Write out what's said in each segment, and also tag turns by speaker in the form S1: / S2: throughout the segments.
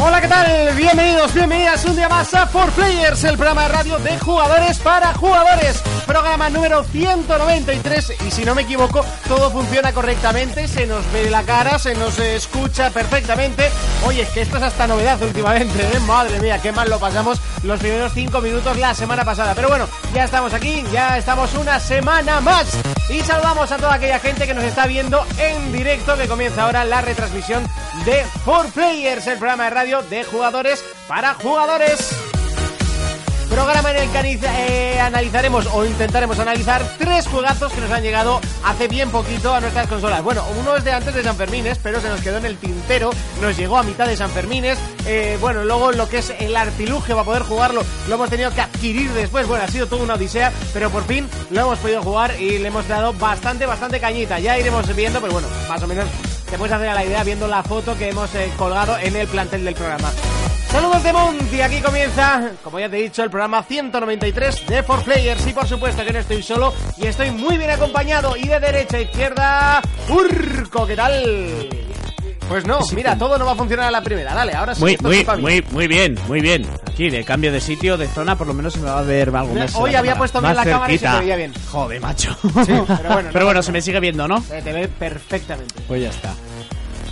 S1: Hola, ¿qué tal? Bienvenidos, bienvenidas un día más a 4Players, el programa de radio de jugadores para jugadores. Programa número 193 y si no me equivoco, todo funciona correctamente, se nos ve la cara, se nos eh, escucha perfectamente. Oye, es que esto es hasta novedad últimamente, ¿eh? Madre mía, qué mal lo pasamos los primeros 5 minutos la semana pasada. Pero bueno, ya estamos aquí, ya estamos una semana más. Y saludamos a toda aquella gente que nos está viendo en directo, que comienza ahora la retransmisión de 4Players, el programa de radio de jugadores para jugadores. Programa en el que aniz- eh, analizaremos o intentaremos analizar tres juegazos que nos han llegado hace bien poquito a nuestras consolas. Bueno, uno es de antes de San Fermines, pero se nos quedó en el tintero, nos llegó a mitad de San Fermines. Eh, bueno, luego lo que es el artilugio para poder jugarlo lo hemos tenido que adquirir después. Bueno, ha sido toda una odisea, pero por fin lo hemos podido jugar y le hemos dado bastante, bastante cañita. Ya iremos viendo, pero bueno, más o menos te puedes hacer a la idea viendo la foto que hemos eh, colgado en el plantel del programa. Saludos de Monty, aquí comienza, como ya te he dicho, el programa 193 de 4Players y por supuesto que no estoy solo y estoy muy bien acompañado y de derecha a izquierda, Urco, ¿qué tal? Pues no, mira, todo no va a funcionar a la primera, dale, ahora sí.
S2: Muy,
S1: esto es
S2: muy,
S1: culpa mía.
S2: muy, muy bien, muy bien. Aquí, de cambio de sitio, de zona, por lo menos se me va a ver algo más.
S1: Hoy
S2: la
S1: había
S2: cámara.
S1: puesto bien
S2: Más
S1: la cámara y se
S2: cerquita.
S1: te veía bien.
S2: Joder, macho.
S1: pero bueno, no
S2: Pero
S1: pasa
S2: bueno, se me sigue viendo, ¿no?
S1: Se Eh, te ve perfectamente.
S2: Pues ya está.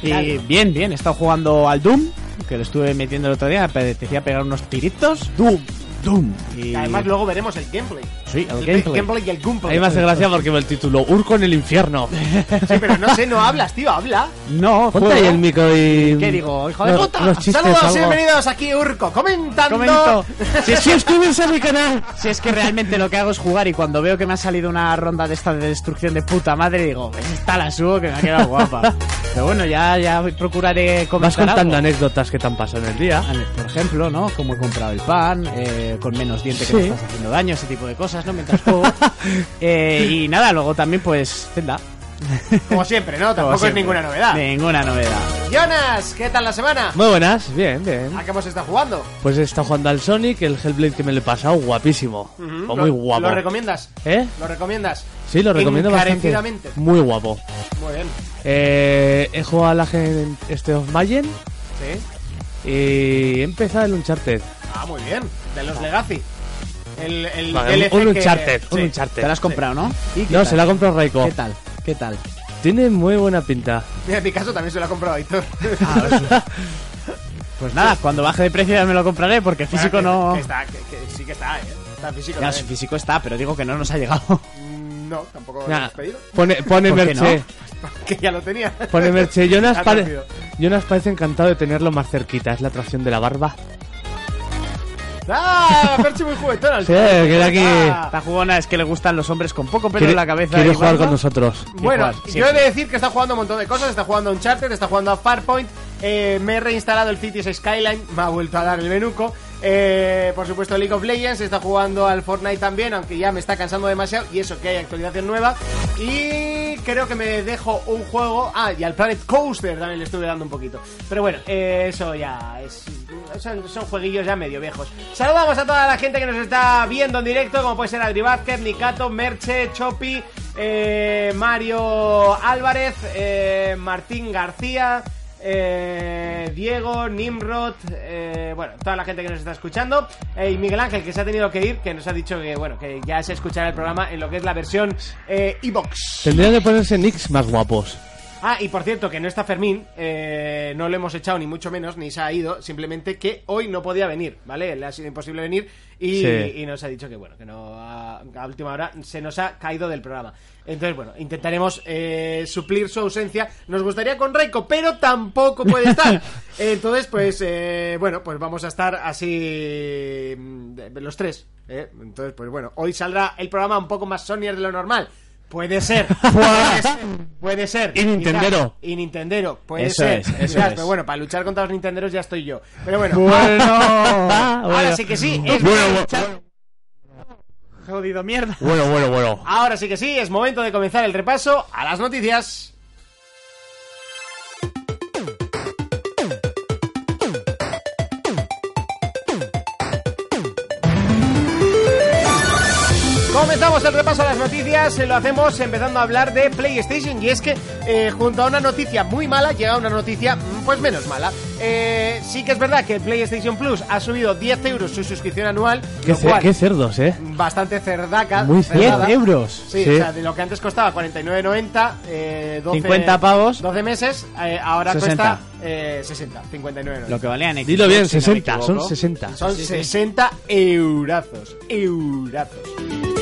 S2: Y
S1: Claro.
S2: bien, bien, he estado jugando al Doom, que lo estuve metiendo el otro día, me apetecía pegar unos tiritos. Doom, Doom. Y
S1: Y además luego veremos el gameplay.
S2: Sí,
S1: pe-
S2: el gameplay.
S1: y el
S2: A
S1: gameplay.
S2: mí me hace gracia porque veo el título, Urco en el infierno.
S1: Sí, pero no sé, no hablas, tío, habla.
S2: No,
S3: Ponte ahí
S2: juego.
S3: el micro y...
S1: ¿Qué digo? ¡Hijo de
S3: Los-
S1: puta!
S3: los chistes,
S1: Saludos y
S3: algo.
S1: bienvenidos aquí, Urco, comentando.
S2: Comento. Si es, que,
S3: ¡Si suscribes a mi canal!
S2: si es que realmente lo que hago es jugar y cuando veo que me ha salido una ronda de esta de destrucción de puta madre, digo, pues esta la subo que me ha quedado guapa. Pero bueno, ya, ya procuraré
S3: Vas
S2: comentar
S3: contando
S2: algo.
S3: anécdotas que te han pasado en el día.
S2: Por ejemplo, ¿no? Cómo he comprado el pan, eh, con menos diente que
S3: Sí.
S2: me estás haciendo daño, ese tipo de cosas, ¿no? Mientras juego. Eh, y nada, luego también, pues, Zelda.
S1: Como siempre, ¿no?
S2: Como
S1: Tampoco es
S2: siempre.
S1: ninguna
S3: Ah.
S1: novedad.
S2: Ninguna novedad.
S1: Jonas, ¿qué tal la semana?
S3: Muy buenas, bien, bien.
S1: ¿A qué Ah, hemos estado jugando?
S3: Pues he estado jugando al Sonic, el Hellblade que me le he pasado, guapísimo. O Oh, muy
S1: ¿Lo-
S3: guapo.
S1: ¿Lo recomiendas?
S3: ¿Eh?
S1: ¿Lo recomiendas?
S3: Sí, lo recomiendo bastante.
S1: Encarecidamente.
S3: Muy guapo.
S1: Muy bien.
S3: Eh, he jugado a la gente este of Mayen
S1: Sí.
S3: y he empezado el Uncharted.
S1: Ah, muy bien. De los Legacy. El, el
S3: Vale,
S1: DLC
S3: un
S1: que-
S3: Uncharted, un
S1: sí.
S3: Uncharted.
S2: Te la has comprado, ¿no? ¿Y qué
S3: No,
S2: tal?
S3: se la ha comprado Raiko.
S2: ¿Qué tal? ¿Qué tal?
S3: Tiene muy buena pinta.
S1: Mira, Picasso también se lo ha comprado a Aitor.
S2: Ah, Pues nada, cuando baje de precio ya me lo compraré porque físico
S1: Que-
S2: no.
S1: que está, que- que sí que está, ¿eh? Está físico.
S2: Ya,
S1: también.
S2: físico está, pero digo que no nos ha llegado.
S1: Mm, No, tampoco lo
S3: Nah,
S1: hemos pedido.
S3: pone pone
S2: ¿Por qué
S3: merche.
S2: no?
S1: Que ya lo tenía.
S2: Pues
S3: Pone merche. Jonas,
S1: Ha
S3: pare-
S1: torcido.
S3: Jonas parece encantado de tenerlo más cerquita. Es la atracción de la barba.
S1: ¡Ah! Perchi muy juguetón al
S3: Sí, que era aquí.
S1: Ah.
S2: La jugona es que le gustan los hombres con poco pelo
S3: Eh, Quiere-
S2: en la cabeza.
S3: quiere
S2: y
S3: jugar
S2: barba.
S3: con nosotros.
S1: Bueno,
S2: Igual,
S1: yo he
S2: siempre.
S1: de decir que está jugando un montón de cosas. Está jugando a Uncharted, está jugando a Farpoint. eh, me he reinstalado el Cities Skyline, me ha vuelto a dar el menuco. eh, por supuesto, League of Legends está jugando al Fortnite también, aunque ya me está cansando demasiado. Y eso que hay actualización nueva. Y creo que me dejo un juego. Ah, y al Planet Coaster también le estuve dando un poquito. Pero bueno, eh, eso ya es. Son, son jueguillos ya medio viejos. Saludamos a toda la gente que nos está viendo en directo, como puede ser Adri Vázquez, Nikato, Merche, Chopi, eh, Mario Álvarez, eh, Martín García, eh, Diego, Nimrod, eh, bueno, toda la gente que nos está escuchando. Eh, y Miguel Ángel, que se ha tenido que ir, que nos ha dicho que, bueno, que ya se escuchará el programa en lo que es la versión eh, iBox.
S3: Tendrían que ponerse nicks más guapos.
S1: Ah, y por cierto, que no está Fermín, eh, no lo hemos echado ni mucho menos, ni se ha ido, simplemente que hoy no podía venir, ¿vale? Le ha sido imposible venir y,
S3: Sí.
S1: y nos ha dicho que, bueno, que no ha- a última hora se nos ha caído del programa. Entonces, bueno, intentaremos eh, suplir su ausencia. Nos gustaría con Reiko, pero tampoco puede estar. Entonces, pues, eh, bueno, pues vamos a estar así mm, de- los tres. ¿eh? Entonces, pues bueno, hoy saldrá el programa un poco más Sonyer de lo normal. Puede ser. Puede ser. Puede ser.
S3: Y Nintendero.
S1: Quizás. Y Nintendero. Puede
S2: Eso
S1: ser.
S2: es, eso
S1: Quizás,
S2: es.
S1: Pero bueno, para luchar contra los Nintenderos ya estoy yo. Pero bueno. ah,
S3: Ah,
S2: Bueno.
S1: Ahora sí que sí. es
S3: Bueno,
S1: momento de
S3: bueno,
S1: luchar-
S2: Jodido mierda.
S3: Bueno, bueno, bueno.
S1: Ahora sí que sí, es momento de comenzar el repaso a las noticias. Comenzamos el repaso a las noticias, eh, lo hacemos empezando a hablar de PlayStation y es que eh, junto a una noticia muy mala llega una noticia mm, pues menos mala. Eh, sí que es verdad que PlayStation Plus ha subido 10 euros su suscripción anual,
S3: Qué,
S1: lo
S3: cer-
S1: cual
S3: qué cerdos, ¿eh?
S1: bastante cerdaca.
S3: Muy
S1: cerdada.
S2: 10 euros.
S1: Sí,
S3: Sí.
S1: o sea, de lo que antes costaba 49,90, eh, 12,
S2: 50 pavos.
S1: 12 meses, eh, ahora
S2: 60.
S1: cuesta eh, 60, 59,90.
S2: Lo que valían Xbox,
S3: Dilo bien,
S2: si no me
S3: 60, son
S2: equivoco.
S3: 60.
S1: Son 60 eurazos, eurazos.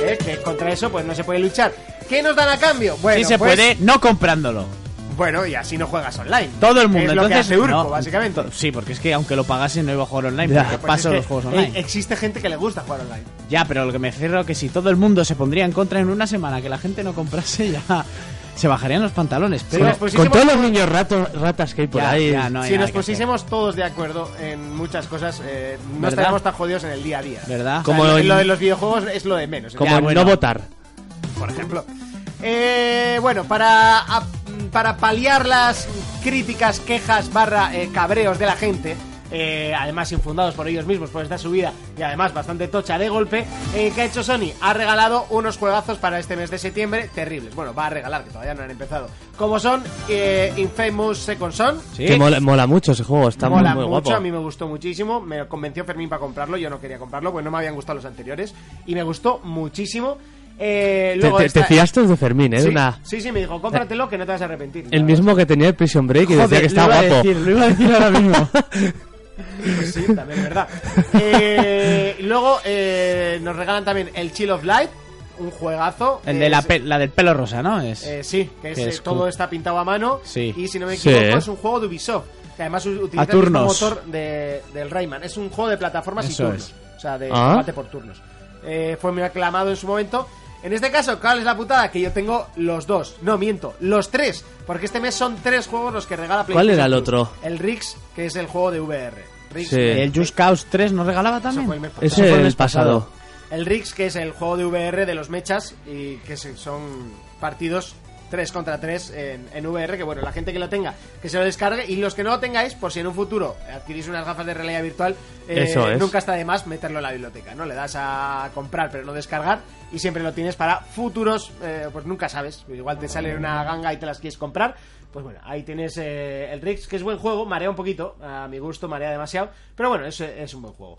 S1: Eh, Que contra eso pues no se puede luchar. ¿Qué nos dan a cambio? Bueno,
S2: sí se
S1: pues,
S2: puede, no comprándolo.
S1: Bueno, y así no juegas online.
S2: Todo el mundo.
S1: Es lo que
S2: Entonces,
S1: hace Urco,
S2: no.
S1: básicamente.
S2: Sí, porque es que aunque lo pagase no iba a jugar online,
S3: Ya.
S2: porque
S1: Pues
S2: paso
S1: es que,
S2: los juegos
S1: eh,
S2: online.
S1: existe gente que le gusta jugar online.
S2: Ya, pero lo que me refiero que si todo el mundo se pondría en contra en una semana que la gente no comprase, ya se bajarían los pantalones.
S1: Si
S2: Pero
S1: nos pusiésemos-
S3: Con todos los niños rato- ratas que hay por
S2: Ya,
S3: ahí.
S2: ya, no hay
S1: si
S2: nada
S1: nos
S2: que hacer.
S1: pusiésemos todos de acuerdo en muchas cosas, eh, no
S2: ¿Verdad?
S1: estaríamos tan jodidos en el día a día.
S2: ¿Verdad?
S1: Como
S3: Como en-
S1: lo de los videojuegos es lo de menos.
S3: Como
S2: Ya,
S3: en
S2: bueno.
S3: no votar.
S1: por ejemplo. Eh, bueno, para, a- para paliar las críticas, quejas, barra eh, cabreos de la gente, eh, además infundados por ellos mismos por esta subida y además bastante tocha de golpe, eh, ¿qué ha hecho Sony? Ha regalado unos juegazos para este mes de septiembre terribles. Bueno, va a regalar, que todavía no han empezado. Como son eh, Infamous Second Son,
S2: Sí.
S3: Que mola, mola mucho ese juego, está
S1: mola
S3: muy, muy
S1: mucho,
S3: guapo.
S1: a mí me gustó muchísimo. Me convenció Fermín para comprarlo, yo no quería comprarlo, pues no me habían gustado los anteriores. Y me gustó muchísimo. Eh,
S3: Te,
S1: luego
S3: te- te
S1: está-
S3: fiaste de Fermín, ¿eh?
S1: Sí,
S3: Una-
S1: sí, sí, me dijo, cómpratelo que no te vas a arrepentir.
S3: el mismo que tenía el Prison Break y decía
S2: Joder,
S3: que está
S2: lo iba a
S3: guapo.
S2: decir, lo iba a decir ahora mismo.
S1: Pues sí, también es verdad. Eh, luego eh, nos regalan también el Chill of Light, un juegazo.
S2: El
S1: que
S2: de la,
S1: es-
S2: pe- la del pelo rosa, ¿no? Es...
S1: eh, sí, que es,
S2: que
S1: eh,
S2: es
S1: todo
S2: cool.
S1: está pintado a mano.
S2: Sí.
S1: Y si no me
S3: Sí.
S1: equivoco, es un juego de Ubisoft. Que además u- utiliza
S2: A
S1: el mismo
S2: turnos.
S1: motor de- del Rayman. Es un juego de plataformas
S2: Eso
S1: y turnos.
S2: es.
S1: O sea, de
S3: Ah.
S1: combate por turnos. Eh, fue muy aclamado en su momento. En este caso, ¿cuál es la putada? Que yo tengo los dos. No, miento. Los tres. Porque este mes son tres juegos los que regala PlayStation.
S3: ¿Cuál era el
S1: Plus.
S3: otro?
S1: El Rix, que es el juego de VR. Rix,
S3: Sí.
S1: eh,
S2: El Just Cause 3 nos regalaba
S1: eso fue el
S2: también.
S1: mes pasado.
S3: Ese
S2: fue el
S3: el,
S2: mes
S3: pasado.
S2: pasado.
S1: El Rix, que es el juego de VR de los mechas y que se- son partidos 3 contra 3 en, en VR, que bueno, la gente que lo tenga, que se lo descargue y los que no lo tengáis, por si en un futuro adquirís unas gafas de realidad virtual, eh,
S3: Eso es.
S1: nunca está de más meterlo en la biblioteca, ¿no? Le das a comprar pero no descargar y siempre lo tienes para futuros, eh, pues nunca sabes, igual te sale una ganga y te las quieres comprar. Pues bueno, ahí tienes eh, el Rix, que es buen juego, marea un poquito, a mi gusto, marea demasiado, pero bueno, es, es un buen juego.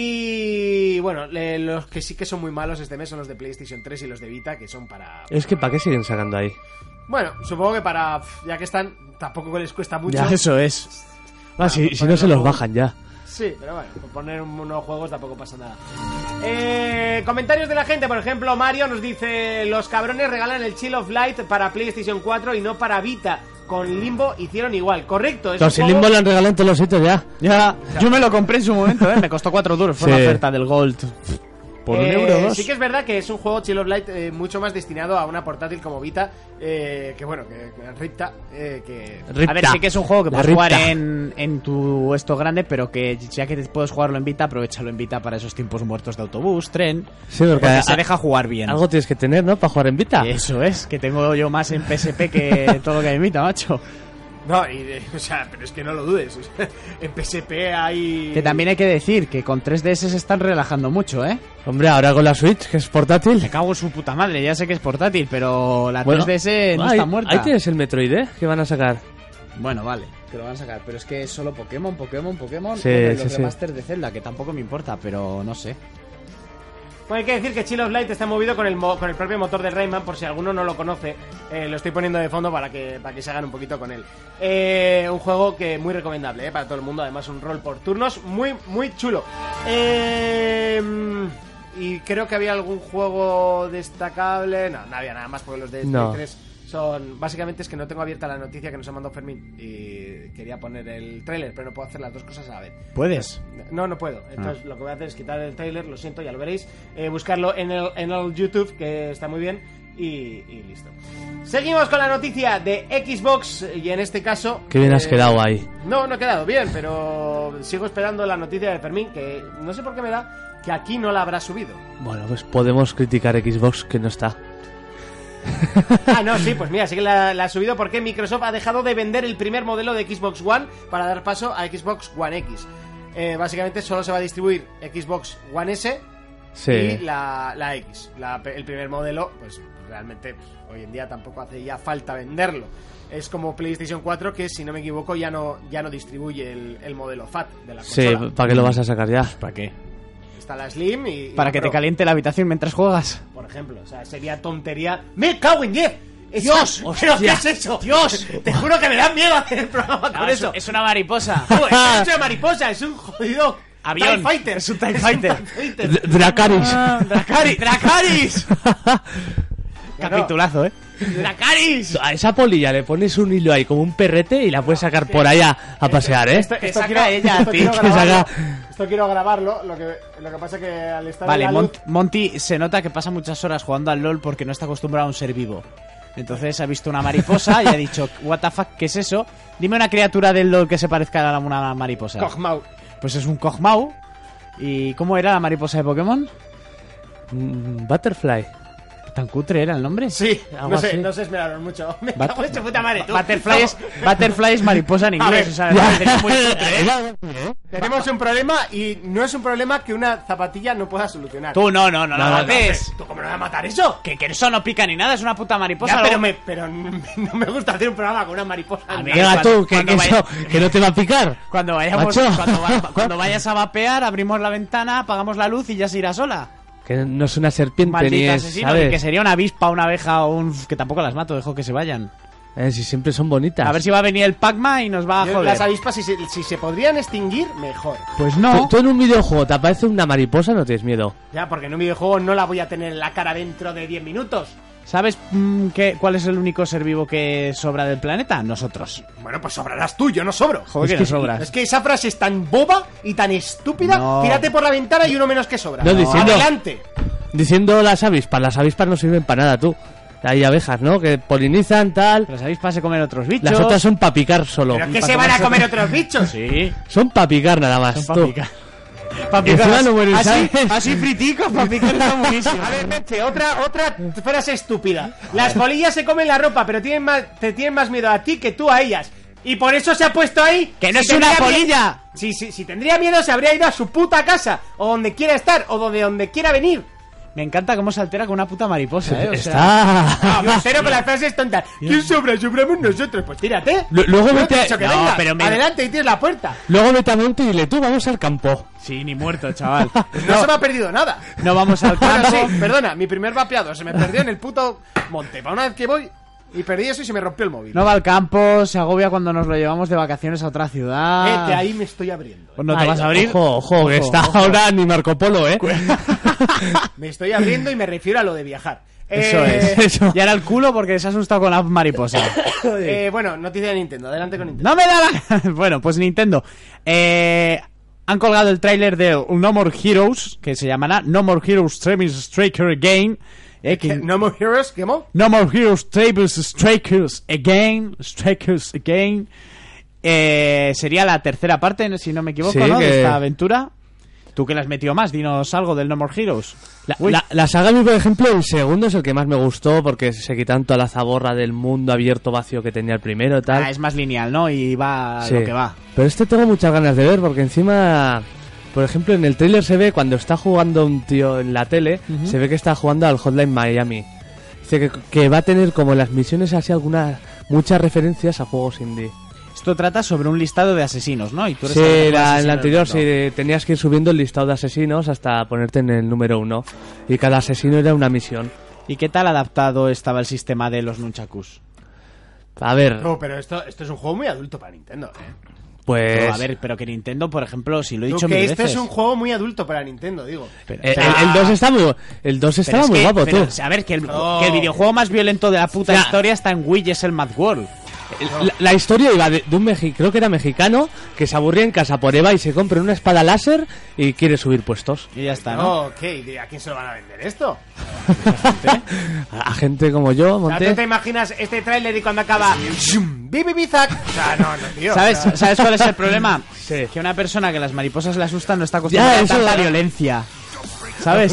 S1: Y bueno, le- los que sí que son muy malos este mes son los de PlayStation 3 y los de Vita, que son para...
S3: Es que ¿para qué siguen sacando ahí?
S1: Bueno, supongo que para... Ya que están, tampoco les cuesta mucho.
S2: Ya, eso es.
S3: Ah, si, si no se los bajan ya.
S1: Sí, pero bueno, por poner un- unos juegos tampoco pasa nada. Eh, comentarios de la gente, por ejemplo, Mario nos dice: Los cabrones regalan el Chill of Light para PlayStation 4 y no para Vita. Con Limbo hicieron igual, correcto. Es un
S3: Los sin
S1: juego-
S3: limbo lo han regalado en todos los sitios ya.
S2: Ya, yo me lo compré en su momento, ¿eh? Me costó 4 duros, fue
S3: Sí.
S2: una oferta del Gold. Por un
S1: Eh,
S2: euro dos.
S1: Sí que es verdad que es un juego Chill of Light eh, mucho más destinado a una portátil como Vita, eh, que bueno, que que Ripta, eh, que...
S2: A ver,
S3: Ripta.
S2: sí que es un juego que
S3: La
S2: puedes jugar
S3: Ripta.
S2: en, en tu esto grande, pero que ya que te puedes jugarlo en Vita, aprovechalo en Vita para esos tiempos muertos de autobús, tren.
S3: Sí, porque
S2: Porque
S3: a-
S2: se deja jugar bien.
S3: Algo tienes que tener, ¿no? Para jugar en Vita.
S2: Eso es, que tengo yo más en PSP que todo lo que hay en Vita, macho.
S1: No, y, de- o sea, pero es que no lo dudes. o sea, en PSP hay...
S2: Que también hay que decir que con 3DS se están relajando mucho, ¿eh?
S3: Hombre, ahora con la Switch, que es portátil.
S2: Me cago en su puta madre, ya sé que es portátil, pero la
S3: Bueno,
S2: 3DS no
S3: ahí-
S2: está muerta.
S3: Ahí tienes el Metroid, ¿eh? Que van a sacar.
S2: Bueno, vale, que lo van a sacar, pero es que es solo Pokémon, Pokémon, Pokémon,
S3: Sí,
S2: bueno, y
S3: sí,
S2: los
S3: sí.
S2: remasters de Zelda, que tampoco me importa, pero no sé.
S1: Bueno, hay que decir que Chill of Light está movido con el, mo- con el propio motor del Rayman, por si alguno no lo conoce. Eh, lo estoy poniendo de fondo para que, para que se hagan un poquito con él. Eh, un juego que muy recomendable eh, para todo el mundo, además un rol por turnos muy, muy chulo. Eh, y creo que había algún juego destacable. No, no había nada más porque los de
S3: No.
S1: Play 3 son. Básicamente es que no tengo abierta la noticia que nos ha mandado Fermín y quería poner el tráiler, pero no puedo hacer las dos cosas a la vez.
S2: ¿Puedes?
S1: No, no
S3: Ah.
S1: puedo. Entonces lo que voy a hacer es quitar el trailer, lo siento, ya lo veréis. eh, buscarlo en el, en el YouTube, que está muy bien. Y, y listo. Seguimos con la noticia de Xbox y en este caso...
S3: Qué bien has
S1: eh,
S3: quedado ahí.
S1: No, no he quedado bien, pero sigo esperando la noticia de Fermín, que no sé por qué me da que aquí no la habrá subido.
S3: Bueno, pues podemos criticar Xbox que no está.
S1: Ah, no, sí, pues mira, sí que la, la ha subido porque Microsoft ha dejado de vender el primer modelo de Xbox One para dar paso a Xbox One X. Eh, básicamente solo se va a distribuir Xbox One S
S3: Sí.
S1: y la, la X. La- el primer modelo, pues realmente hoy en día tampoco hace ya falta venderlo. Es como PlayStation 4 que, si no me equivoco, ya no, ya no distribuye el, el modelo FAT de la
S3: Sí,
S1: consola.
S3: ¿para qué lo vas a sacar ya?
S2: ¿Para qué?
S1: Está la Slim y... y
S2: Para
S1: la
S2: que te
S1: Pro,
S2: caliente la habitación mientras juegas.
S1: Por ejemplo, o sea, sería tontería... ¡Me cago en 10! ¡Dios! ¿Pero qué es eso? ¡Dios! Te juro que me da miedo hacer el programa con eso.
S2: es una mariposa.
S1: Joder, es un hecho de mariposa, es un jodido...
S2: Avión.
S1: TIE Fighter.
S2: Es un TIE Fighter.
S1: Es un TIE Fighter.
S3: D- Dracaris.
S2: Ah, ¡Dracaris! ¡Dracaris! Capitulazo, ¿eh?
S3: ¡Dracaris! A esa polilla le pones un hilo ahí como un perrete y la puedes sacar por allá a pasear, ¿eh?
S1: Este-
S2: Te saca ella a
S1: esto
S2: ti,
S1: quiero
S2: te
S1: grabarlo,
S3: saca-
S1: esto quiero grabarlo, lo que, lo que pasa que al estar
S2: Vale,
S1: en la luz-
S2: Mont- Monty se nota que pasa muchas horas jugando al LOL porque no está acostumbrado a un ser vivo. Entonces ha visto una mariposa y ha dicho, what the fuck, ¿qué es eso? Dime una criatura del LOL que se parezca a una mariposa.
S1: Cogmau.
S2: Pues es un Kog'Maw. ¿Y cómo era la mariposa de Pokémon?
S3: Mm, Butterfly.
S2: ¿Tan cutre era el nombre?
S1: Sí,
S3: Algo
S1: no sé,
S3: así.
S1: no se esmeraron mucho. Me
S2: Bat-
S1: cago en su puta madre, tú.
S2: Butterfly, es,
S1: No.
S2: Butterfly es mariposa en inglés.
S1: ver.
S2: O sea, la tenía muy cutre, ¿eh?
S1: Tenemos un problema y no es un problema que una zapatilla no pueda solucionar. Ah,
S2: Tú no, no, no,
S3: No,
S2: la
S3: no, no.
S2: mates.
S1: ¿Tú cómo no vas a matar eso?
S2: Que, que eso no pica ni nada, es una puta mariposa.
S1: Ya,
S2: luego-
S1: pero, me, pero no me gusta hacer un programa con una mariposa.
S2: A ver,
S3: Venga
S2: cuando-
S3: tú, que,
S2: cuando
S3: que
S2: vaya-
S3: eso- que no te va a picar.
S2: Cuando vayamos,
S3: Macho.
S2: cuando, va- cuando vayas a vapear, abrimos la ventana, apagamos la luz y ya se irá sola.
S3: Que no es una serpiente ni
S2: Maldito
S3: es,
S2: asesino,
S3: ¿sabes?
S2: ni que sería una avispa, una abeja o un... Que tampoco las mato, dejo que se vayan.
S3: Eh, si siempre son bonitas.
S2: A ver si va a venir el Pac-Man y nos va a
S1: Yo- Las
S2: joder.
S1: avispas, si se, si se podrían extinguir, mejor.
S2: Pues
S3: Tú, tú en un videojuego te aparece una mariposa, no tienes miedo.
S1: Ya, porque en un videojuego no la voy a tener en la cara dentro de 10 minutos.
S2: ¿Sabes mm, qué- cuál es el único ser vivo que sobra del planeta? Nosotros.
S1: Bueno, pues sobrarás tú, yo no sobro.
S2: Joder,
S3: Es
S2: que
S3: que-
S2: nos sobras.
S1: Es que esa frase es tan boba y tan estúpida.
S2: No.
S1: Tírate por la ventana y uno menos que sobra.
S3: No, diciendo-
S1: Adelante.
S3: Diciendo las avispas, las avispas no sirven para nada, tú. Hay abejas, ¿no? Que polinizan, tal.
S2: Las avispas se comen otros bichos.
S3: Las otras son para picar solo.
S1: ¿Pero qué
S3: Pa'
S1: se van a
S3: comerse-
S1: comer otros bichos?
S2: Sí,
S3: Son para picar nada más,
S2: son
S3: tú.
S2: papica.
S3: Encima no mueren,
S2: así,
S3: ¿sabes?
S2: así friticos, papica está buenísimo.
S1: A ver, Merche, otra, otra frase estúpida. Las polillas se comen la ropa, pero tienen más, te tienen más miedo a ti que tú a ellas. Y por eso se ha puesto ahí.
S2: ¡Que no
S1: Si
S2: es una
S1: tendría mie-
S2: polilla!
S1: Si, si, si tendría miedo, se habría ido a su puta casa. O donde quiera estar, o donde, donde quiera venir.
S2: Me encanta cómo se altera con una puta mariposa, ¿eh? O sea,
S3: Está.
S1: Yo entero con las frases tontas. ¿Quién sobra? Sobramos nosotros. Pues tírate.
S3: Lu- luego
S1: Yo
S3: vete-
S1: te he dicho que
S3: No,
S1: venga.
S2: pero me-
S1: Adelante y tienes la puerta.
S3: Luego vete a monte y dile tú, vamos al campo.
S2: Sí, ni muerto, chaval.
S1: No, se me ha perdido nada.
S2: No vamos al
S1: Bueno,
S2: campo.
S1: sí, perdona, mi primer vapeado se me perdió en el puto monte. Para una vez que voy y perdí eso y se me rompió el móvil.
S2: No va al campo, se agobia cuando nos lo llevamos de vacaciones a otra
S1: Eh,
S2: ciudad.
S1: de ahí me estoy abriendo.
S2: Pues no te
S3: Ay,
S2: vas a abrir.
S3: Ojo, ojo, que
S2: Ojo,
S3: está
S2: ojo.
S3: ahora ni Marco Polo, ¿eh?
S1: Me estoy abriendo y me refiero a lo de viajar.
S2: Eso
S1: Eh,
S2: es. Y ahora el culo porque se ha asustado con la mariposa.
S1: eh, bueno, noticia de Nintendo. Adelante con Nintendo.
S2: ¡No me da la... bueno, pues Nintendo. Eh, han colgado el tráiler de No More Heroes, que se llamará No More Heroes Travis Striker Again. eh, que-
S1: Eh, No More Heroes, ¿quemó?
S2: No More Heroes Tables Strikers Again, Strikers Again. Eh, sería la tercera parte, si no me equivoco,
S3: Sí,
S2: ¿no? De
S3: que-
S2: esta aventura. Tú que la has metido más, dinos algo del No More Heroes.
S3: La,
S2: Uy,
S3: la- la saga a mí, por ejemplo, el segundo es el que más me gustó porque se quitan toda la zaborra del mundo abierto vacío que tenía el primero, tal.
S2: ah, es más lineal, ¿no? Y va
S3: Sí.
S2: lo que va.
S3: Pero este tengo muchas ganas de ver porque encima, por ejemplo, en el tráiler se ve cuando está jugando un tío en la tele, se ve que está jugando al Hotline Miami. Dice que, que va a tener como las misiones así algunas muchas referencias a juegos indie.
S2: Esto trata sobre un listado de asesinos, ¿no? Y tú eres
S3: Sí,
S2: el mejor
S3: la,
S2: asesino
S3: en
S2: del
S3: la anterior
S2: mundo.
S3: sí, eh, tenías que ir subiendo el listado de asesinos hasta ponerte en el número uno. Y cada asesino era una misión.
S2: ¿Y qué tal adaptado estaba el sistema de los nunchakus?
S3: A ver,
S1: No, pero esto, esto es un juego muy adulto para Nintendo, ¿eh?
S3: pues...
S2: Pero, a ver, pero que Nintendo, por ejemplo, si lo he
S1: Digo
S2: dicho
S1: que
S2: mil
S1: este
S2: veces...
S1: es un juego muy adulto para Nintendo, digo.
S2: Pero-
S3: eh,
S2: pero-
S3: el, el 2 está muy, gu- el 2
S2: pero
S3: estaba
S2: es
S3: muy
S2: que-
S3: guapo,
S2: pero,
S3: tú.
S2: A ver, que el,
S1: No.
S2: que el videojuego más violento de la puta
S3: Ya.
S2: historia está en Wii y es el Mad World.
S3: La, la historia iba de, de un mexi- creo que era mexicano, que se aburría en casa por Eva y se compra una espada láser y quiere subir puestos.
S2: Y ya está, ¿no?
S1: Ah, No, ¿qué? ¿A quién se lo van a vender esto?
S3: A, a gente como yo,
S1: O sea, ¿tú te
S3: Monte.
S1: imaginas este tráiler y cuando acaba... ¡zum! ¡Bibi bizac! O sea, no, no, tío.
S2: ¿Sabes,
S1: o sea,
S2: ¿Sabes cuál es el problema?
S3: Sí.
S2: Que una persona que las mariposas le asustan no está acostumbrada
S3: Ya,
S2: a
S3: eso
S2: tanta
S3: da- Uh.
S2: violencia. ¿Sabes?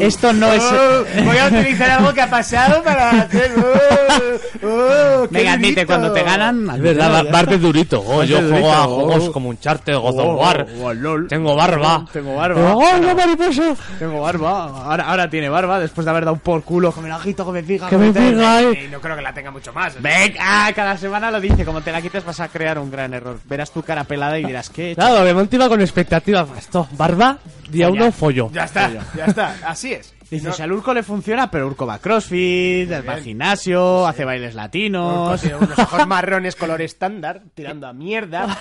S2: Esto no es...
S1: oh, voy a utilizar algo que ha pasado para hacer... oh, oh, qué
S2: Venga, admite,
S1: bonito.
S2: cuando te ganan...
S3: Es verdad,
S2: admítelo,
S3: va-
S2: ya
S3: bar de durito. Oh, yo
S2: Bar de
S3: juego
S2: durito,
S3: a
S2: oh.
S3: juegos como un charter, God
S2: Oh,
S3: of War.
S2: oh, lol.
S3: Tengo barba.
S2: Tengo barba.
S3: ¡Oh, no, mariposa!
S2: está. Tengo barba. Ahora, ahora tiene barba, después de haber dado por culo con el ajito que me diga.
S3: ¡Que me diga! eh.
S1: Y no creo que la tenga mucho más.
S2: Venga, cada semana lo dice. Como te la quites vas a crear un gran error. Verás tu cara pelada y dirás, ¿qué? he hecho?
S3: Claro, de Monte iba con expectativas. Esto, barba, día
S2: Coña.
S3: uno, follo.
S1: Ya está, ya está. Así es.
S2: Dices,
S1: No-
S2: al Urco le funciona, pero Urco va a crossfit, va al
S1: bien.
S2: gimnasio, hace bailes
S1: Urco
S2: latinos.
S1: tiene unos ojos marrones color estándar, tirando a mierda.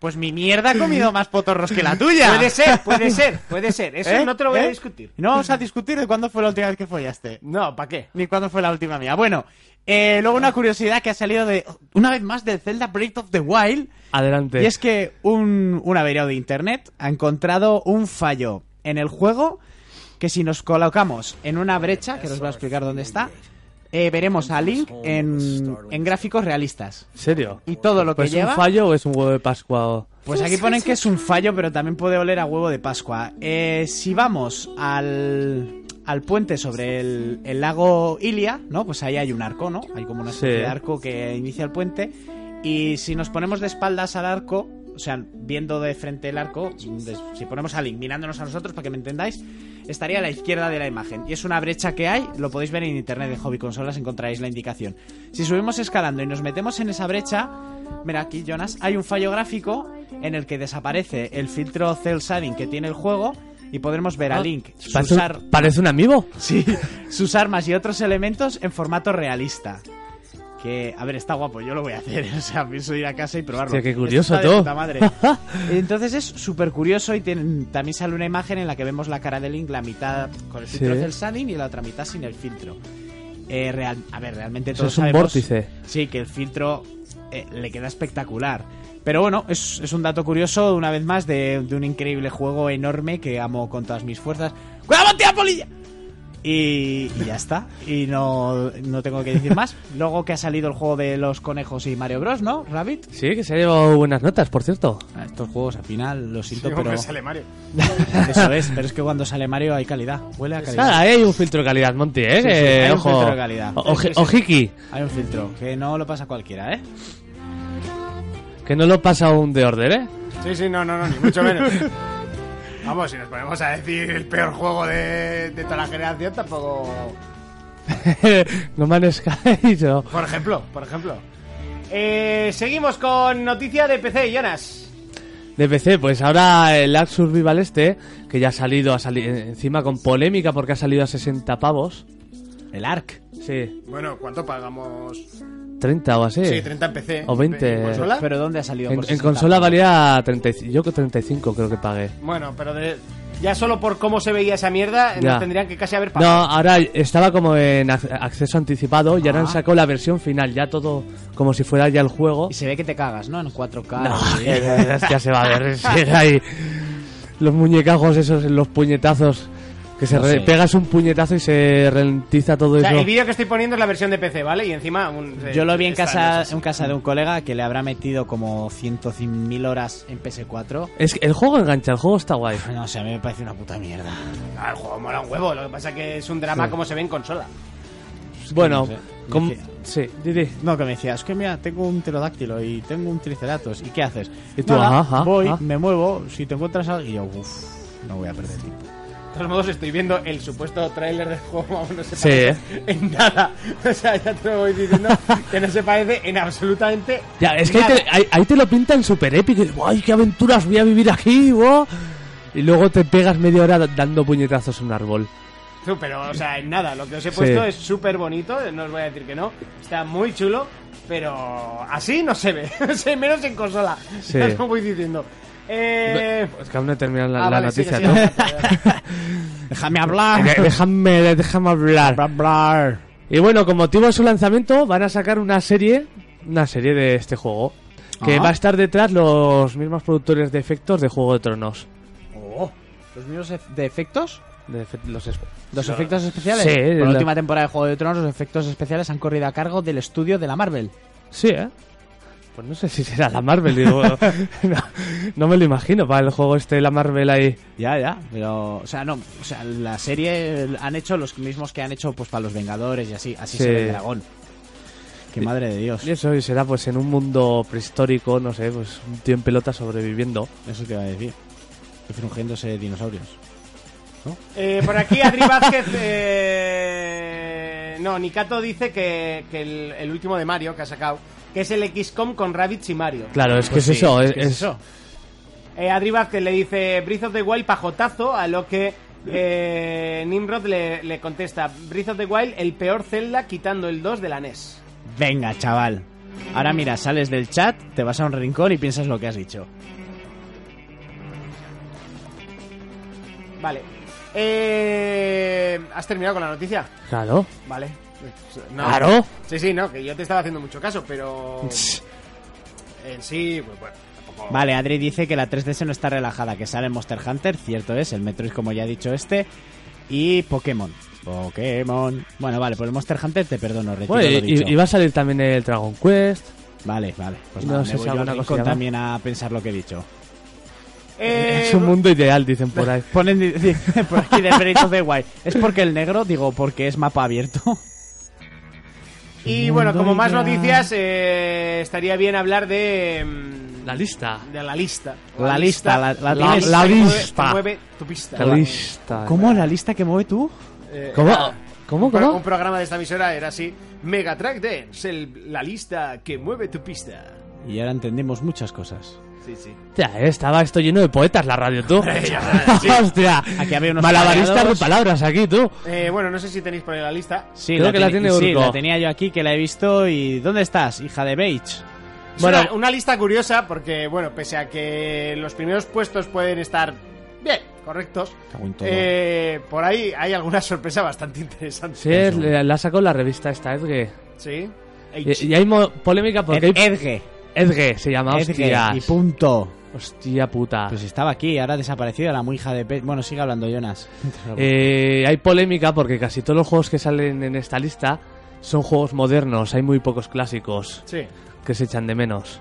S2: Pues mi mierda ha comido más potorros que la tuya.
S1: Puede ser, puede ser, puede ser. Eso
S2: ¿Eh?
S1: no te lo voy a
S2: ¿Eh?
S1: discutir.
S2: No vamos a discutir de cuándo fue la última vez que follaste.
S1: No, ¿para qué?
S2: Ni cuándo fue la última mía. Bueno, eh, luego una curiosidad que ha salido de, una vez más, de Zelda Breath of the Wild.
S3: Adelante.
S2: Y es que un, un averiado de internet ha encontrado un fallo en el juego que si nos colocamos en una brecha, que os voy a explicar dónde está, eh, veremos a Link en, en gráficos realistas.
S3: ¿En serio?
S2: Y todo lo que
S3: ¿Pues
S2: lleva...
S3: un fallo o es un huevo de Pascua? o-
S2: Pues aquí ponen que es un fallo, pero también puede oler a huevo de Pascua. Eh, si vamos al, al puente sobre el, el lago Ilia, ¿no? Pues ahí hay un arco, ¿no? Hay como una especie
S3: Sí.
S2: de arco que inicia el puente. Y si nos ponemos de espaldas al arco, o sea, viendo de frente el arco, de- si ponemos a Link mirándonos a nosotros, para que me entendáis, estaría a la izquierda de la imagen. Y es una brecha que hay, lo podéis ver en internet de Hobby Consolas, encontraréis la indicación. Si subimos escalando y nos metemos en esa brecha, mira aquí, Jonas, hay un fallo gráfico en el que desaparece el filtro cel shading que tiene el juego y podremos ver a
S3: Ah,
S2: Link
S3: Parece,
S2: susar,
S3: un, parece un amigo.
S2: sí, sus armas y otros elementos en formato realista. Que, a ver, está guapo, yo lo voy a hacer. O sea, pienso ir a casa y probarlo.
S3: Hostia, qué
S2: Esto
S3: curioso
S2: está de
S3: todo.
S2: puta madre. Entonces es súper curioso y tienen- también sale una imagen en la que vemos la cara de Link, la mitad con el
S3: Sí.
S2: filtro del shading y la otra mitad sin el filtro. Eh, real, a ver, realmente
S3: Eso
S2: todos
S3: es un
S2: sabemos-
S3: vórtice.
S2: Sí, que el filtro eh, le queda espectacular. Pero bueno, es, es un dato curioso, una vez más, de, de un increíble juego enorme que amo con todas mis fuerzas. ¡Cuidado, tía polilla! Y, y ya está. Y no, no tengo que decir más. Luego que ha salido el juego de los conejos y Mario Bros, ¿no? Rabbit.
S3: Sí, que se ha llevado buenas notas, por cierto.
S2: Ah, Estos juegos al final, lo siento,
S1: Digo,
S2: pero.
S1: que sale Mario.
S2: Eso es, pero es que cuando sale Mario hay calidad. Huele a calidad.
S3: Nada, ahí Ah, hay un filtro de calidad, Monty,
S2: Sí,
S3: ¿eh?
S2: sí,
S3: Que,
S2: hay un
S3: ojo.
S2: filtro de calidad.
S3: O- oji- Ojiki,
S2: Hay un filtro, que no lo pasa cualquiera, ¿eh?
S3: que no lo pasa un de order, ¿eh?
S1: Sí, sí, no, no, no, ni mucho menos. Vamos, si nos ponemos a decir el peor juego de, de toda la generación, tampoco.
S3: ¿eh? no Man's Sky, yo.
S1: Por ejemplo, por ejemplo. Eh, seguimos con noticia de PC, Jonas.
S3: De PC, pues ahora el Ark Survival este, que ya ha salido, ha sali- encima con polémica porque ha salido a 60 pavos.
S2: El ARC.
S3: Sí,
S1: Bueno, ¿cuánto pagamos? Sí,
S3: 30 o así.
S1: 30 en PC.
S3: O 20.
S1: ¿En consola?
S2: ¿Pero dónde ha salido?
S3: En,
S2: por
S3: en
S2: 60?
S3: consola valía 35, yo que 35 creo que pagué.
S1: Bueno, pero de- ya solo por cómo se veía esa mierda, eh,
S3: Ya.
S1: nos tendrían que casi haber
S3: No,
S1: pagado.
S3: ahora estaba como en ac- acceso anticipado y
S2: Ah.
S3: ahora han sacado la versión final, ya todo como si fuera ya el juego.
S2: Y se ¿eh? ve que te cagas, ¿no? En 4K.
S3: No,
S2: y-
S3: ya se va a ver, sigue ahí. Los muñecajos esos, los puñetazos, que se
S2: No
S3: re-
S2: sé.
S3: pegas un puñetazo y se ralentiza todo
S1: O sea, el
S3: eso.
S1: vídeo que estoy poniendo es la versión de PC, ¿vale? Y encima... un-
S2: pues
S1: eh,
S2: Yo lo vi en
S1: está
S2: casa,
S1: eso.
S2: en casa de un colega que le habrá metido como 100.000 horas en PS4.
S3: Es que el juego engancha, el juego está guay.
S2: No sé, a mí me parece una puta mierda.
S1: Ah, el juego mola un huevo, lo que pasa que es un drama como se ve en consola.
S3: Bueno,
S2: sé.
S3: com-
S2: Dice-
S3: sí, Didi.
S2: No, que me decía, es que mira, tengo un pterodáctilo y tengo un triceratops. ¿Y qué haces?
S3: Y tú,
S2: Nada,
S3: ajá, ajá,
S2: voy,
S3: ajá.
S2: me muevo, si te encuentras algo... Y yo, uff, no voy a perder tiempo.
S1: De todos modos, estoy viendo el supuesto tráiler del juego, vamos, no se
S3: Sí,
S1: parece
S3: ¿eh?
S1: en nada. O sea, ya te lo voy diciendo que no se parece en absolutamente
S3: Ya, es que ahí te, ahí- ahí te lo pintan súper épico. y dices, ¡Ay, qué aventuras voy a vivir aquí! wow". Y luego te pegas media hora da- dando puñetazos a un árbol.
S1: Tú, pero, o sea, en nada, lo que os he puesto
S3: Sí.
S1: es súper bonito, eh, no os voy a decir que no, está muy chulo, pero así no se ve, o sea, menos en consola,
S3: Sí.
S1: ya os lo voy diciendo. Eh,
S3: Es que aún no he terminado la,
S1: ah,
S3: la
S1: vale, sigue,
S3: noticia,
S1: sigue,
S3: ¿no?
S2: Déjame hablar.
S3: Eh, déjame, déjame hablar.
S2: Bla, bla.
S3: Y bueno, con motivo de su lanzamiento van a sacar una serie, una serie de este juego, que
S2: Ah.
S3: va a estar detrás los mismos productores de efectos de Juego de Tronos.
S2: Oh, ¿Los mismos ef- de efectos?
S3: De efe- los es-
S2: ¿Los efectos especiales?
S3: Sí,
S2: Por la
S3: la-
S2: última temporada de Juego de Tronos, los efectos especiales han corrido a cargo del estudio de la Marvel.
S3: sí, ¿eh? Pues no sé si será la Marvel, digo. no, no me lo imagino para el juego este, la Marvel ahí.
S2: Ya, ya. Pero, o sea, no. O sea, la serie eh, han hecho los mismos que han hecho pues para los Vengadores y así. Así
S3: Sí.
S2: se ve el dragón. Qué madre de Dios.
S3: Y eso y será pues en un mundo prehistórico, no sé, pues un tío en pelota sobreviviendo.
S2: Eso te iba a decir. Refrungiéndose dinosaurios.
S1: eh, por aquí Adri Vázquez, eh, no, Nikato dice que, que el, el último de Mario que ha sacado, que es el XCOM con Rabbids y Mario.
S3: Claro, es que
S2: Pues
S3: es
S2: sí,
S3: eso,
S2: es
S3: es,
S2: que es
S3: es-
S2: eso.
S1: Eh, Adri Vázquez le dice Breath of the Wild pajotazo, a lo que eh, Nimrod le, le contesta Breath of the Wild el peor Zelda quitando el 2 de la E NES.
S2: Venga, chaval. Ahora mira, sales del chat, te vas a un rincón y piensas lo que has dicho.
S1: Vale. Eh, ¿Has terminado con la noticia?
S3: Claro,
S1: Vale. No.
S3: claro.
S1: Sí, sí, no, que yo te estaba haciendo mucho caso, pero... En sí, pues bueno, tampoco...
S2: Vale, Adri dice que la 3DS no está relajada, que sale Monster Hunter, cierto es, el Metroid como ya ha dicho este, y Pokémon. Pokémon. Bueno, vale, por el Monster Hunter te perdono, retiro
S3: Bueno,
S2: lo dicho.
S3: y, y va a salir también el Dragon Quest.
S2: Vale, vale. Pues
S3: No
S2: nada,
S3: sé
S2: me
S3: si
S2: voy yo al
S3: alguna
S2: rincón
S3: cosilla más.
S2: también a pensar lo que he dicho.
S1: Eh,
S3: es un mundo ideal, dicen por ahí.
S2: Ponen di- di- por aquí de Breath of the Wild. ¿Es porque el negro? Digo, porque es mapa abierto.
S1: Y bueno, como más
S2: Doña.
S1: noticias, eh, estaría bien hablar de... mm,
S3: La lista.
S1: De la lista.
S2: La lista, la- la tienes.
S1: lista que
S3: La
S1: mueve-
S3: lista.
S1: mueve tu pista.
S3: La lista.
S2: ¿Cómo la lista que mueve tú?
S1: Eh,
S3: ¿Cómo?
S1: nada.
S3: ¿Cómo?
S1: Un pro-
S3: ¿Cómo?
S1: Un programa de esta emisora era así. Megatrack Dance, el- la lista que mueve tu pista.
S2: Y ahora entendemos muchas cosas.
S1: Sí, sí.
S3: Hostia, eh, estaba esto lleno de poetas la radio, tú. Hostia.
S2: Aquí había unos
S3: Malabaristas de
S2: callados.
S3: palabras aquí, tú.
S1: Eh, bueno, no sé si tenéis por ahí la lista.
S2: Sí,
S3: Creo que la
S2: teni-
S3: tiene
S2: sí,
S3: Urco.
S2: la tenía yo aquí, que la he visto y... ¿Dónde estás, hija de Beige?
S1: Es
S3: Bueno.
S1: una, una lista curiosa porque, bueno, pese a que los primeros puestos pueden estar bien, correctos,
S2: Cago en todo.
S1: eh, por ahí hay alguna sorpresa bastante interesante.
S3: Sí, es- le- la sacó la revista esta, Edge.
S1: Sí.
S3: Y, y hay mo- polémica porque hay-
S2: Edge.
S3: Edge se llama,
S2: Edge.
S3: hostias.
S2: Y punto.
S3: Hostia puta.
S2: Pues estaba aquí, ahora ha desaparecido la muy hija de Beige. Bueno, sigue hablando, Jonas.
S3: Eh, hay polémica porque casi todos los juegos que salen en esta lista son juegos modernos, hay muy pocos clásicos
S1: Sí.
S3: que se echan de menos.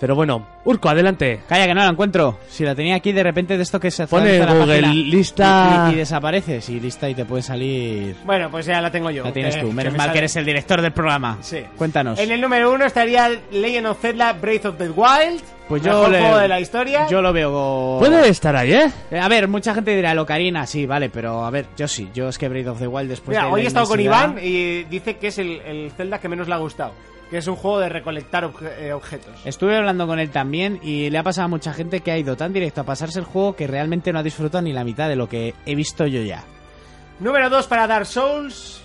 S3: Pero bueno, Urco, adelante.
S2: Calla, que no la encuentro. Si la tenía aquí, de repente de esto que se
S3: Pone
S2: actualiza la
S3: Google,
S2: página
S3: lista-
S2: Y, y- y desapareces y lista y te puede salir...
S1: Bueno, pues ya la tengo yo.
S2: La tienes
S1: Eh,
S2: tú. Menos
S1: me
S2: mal
S1: sale-
S2: que eres el director del programa.
S1: Sí.
S2: Cuéntanos.
S1: En el número uno estaría Legend of Zelda Breath of the Wild.
S2: Pues yo
S1: mejor
S2: le-
S1: juego de la historia.
S2: Yo lo veo... go-
S3: Puede estar ahí, ¿eh?
S2: Eh, A ver, mucha gente dirá, el Ocarina, sí, vale, pero a ver, yo sí, yo es que Breath of the Wild después
S1: Mira,
S2: de
S1: hoy
S2: la
S1: he estado con
S2: inmensidad-
S1: Iván y dice que es el, el Zelda que menos le ha gustado. Que es un juego de recolectar obje- eh, objetos.
S2: Estuve hablando con él también y le ha pasado a mucha gente que ha ido tan directo a pasarse el juego que realmente no ha disfrutado ni la mitad de lo que he visto yo ya.
S1: Número 2 para Dark Souls.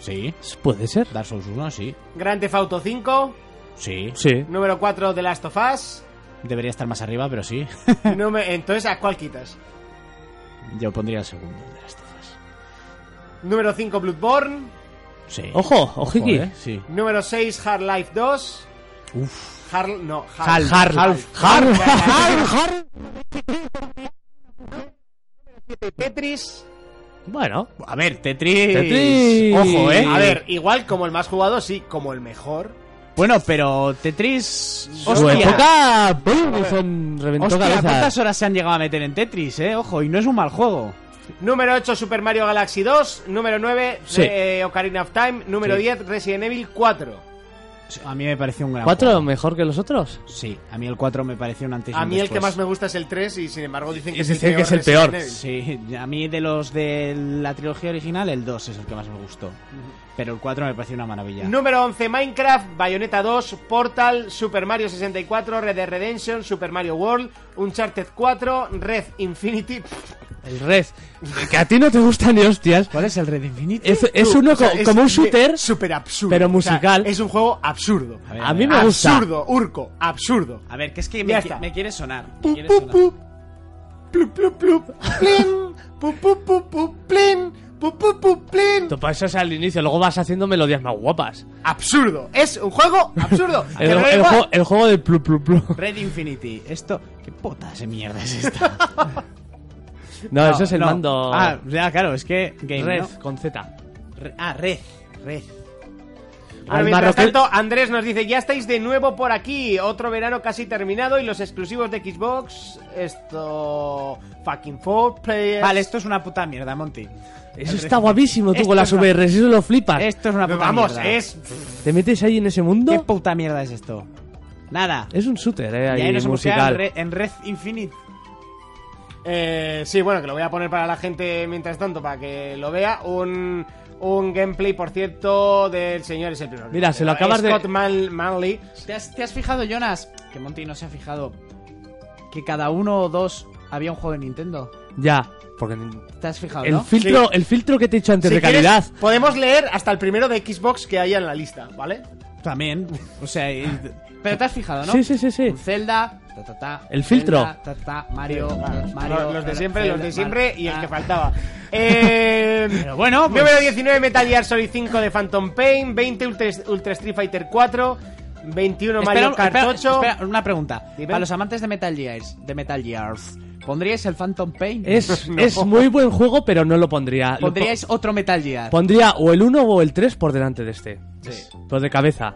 S2: Sí,
S3: Puede ser.
S2: Dark Souls 1, sí.
S1: Grand Theft Auto 5.
S2: Sí.
S3: Sí.
S1: Número 4 The Last of Us.
S2: Debería estar más arriba, pero sí.
S1: Nume- Entonces, ¿a cuál quitas?
S2: Yo pondría el segundo de las todas.
S1: Número 5 Bloodborne.
S2: Sí.
S3: Ojo, ojiki.
S2: Joder, sí.
S1: Número 6 Hard Life 2.
S2: Uf.
S1: Hard... No,
S2: Hal,
S1: Hard...
S2: Hal,
S3: Har- har-
S1: Tetris.
S3: Bueno,
S2: A ver, Tetris.
S3: Tetris.
S2: Ojo, eh.
S1: A ver, igual como el más jugado, sí, como el mejor.
S2: Bueno, pero Tetris. pues,
S3: su
S1: Hostia.
S3: época boom, son- reventó
S2: Hostia,
S3: cabezas.
S2: ¿cuántas horas se han llegado a meter en Tetris, eh? Ojo, y no es un mal juego.
S1: Número 8 Super Mario Galaxy 2. Número 9
S3: Sí.
S1: eh, Ocarina of Time. Número
S2: Sí.
S1: 10 Resident Evil 4.
S2: A mí me pareció un gran
S3: ¿Cuatro
S2: juego.
S3: mejor que los otros?
S2: Sí, a mí el 4 me pareció un antes y un
S1: A mí el
S2: después.
S1: que más me gusta es el 3 y sin embargo dicen que,
S3: Y
S1: es, el
S3: dicen
S1: peor
S3: que es el
S1: Resident
S3: peor.
S1: Evil.
S2: Sí, a mí de los de la trilogía original, el 2 es el que más me gustó. Pero el 4 me pareció una maravilla.
S1: Número 11 Minecraft, Bayonetta 2, Portal, Super Mario 64, Red Dead Redemption, Super Mario World, Uncharted 4, Red Infinity. pff,
S3: El Red. Que a ti no te gusta ni hostias.
S2: ¿Cuál es el Red Infinity?
S3: Es, es
S1: Tú,
S3: uno
S1: o sea,
S3: co-
S1: es
S3: como un
S1: de-
S3: shooter.
S1: Súper absurdo.
S3: pero
S1: O sea,
S3: musical.
S1: es un juego absurdo.
S2: A ver,
S3: A mí me gusta.
S1: Absurdo, Urco, absurdo.
S2: A ver, que es que
S1: Ya
S2: me, qui-
S1: está.
S2: me quiere sonar. me
S1: Pum,
S2: quiere
S1: pum,
S2: sonar.
S1: pum. Plup, plup, plup. Plin. Pum, pum, pum, pum. Plin. Pum, pum, pum, plin.
S3: Tú pasas al inicio, luego vas haciendo melodías más guapas.
S1: Absurdo. Es un juego absurdo. Que
S3: El,
S1: no da
S3: el
S1: igual.
S3: juego, el juego del plu plu plu.
S2: Red Infinity. Esto. ¿Qué puta de mierda es esta?
S3: No, eso es el
S2: no.
S3: mando
S2: Ah, ya, claro, es que. Game,
S3: Red
S2: ¿no?
S3: con Z.
S2: Re- ah, Red. Red.
S1: Bueno,
S3: Al
S1: mientras
S3: marroquí-
S1: tanto, Andrés nos dice, ya estáis de nuevo por aquí, otro verano casi terminado y los exclusivos de Xbox, esto... Fucking four players...
S2: Vale, esto es una puta mierda, Monty.
S3: Eso
S2: El
S3: está
S2: Red-
S3: guapísimo, tú
S2: Esto
S3: con las
S2: es una-
S3: VR, eso lo flipas.
S2: Esto es una puta
S1: Vamos,
S2: mierda.
S1: es...
S3: ¿Te metes ahí en ese
S2: ¿Qué
S3: mundo?
S2: puta mierda es esto? Nada.
S3: Es un shooter, eh,
S2: y
S3: ahí
S2: ahí nos hemos quedado en,
S3: musical.
S2: Re- en Red Infinite.
S1: eh, sí, bueno, que lo voy a poner para la gente mientras tanto, para que lo vea, un... Un gameplay, por cierto, del señor es el primero.
S3: Mira, se lo acabas de-
S1: Scott Man- Manley.
S2: ¿Te has, te has fijado, Jonas? Que Monty no se ha fijado. Que cada uno o dos había un juego de Nintendo.
S3: Ya, porque
S2: ¿Te has fijado,
S3: el
S2: no?
S3: filtro,
S1: Ah, Sí.
S3: el filtro que te he dicho antes
S1: Si
S3: de
S1: quieres,
S3: calidad.
S1: podemos leer hasta el primero de Xbox que haya en la lista, ¿vale?
S2: También. O sea, y- pero te has fijado, ¿no?
S3: Sí, sí, sí, sí.
S2: Un Zelda, ta, ta, ta,
S3: El filtro.
S2: Zelda, ta, ta, Mario, Mario.
S1: los, los de siempre,
S2: Zelda,
S1: los de siempre
S2: Mario,
S1: y el
S2: ta.
S1: que faltaba. Eh,
S2: Ah. Pero bueno, pues-
S1: número 19 Metal Gear Solid 5 de Phantom Pain, 20 Ultra, Ultra Street Fighter 4, 21
S2: Espera,
S1: Mario Kart
S2: espera,
S1: 8.
S2: espera, una pregunta.
S1: Dime.
S2: Para los amantes de Metal Gears, de Metal Gears, ¿pondríais el Phantom Pain?
S3: Es,
S1: No.
S3: es muy buen juego, pero no lo pondría. Lo
S2: ¿Pondríais otro Metal Gear?
S3: po- pondría o el 1 o el 3 por delante de este. Pues de cabeza.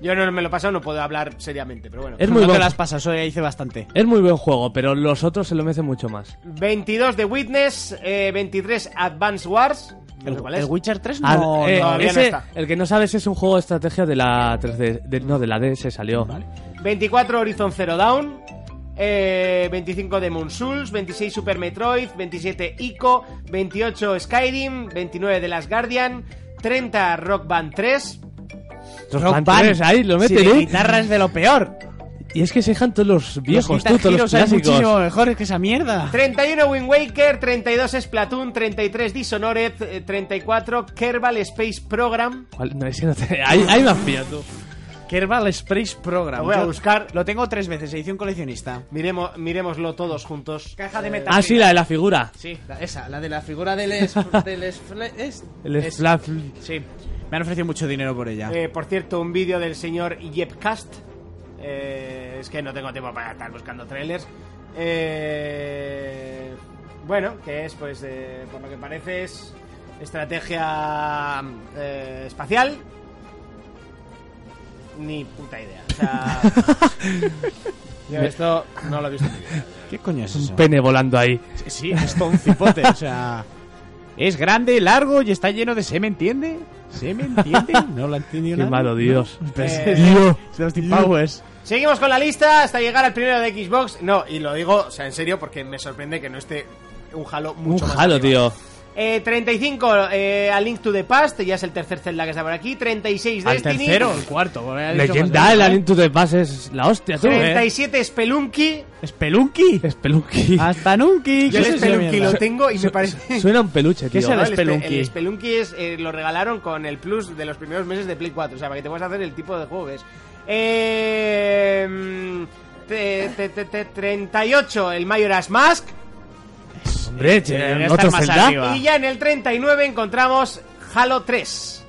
S1: Yo no me lo he pasado, no puedo hablar seriamente, pero bueno.
S3: Es muy
S2: no te
S3: buen,
S2: lo has pasado, eso ya hice bastante.
S3: es muy buen juego, pero los otros se lo merecen mucho más.
S1: 22 de Witness, eh, 23 Advance Wars. no
S2: ¿El,
S1: sé cuál es.
S2: el Witcher 3
S3: Al-
S2: no...
S3: eh,
S2: no.
S1: todavía no
S3: ese-
S1: está.
S3: El que no sabes es un juego de estrategia de la 3D, de- no, de la DS salió.
S1: 24 Horizon Zero Dawn. eh, 25 de Moon Souls, 26 Super Metroid, 27 Ico, 28 Skyrim, 29 de Las Guardian, 30 Rock Band 3,
S3: Los
S2: Rock
S3: Band
S2: Band.
S3: 3 ahí lo
S2: Si
S3: meten,
S2: de
S3: ¿eh?
S2: guitarra es de lo peor.
S3: Y es que se dejan todos los viejos,
S2: Guitar
S3: tú, todos los
S2: Heroes hay muchísimo
S3: clásicos.
S2: mejores que esa mierda.
S1: 31 Wind Waker, 32 Splatoon, 33 Dishonored, eh, 34 Kerbal Space Program.
S3: ¿Cuál? No, ese no te- ahí, ahí me has pillado tú.
S2: Kerbal Space Program.
S1: Lo voy a
S2: Yo
S1: buscar.
S2: Lo tengo tres veces, edición coleccionista.
S1: Miremo- miremoslo todos juntos.
S2: Caja de metal.
S3: Ah, sí, la de la figura.
S2: Sí, la- esa, la de la figura del... Es, del esfle- es-
S3: El
S2: es-
S3: Splatoon.
S2: Sí, me han ofrecido mucho dinero por ella.
S1: Eh, por cierto, un vídeo del señor Yepcast. Eh, es que no tengo tiempo para estar buscando trailers. Eh, bueno, que es, pues, eh, por lo que parece, es estrategia eh, espacial. Ni puta idea. O sea, yo esto no lo he visto. en mi vida.
S2: ¿Qué coño es eso?
S3: Pene volando ahí.
S2: Sí, es todo un cipote, o sea... Es grande, largo y está lleno de... ¿Se me entiende? ¿Se me entiende? No lo ha entendido
S3: Qué
S2: nadie.
S3: malo, Dios.
S1: Eh,
S3: Dios.
S2: Es de Austin Powers.
S1: Seguimos con la lista hasta llegar al primero de Xbox. No, y lo digo, o sea, en serio, porque me sorprende que no esté un Halo mucho
S3: Un
S1: más
S3: jalo,
S1: arriba.
S3: tío.
S1: Eh, 35 eh, a Link to the Past, ya es el tercer Zelda que está por aquí. 36
S2: Al
S1: Destiny.
S2: tercero, el cuarto. me había dicho
S3: Leyenda,
S2: más
S3: el
S2: de-
S3: Alien to the Past es la hostia, tú, eh.
S1: 37 Spelunky.
S2: ¿Spelunky?
S3: Es peluqui.
S2: Hasta Nunky.
S1: Yo
S2: ¿Qué
S1: el
S2: es esa
S1: Spelunky
S2: mierda?
S1: lo tengo y me parece.
S3: Suena un peluche,
S2: ¿Qué
S3: tío.
S2: es el
S1: No, Spe-
S2: Spelunky?
S1: el Spelunky es, eh, lo regalaron con el plus de los primeros meses de Play 4. O sea, para que te puedas hacer el tipo de juego que es. Eh, mm, te- te- te- te- 38 el Majora's Mask.
S3: Hombre, che,
S2: debería
S3: otro
S2: estar más
S3: Zelda.
S2: arriba. Va.
S1: Y ya en el 39 encontramos Halo 3.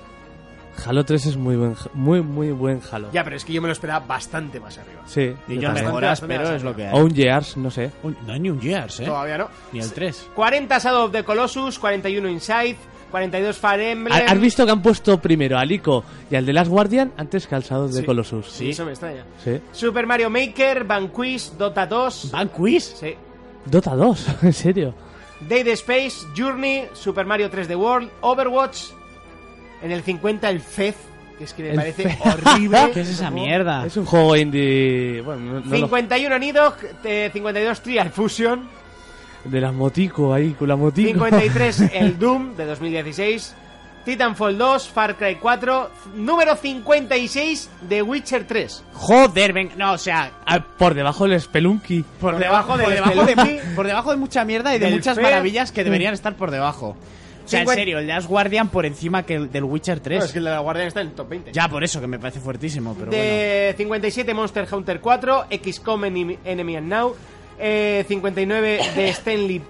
S3: Halo 3 es muy buen, j- muy, muy buen Halo.
S1: Ya, pero es que yo me lo esperaba bastante más arriba.
S3: Sí.
S2: Y
S3: yo
S2: yo
S3: también.
S2: mejoras, pero es lo que
S3: O
S2: hay.
S3: un Gears, no sé.
S2: Un- No hay ni un Gears, ¿eh?
S1: Todavía no.
S2: Ni el 3.
S1: 40 Shadow of the Colossus, 41 Inside, 42 Fire Emblem.
S3: ¿Has visto que han puesto primero al Ico y al de Last Guardian antes que al Shadow de
S1: Sí.
S3: Colossus?
S1: Sí, eso me extraña.
S3: Sí.
S1: Super Mario Maker, Vanquish, Dota 2.
S2: ¿Van Quiz?
S1: sí.
S3: Dota 2, en serio.
S1: Dead Space, Journey, Super Mario 3D World, Overwatch. En el 50 el Fez, que es que me
S3: El
S1: parece
S3: Fez.
S1: horrible.
S2: ¿Qué es esa mierda?
S3: Es un juego indie. Bueno, no, no lo-
S1: 51 Nidog, eh, 52 Trial Fusion,
S3: De las motico ahí, con la motico.
S1: 53 el Doom de 2016, Titanfall 2, Far Cry 4, número 56 de Witcher 3.
S2: Joder, venga, no, o sea,
S3: Ah, por debajo del Spelunky.
S2: por debajo de,
S1: del
S2: por debajo de,
S1: Spelunky.
S2: mu- por debajo de mucha mierda y de
S1: Del
S2: muchas
S1: Fe.
S2: maravillas que deberían estar por debajo. O sea, en
S1: Cincuenta-
S2: serio, el Last Guardian por encima que el del Witcher 3.
S1: No, es que el de la Guardian está en el top 20.
S2: Ya por eso que me parece fuertísimo, pero bueno.
S1: de 57 Monster Hunter 4, XCOM Enemy, Enemy and Now, eh, 59 de Stanley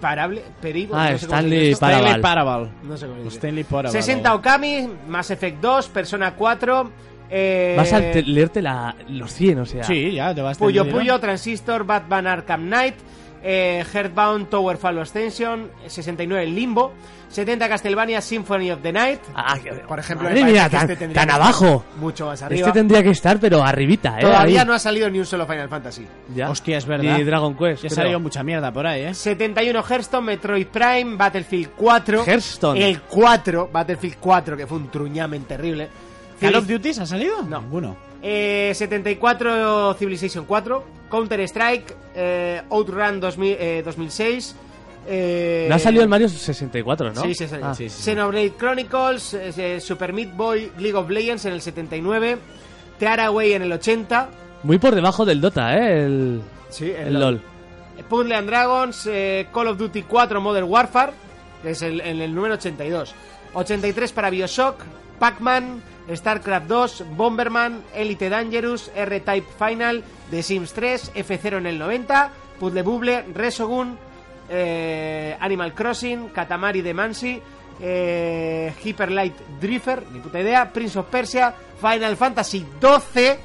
S1: Parable, Perible,
S3: Ah,
S1: no sé cómo se
S3: Stanley
S1: dice esto.
S3: Parable.
S2: Stanley
S3: Paraval.
S2: Paraval. Pues
S1: No sé cómo se dice.
S2: Stanley Paraval.
S1: 60 Okami, Mass Effect 2, Persona 4, eh,
S3: Vas a te- leerte la, los 100, o sea.
S2: Sí, ya te vas
S1: Puyo
S2: teniendo.
S1: Puyo, Transistor, Batman Arkham Knight, eh, Hearthbound, Tower Fall Ascension, 69 Limbo, 70 Castlevania, Symphony of the Night.
S3: Ah,
S1: Por ejemplo,
S3: madre
S1: me parece
S3: mía,
S1: que
S3: tan,
S1: este tendría
S3: tan
S1: que-
S3: abajo.
S1: Mucho más arriba.
S3: Este tendría que estar, pero arribita, ¿eh?
S1: Todavía
S3: Ahí.
S1: no ha salido ni un solo Final Fantasy.
S3: Ya.
S2: Hostia, es verdad.
S3: Y Dragon Quest.
S2: Ya
S3: creo.
S2: salió mucha mierda por ahí, ¿eh?
S1: 71 Hearthstone, Metroid Prime, Battlefield 4.
S3: Hearthstone.
S1: El 4, Battlefield 4, que fue un truñamen terrible.
S2: ¿Call of
S1: Civil-
S2: Duty ha salido?
S1: No.
S2: Ninguno.
S1: eh, 74 Civilization 4, Counter Strike, eh, Outrun 2000, eh, 2006. eh,
S3: No ha salido el Mario 64, ¿no?
S1: Sí, sí, sí.
S3: Ah.
S2: sí, sí.
S1: Xenoblade Chronicles, eh, eh, Super Meat Boy, League of Legends en el 79, Tearaway en el 80,
S3: Muy por debajo del Dota, ¿eh? El,
S1: sí,
S3: el LOL.
S1: Puzzle and Dragons, eh, Call of Duty 4 Modern Warfare, que es el, en el número 82. 83 para Bioshock, Pac-Man, StarCraft 2, Bomberman, Elite Dangerous, R-Type Final, The Sims 3, F0 en el 90, Puzzle Bubble, Resogun, eh, Animal Crossing, Katamari de Mansi, eh, Hyper Light Drifter, ni puta idea, Prince of Persia, Final Fantasy 12,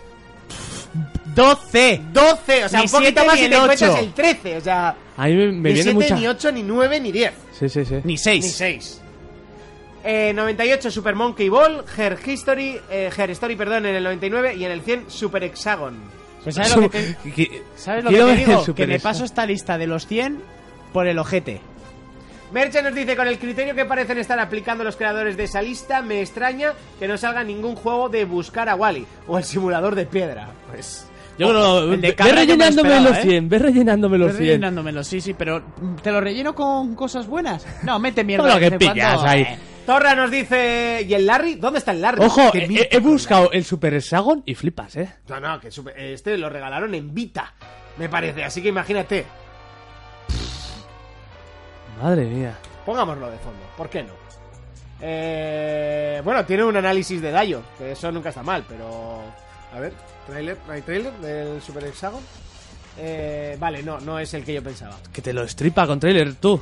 S2: 12.
S1: 12, o sea,
S2: Ni
S1: un poquito
S2: siete
S1: más
S2: ni
S1: y
S2: el
S1: te encuentras
S2: ocho.
S1: el 13, o sea...
S3: A mí me, me
S1: ni
S3: viene
S1: 7,
S3: mucha.
S1: ni 8, ni 9, ni 10.
S3: Sí, sí, sí.
S2: Ni
S1: Ni
S2: 6.
S1: 6. Eh, 98 Super Monkey Ball, Her History, eh, Her Story, perdón, en el 99 y en el 100 Super Hexagon.
S2: Pues ¿sabes lo que te,
S3: Que-
S2: ¿sabes lo que
S3: quiero
S2: te
S3: ver el
S2: digo? Que
S3: Super
S2: me
S3: Esa.
S2: paso esta lista de los 100 por el ojete.
S1: Mercha nos dice, con el criterio que parecen estar aplicando los creadores de esa lista, me extraña que no salga ningún juego de buscar a Wally o el simulador de piedra. Pues...
S3: Yo creo-
S2: el de
S3: ve- ve
S2: cabra yo me lo
S3: rellenándome
S2: esperaba,
S3: los
S2: ¿eh?
S3: 100, ve rellenándome los
S2: Estoy
S3: 100.
S2: rellenándomelo, sí, sí, pero mm, ¿te lo relleno con cosas buenas? No, mete mierda.
S3: Todo lo
S2: de
S3: que
S2: vez en
S3: pillas
S2: cuando,
S3: ahí.
S2: eh.
S1: Torra nos dice, ¿y el Larry? ¿Dónde está el Larry?
S3: Ojo,
S1: Que
S3: he,
S1: vi-
S3: he- he buscado el Super Hexagon y flipas, ¿eh?
S1: No, no, que Super- este lo regalaron en Vita, me parece, así que imagínate.
S3: Madre mía.
S1: Pongámoslo de fondo, ¿por qué no? Eh, bueno, tiene un análisis de Dayo, que eso nunca está mal, pero. A ver, trailer, ¿no hay trailer del Super Hexagon? Eh, vale, no, no es el que yo pensaba.
S3: Que te lo estripa con trailer tú.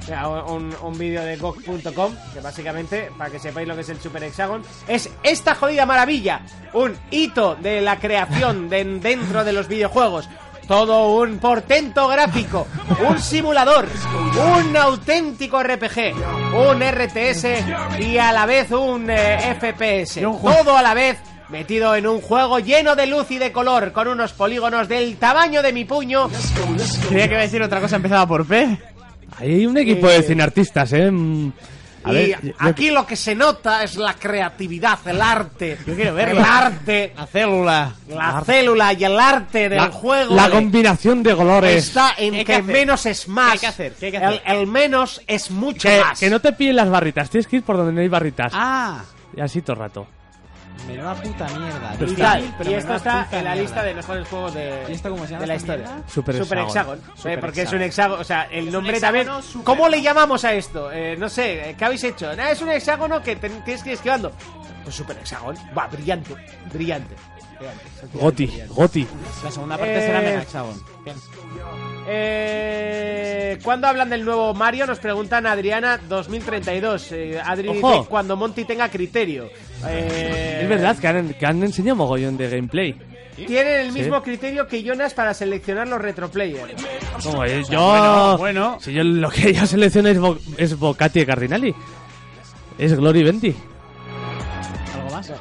S1: O sea, un, un vídeo de GOG.com, que básicamente, para que sepáis lo que es el Super Hexagon, es esta jodida maravilla, un hito de la creación de- dentro de los videojuegos. Todo un portento gráfico, un simulador, un auténtico RPG, un RTS y a la vez un eh, FPS.
S2: Y un juego.
S1: Todo a la vez metido en un juego lleno de luz y de color, con unos polígonos del tamaño de mi puño
S2: Creía que iba a decir otra cosa empezada por P.
S3: Ahí hay un equipo
S1: Eh,
S3: de cineartistas, ¿eh? Mm, A
S1: y
S3: ver, yo-
S1: aquí lo que se nota es la creatividad, el arte.
S2: Yo quiero verlo.
S1: El arte,
S2: La célula.
S1: la célula y el arte del
S3: la,
S1: juego.
S3: la
S1: de-
S3: combinación de colores.
S1: está en
S2: ¿Qué hay
S1: que,
S2: que hacer?
S1: menos es más.
S2: ¿Qué hay que hacer? ¿Qué hay que hacer?
S1: El, el menos es mucho
S3: Que,
S1: más.
S3: eh, que no te pillen las barritas, tienes que ir por donde no hay barritas.
S2: Ah,
S3: Y así todo el rato.
S2: menuda puta mierda.
S1: y,
S2: Difícil,
S1: tal.
S2: pero
S1: Y
S2: menuda
S1: esto está
S2: puta
S1: en la
S2: mierda.
S1: lista de mejores juegos de,
S2: ¿Y esto cómo se llama
S1: de la
S2: esta
S1: historia.
S2: mierda?
S3: Super Hexagon.
S1: Hexagon. Eh,
S3: Super
S1: porque es
S3: Hexagon.
S1: un hexágono. O sea, el nombre también.
S2: hexágono super-
S1: ¿Cómo le llamamos a esto? Eh, no sé, eh, ¿qué habéis hecho? Nada, es un hexágono que te- tienes que ir esquivando. Pues super hexágono. Va, brillante. Brillante. brillante,
S3: Goti, Goti.
S2: La segunda parte será
S1: Eh,
S2: Mega Hexagon. Bien.
S1: Eh, ¿Cuándo hablan del nuevo Mario? Nos preguntan Adriana 2032. Eh, Adri dice,
S3: Ojo.
S1: cuando Monty tenga criterio. Eh,
S3: Es verdad que han, que han enseñado mogollón de gameplay.
S1: Tienen el
S3: Sí.
S1: mismo criterio que Jonas para seleccionar los retroplayers.
S3: Como yo.
S2: bueno, bueno.
S3: Si yo lo que yo selecciono es, Bo- es Bocati y Cardinali. Es Glory Venti.
S2: ¿Algo más?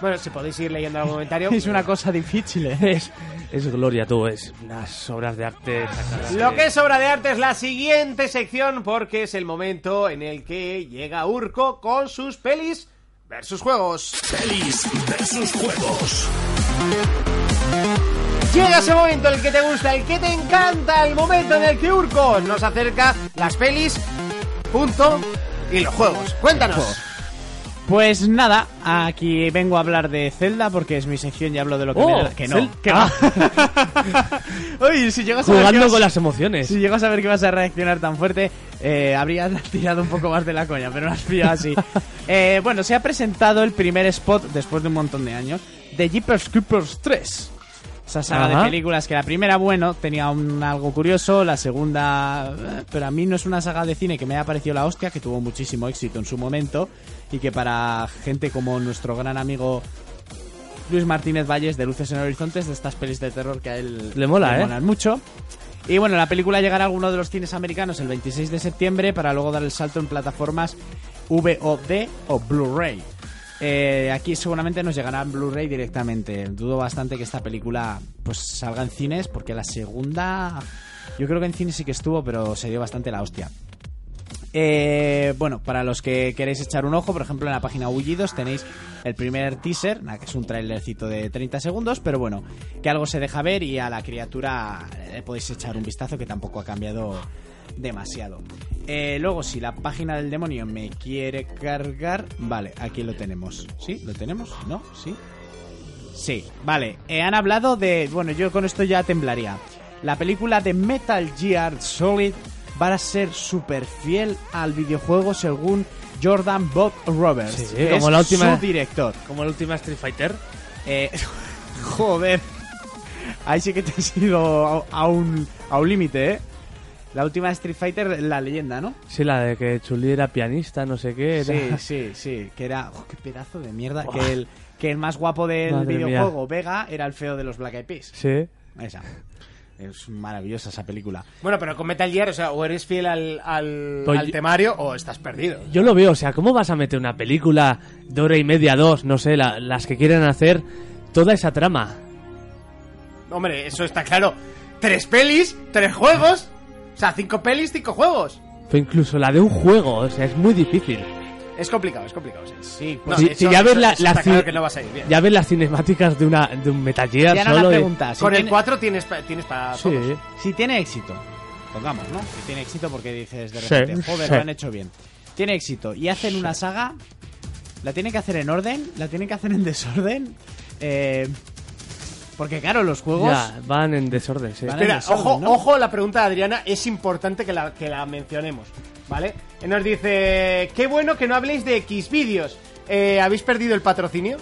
S1: Bueno, si podéis ir leyendo algún comentario.
S2: Es una cosa difícil, ¿eh?
S3: Es, es Gloria, tú. Es unas obras de arte. sacadas
S1: Lo
S3: de-
S1: que es obra de arte es la siguiente sección porque es el momento en el que llega Urco con sus pelis versus juegos.
S4: Pelis versus juegos.
S1: Llega ese momento el que te gusta, el que te encanta, el momento en el que Urco nos acerca las pelis. Punto. y los juegos. Cuéntanos.
S2: Pues nada, aquí vengo a hablar de Zelda porque es mi sección y hablo de lo que
S3: Oh,
S2: me da la- que no,
S3: Zel-
S2: que no. Uy, si llegas a ver que
S3: Jugando
S2: vas-
S3: con las emociones.
S2: si llegas a ver que vas a reaccionar tan fuerte, eh, habrías tirado un poco más de la coña, pero no has pillado así. Eh, bueno, se ha presentado el primer spot, después de un montón de años, de Jeepers Creepers 3. Esa saga
S3: Ajá.
S2: de películas que la primera, bueno, tenía un algo curioso, la segunda... eh, Pero a mí no es una saga de cine que me haya parecido la hostia, que tuvo muchísimo éxito en su momento y que para gente como nuestro gran amigo Luis Martínez Valles de Luces en Horizontes, de estas pelis de terror que a él
S3: Le mola, ¿eh?
S2: molan mucho. Y bueno, la película llegará a alguno de los cines americanos el 26 de septiembre para luego dar el salto en plataformas VOD o Blu-ray. Eh, aquí seguramente nos llegará en Blu-ray directamente. Dudo bastante que esta película pues salga en cines porque la segunda yo creo que en cines sí que estuvo, pero se dio bastante la hostia. Eh, bueno, para los que queréis echar un ojo, por ejemplo, en la página Bullidos tenéis el primer teaser, nada, que es un trailercito de 30 segundos, pero bueno, que algo se deja ver y a la criatura le podéis echar un vistazo que tampoco ha cambiado demasiado. Eh, luego, si la página del demonio me quiere cargar, vale, aquí lo tenemos. ¿Sí? ¿Lo tenemos? ¿No? ¿Sí? Sí, vale. Eh, han hablado de. Bueno, yo con esto ya temblaría. La película de Metal Gear Solid va a ser súper fiel al videojuego según Jordan Bob Roberts.
S3: Sí,
S2: que
S3: como
S2: es
S3: la última-
S2: Su director.
S3: Como la última Street Fighter.
S2: Eh, joder. Ahí sí que te has ido a, a un, a un límite, ¿eh? La última Street Fighter, la leyenda, ¿no?
S3: Sí, la de que Chuli era pianista, no sé qué.
S2: Sí,
S3: Era...
S2: sí, sí. Que era. oh, ¡Qué pedazo de mierda! Que el, que el más guapo del
S3: Madre mía.
S2: videojuego, Vega, era el feo de los Black Eyed Peas.
S3: Sí.
S2: Esa. Es maravillosa esa película.
S1: Bueno, pero con Metal Gear, o sea, o eres fiel al, al,
S3: Pues
S1: al
S3: yo-
S1: temario o estás perdido.
S3: Yo lo veo, o sea, ¿cómo vas a meter una película de hora y media, dos, no sé, la- las que quieran hacer, toda esa trama?
S1: Hombre, eso está claro. Tres pelis, tres juegos. O sea, cinco pelis, cinco juegos.
S3: Pero incluso la de un juego, o sea, es muy difícil.
S1: Es complicado, es complicado. sí.
S2: Sí,
S1: No,
S2: pues.
S3: si,
S1: eso-
S3: si ya ves
S1: eso-
S3: la-
S1: eso
S3: la
S1: está
S3: ci-
S1: claro que no vas a ir bien.
S3: Ya ves las cinemáticas de una de un Metal Gear
S2: ya no
S3: solo.
S2: la
S3: y-
S2: pregunta. Si
S1: Con el
S2: tiene-
S1: 4 tienes, pa- tienes para
S3: Sí.
S1: todos.
S2: Si tiene éxito, pongamos, ¿no? Si tiene éxito porque dices de
S3: Sí,
S2: repente, joder,
S3: sí.
S2: lo han hecho bien. Tiene éxito y hacen una saga, la tienen que hacer en orden, la tienen que hacer en desorden. eh, porque, claro, los juegos.
S3: Ya, van en desorden, sí.
S2: Van en-
S1: Espera,
S2: desorden,
S1: ojo,
S2: ¿no?
S1: ojo, la pregunta de Adriana es importante que la, que la mencionemos, ¿vale? Eh, Nos dice, qué bueno que no habléis de X vídeos. Eh, ¿Habéis perdido el patrocinio?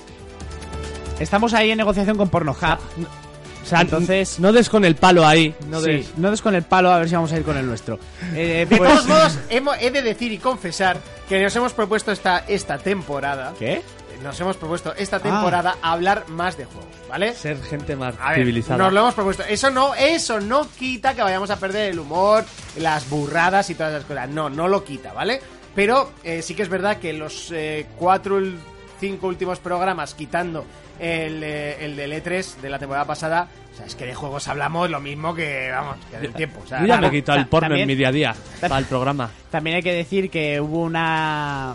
S2: Estamos ahí en negociación con Pornhub.
S3: O sea,
S2: Entonces-
S3: no des con el palo ahí.
S2: No,
S3: Sí.
S2: des, no des con el palo, a ver si vamos a ir con el nuestro. Eh,
S1: De
S2: pues-
S1: todos modos, hemo- he de decir y confesar que nos hemos propuesto esta, esta temporada,
S2: ¿Qué?
S1: nos hemos propuesto esta temporada hablar más de juegos, ¿vale?
S3: Ser gente más
S1: A ver,
S3: Ah. civilizada.
S1: Nos lo hemos propuesto. Eso no, eso no quita que vayamos a perder el humor, las burradas y todas esas cosas. No, no lo quita, ¿vale? Pero eh, sí que es verdad que los eh, cuatro, ul- cinco últimos programas, quitando el, eh, el del E3 de la temporada pasada, o sea, es que de juegos hablamos lo mismo que, vamos, que del tiempo. O sea,
S3: Yo ya me
S1: claro.
S3: he quitado el
S2: ta-
S3: porno
S2: también-
S3: en mi día a día para el programa.
S2: También hay que decir que hubo una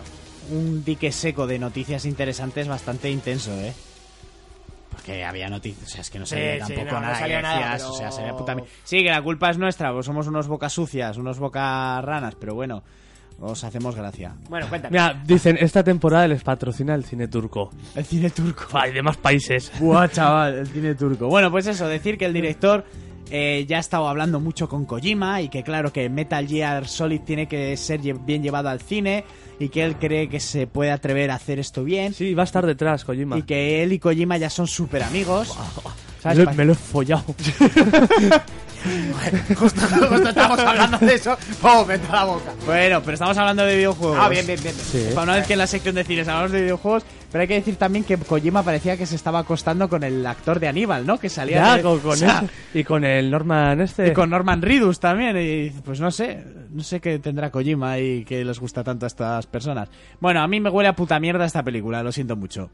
S2: un dique seco de noticias interesantes bastante intenso, ¿eh? Porque había noticias, o sea, es que no salía
S1: Sí,
S2: tampoco
S1: sí, no, no
S2: nada. que
S1: salía nada,
S2: decías,
S1: pero-
S2: o sea, salía puta mier- Sí, que la culpa es nuestra, vos somos unos bocas sucias, unos bocas ranas, pero bueno, os hacemos gracia.
S1: Bueno, cuéntame.
S3: Mira, dicen, esta temporada les patrocina el cine turco.
S2: El cine turco.
S3: Buah, Y demás países.
S2: Buah, chaval, el cine turco. Bueno, pues eso, decir que el director eh, ya ha estado hablando mucho con Kojima y que claro que Metal Gear Solid tiene que ser lle- bien llevado al cine y que él cree que se puede atrever a hacer esto bien
S3: Sí, va a estar detrás, Kojima.
S2: y que él y Kojima ya son súper amigos.
S3: Me
S2: ¿Sabes?
S3: lo-
S2: Pa-
S3: me lo he follado.
S1: Justo, justo estamos hablando de eso. ¡Pum! Me entra la boca.
S2: Bueno, pero estamos hablando de videojuegos.
S1: Ah, bien, bien, bien. bien.
S3: Sí.
S2: Para una vez que en la sección de cines hablamos de videojuegos, pero hay que decir también que Kojima parecía que se estaba acostando con el actor de Aníbal, ¿no? Que salía
S3: Ya,
S2: de-
S3: con, con
S2: o sea,
S3: ese- Y con el Norman este.
S2: Y con Norman Reedus también. Y pues no sé, no sé qué tendrá Kojima y que les gusta tanto a estas personas. Bueno, a mí me huele a puta mierda esta película, lo siento mucho.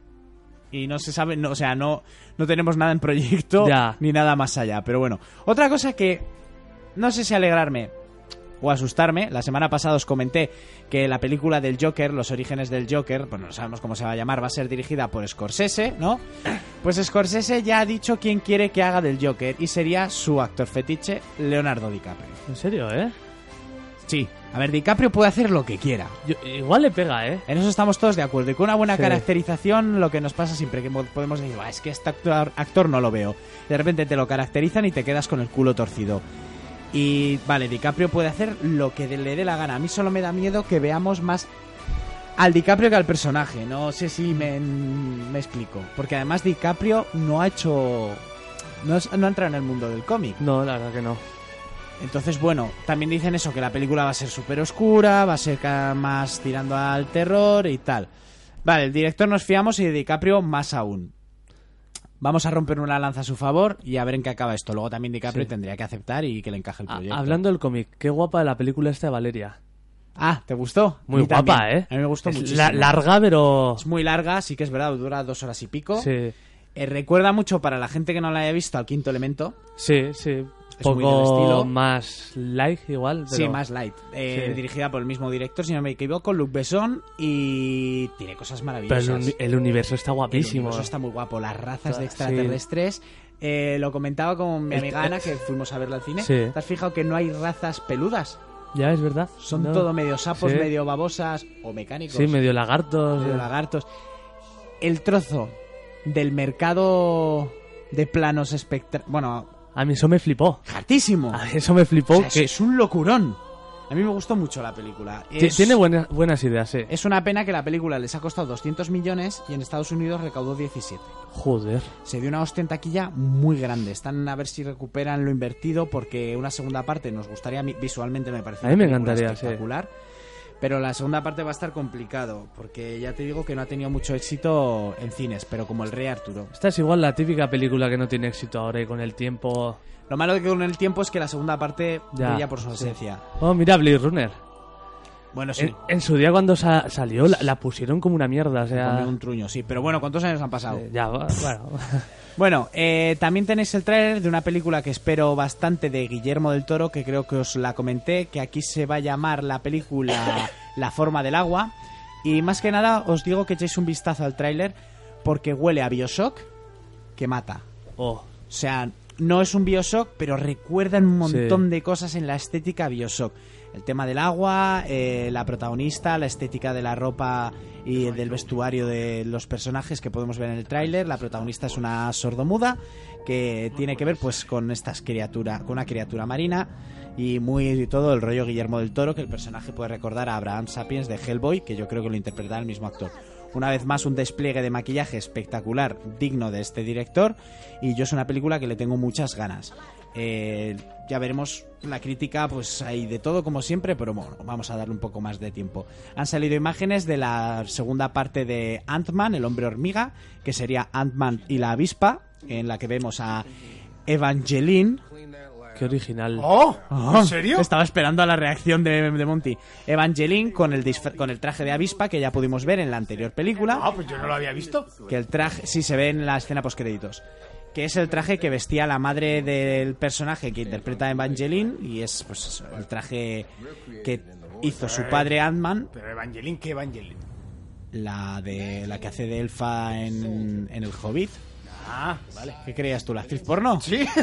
S2: Y no se sabe, no, o sea, no, no tenemos nada en proyecto
S3: Ya.
S2: ni nada más allá. Pero bueno, otra cosa que no sé si alegrarme o asustarme. La semana pasada os comenté que la película del Joker, los orígenes del Joker, pues no sabemos cómo se va a llamar, va a ser dirigida por Scorsese, ¿no? Pues Scorsese ya ha dicho quién quiere que haga del Joker y sería su actor fetiche, Leonardo DiCaprio.
S3: En serio, ¿eh?
S2: Sí. A ver, DiCaprio puede hacer lo que quiera.
S3: Yo- igual le pega, ¿eh?
S2: En eso estamos todos de acuerdo. Y con una buena
S3: Sí.
S2: caracterización, lo que nos pasa siempre que mo- podemos decir, "Buah, es que este actor, actor no lo veo. De repente te lo caracterizan y te quedas con el culo torcido. Y vale, DiCaprio puede hacer lo que de- le dé la gana. A mí solo me da miedo que veamos más al DiCaprio que al personaje. No sé si me, me explico. Porque además DiCaprio no ha hecho. No, es- no ha entrado en el mundo del cómic.
S3: No, la verdad que no.
S2: Entonces, bueno, también dicen eso, que la película va a ser súper oscura, va a ser ca- más tirando al terror y tal. Vale, el director nos fiamos y de DiCaprio más aún. Vamos a romper una lanza a su favor y a ver en qué acaba esto. Luego también DiCaprio
S3: Sí.
S2: tendría que aceptar y que le encaje el
S3: A-
S2: proyecto.
S3: Ah, hablando del cómic, qué guapa la película esta de Valeria.
S2: Ah, ¿te gustó?
S3: Muy
S2: A mí
S3: guapa,
S2: también.
S3: ¿eh?
S2: A mí me gustó
S3: Es
S2: muchísimo.
S3: la- larga, pero...
S2: Es muy larga, sí que es verdad, dura dos horas y pico.
S3: Sí,
S2: Eh, recuerda mucho, para la gente que no la haya visto, al quinto elemento.
S3: sí, sí.
S2: Es muy del estilo.
S3: Poco más like igual. Pero...
S2: Sí, más light. Eh,
S3: Sí.
S2: Dirigida por el mismo director, si no me equivoco, Luc Besson. Y tiene cosas
S3: Pero
S2: maravillosas.
S3: el, uni- el universo está guapísimo.
S2: Eso está muy guapo. Las razas de
S3: Sí.
S2: extraterrestres. Eh, lo comentaba con mi
S3: El-
S2: amiga Ana, que fuimos a verla al cine.
S3: Sí.
S2: ¿Te has fijado que no hay razas peludas?
S3: Ya es verdad.
S2: Son
S3: No.
S2: todo medio sapos,
S3: Sí.
S2: medio babosas o mecánicos.
S3: Sí, medio lagartos.
S2: medio lagartos. El trozo del mercado de planos espectra... Bueno,
S3: A mí eso me flipó.
S2: hartísimo.
S3: A mí eso me flipó.
S2: O sea, es-
S3: que-
S2: es un locurón. A mí me gustó mucho la película.
S3: Ti-
S2: Es-
S3: Tiene buenas, buenas ideas, sí.
S2: Es una pena que la película les ha costado 200 millones y en Estados Unidos recaudó 17.
S3: Joder.
S2: Se dio una ostentaquilla muy grande. Están a ver si recuperan lo invertido porque una segunda parte nos gustaría a mí- visualmente me parece
S3: A mí me
S2: una película
S3: encantaría, sí.
S2: espectacular. Pero la segunda parte va a estar complicado porque ya te digo que no ha tenido mucho éxito en cines, pero como el Rey Arturo.
S3: Esta es igual la típica película que no tiene éxito ahora y con el tiempo.
S2: Lo malo de que con el tiempo es que la segunda parte
S3: Ya,
S2: brilla por su
S3: sí.
S2: ausencia.
S3: Oh, mira, Blade Runner.
S2: Bueno, sí.
S3: En, en su día cuando sa- salió la, la pusieron como una mierda, o sea.
S2: conmigo un truño, sí. Pero bueno, ¿cuántos años han pasado?
S3: eh, Ya, va- bueno.
S2: Bueno, eh, también tenéis el tráiler de una película que espero bastante de Guillermo del Toro, que creo que os la comenté, que aquí se va a llamar la película La forma del agua. Y más que nada os digo que echéis un vistazo al tráiler porque huele a Bioshock que mata.
S3: Oh,
S2: O sea, no es un Bioshock, pero recuerdan un montón de cosas en la estética Bioshock. El tema del agua, eh, la protagonista, la estética de la ropa y del vestuario de los personajes que podemos ver en el tráiler. La protagonista es una sordomuda que tiene que ver pues con estas criaturas, con una criatura marina y muy y todo el rollo Guillermo del Toro, que el personaje puede recordar a Abraham Sapiens de Hellboy, que yo creo que lo interpretará el mismo actor. Una vez más, un despliegue de maquillaje espectacular, digno de este director, y yo es una película que le tengo muchas ganas. Eh, ya veremos la crítica, pues hay de todo como siempre, pero bueno, vamos a darle un poco más de tiempo. Han salido imágenes de la segunda parte de Ant-Man, el hombre hormiga, que sería Ant-Man y la avispa, en la que vemos a Evangeline,
S3: qué original.
S1: ¡Oh!
S3: Ah,
S2: Oh,
S1: ¿En serio?
S2: Estaba esperando a la reacción de, de Monty. Evangeline con el, disfra- con el traje de avispa que ya pudimos ver en la anterior
S1: Ah,
S2: película.
S1: pues yo no lo había visto.
S2: Que el traje, sí se ve en la escena postcréditos. Que es el traje que vestía la madre del personaje que interpreta a Evangeline. Y es pues eso, el traje que hizo su padre Ant-Man,
S1: Pero Evangeline, ¿qué Evangeline?
S2: la, de, la que hace de elfa en, en El Hobbit.
S1: Ah, vale.
S2: ¿Qué creías tú, la actriz porno?
S1: Sí.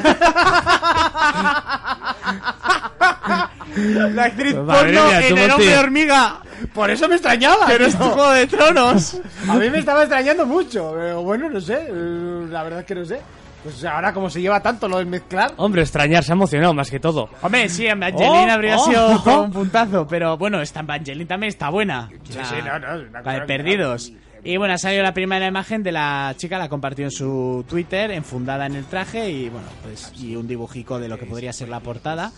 S1: La actriz
S3: Pues madre
S1: porno
S3: mía, tú,
S1: en el
S3: Monty.
S1: hombre hormiga. Por eso me extrañaba.
S2: Pero es
S1: tío.
S2: Juego de Tronos.
S1: A mí me estaba extrañando mucho. Pero bueno, no sé. eh, La verdad es que no sé. Pues ahora como se lleva tanto lo de mezclar.
S3: Hombre, extrañar, se ha emocionado más que todo.
S2: Hombre, sí, Evangeline
S3: Oh,
S2: habría
S3: oh.
S2: sido todo un puntazo, pero bueno, esta Evangeline también está buena.
S1: Sí, sí, no, no, es una
S2: la de
S1: cosa que-
S2: perdidos. Y bueno, ha salido la primera imagen de la chica, la compartió en su Twitter, enfundada en el traje y bueno, pues y un dibujico de lo que podría ser la portada,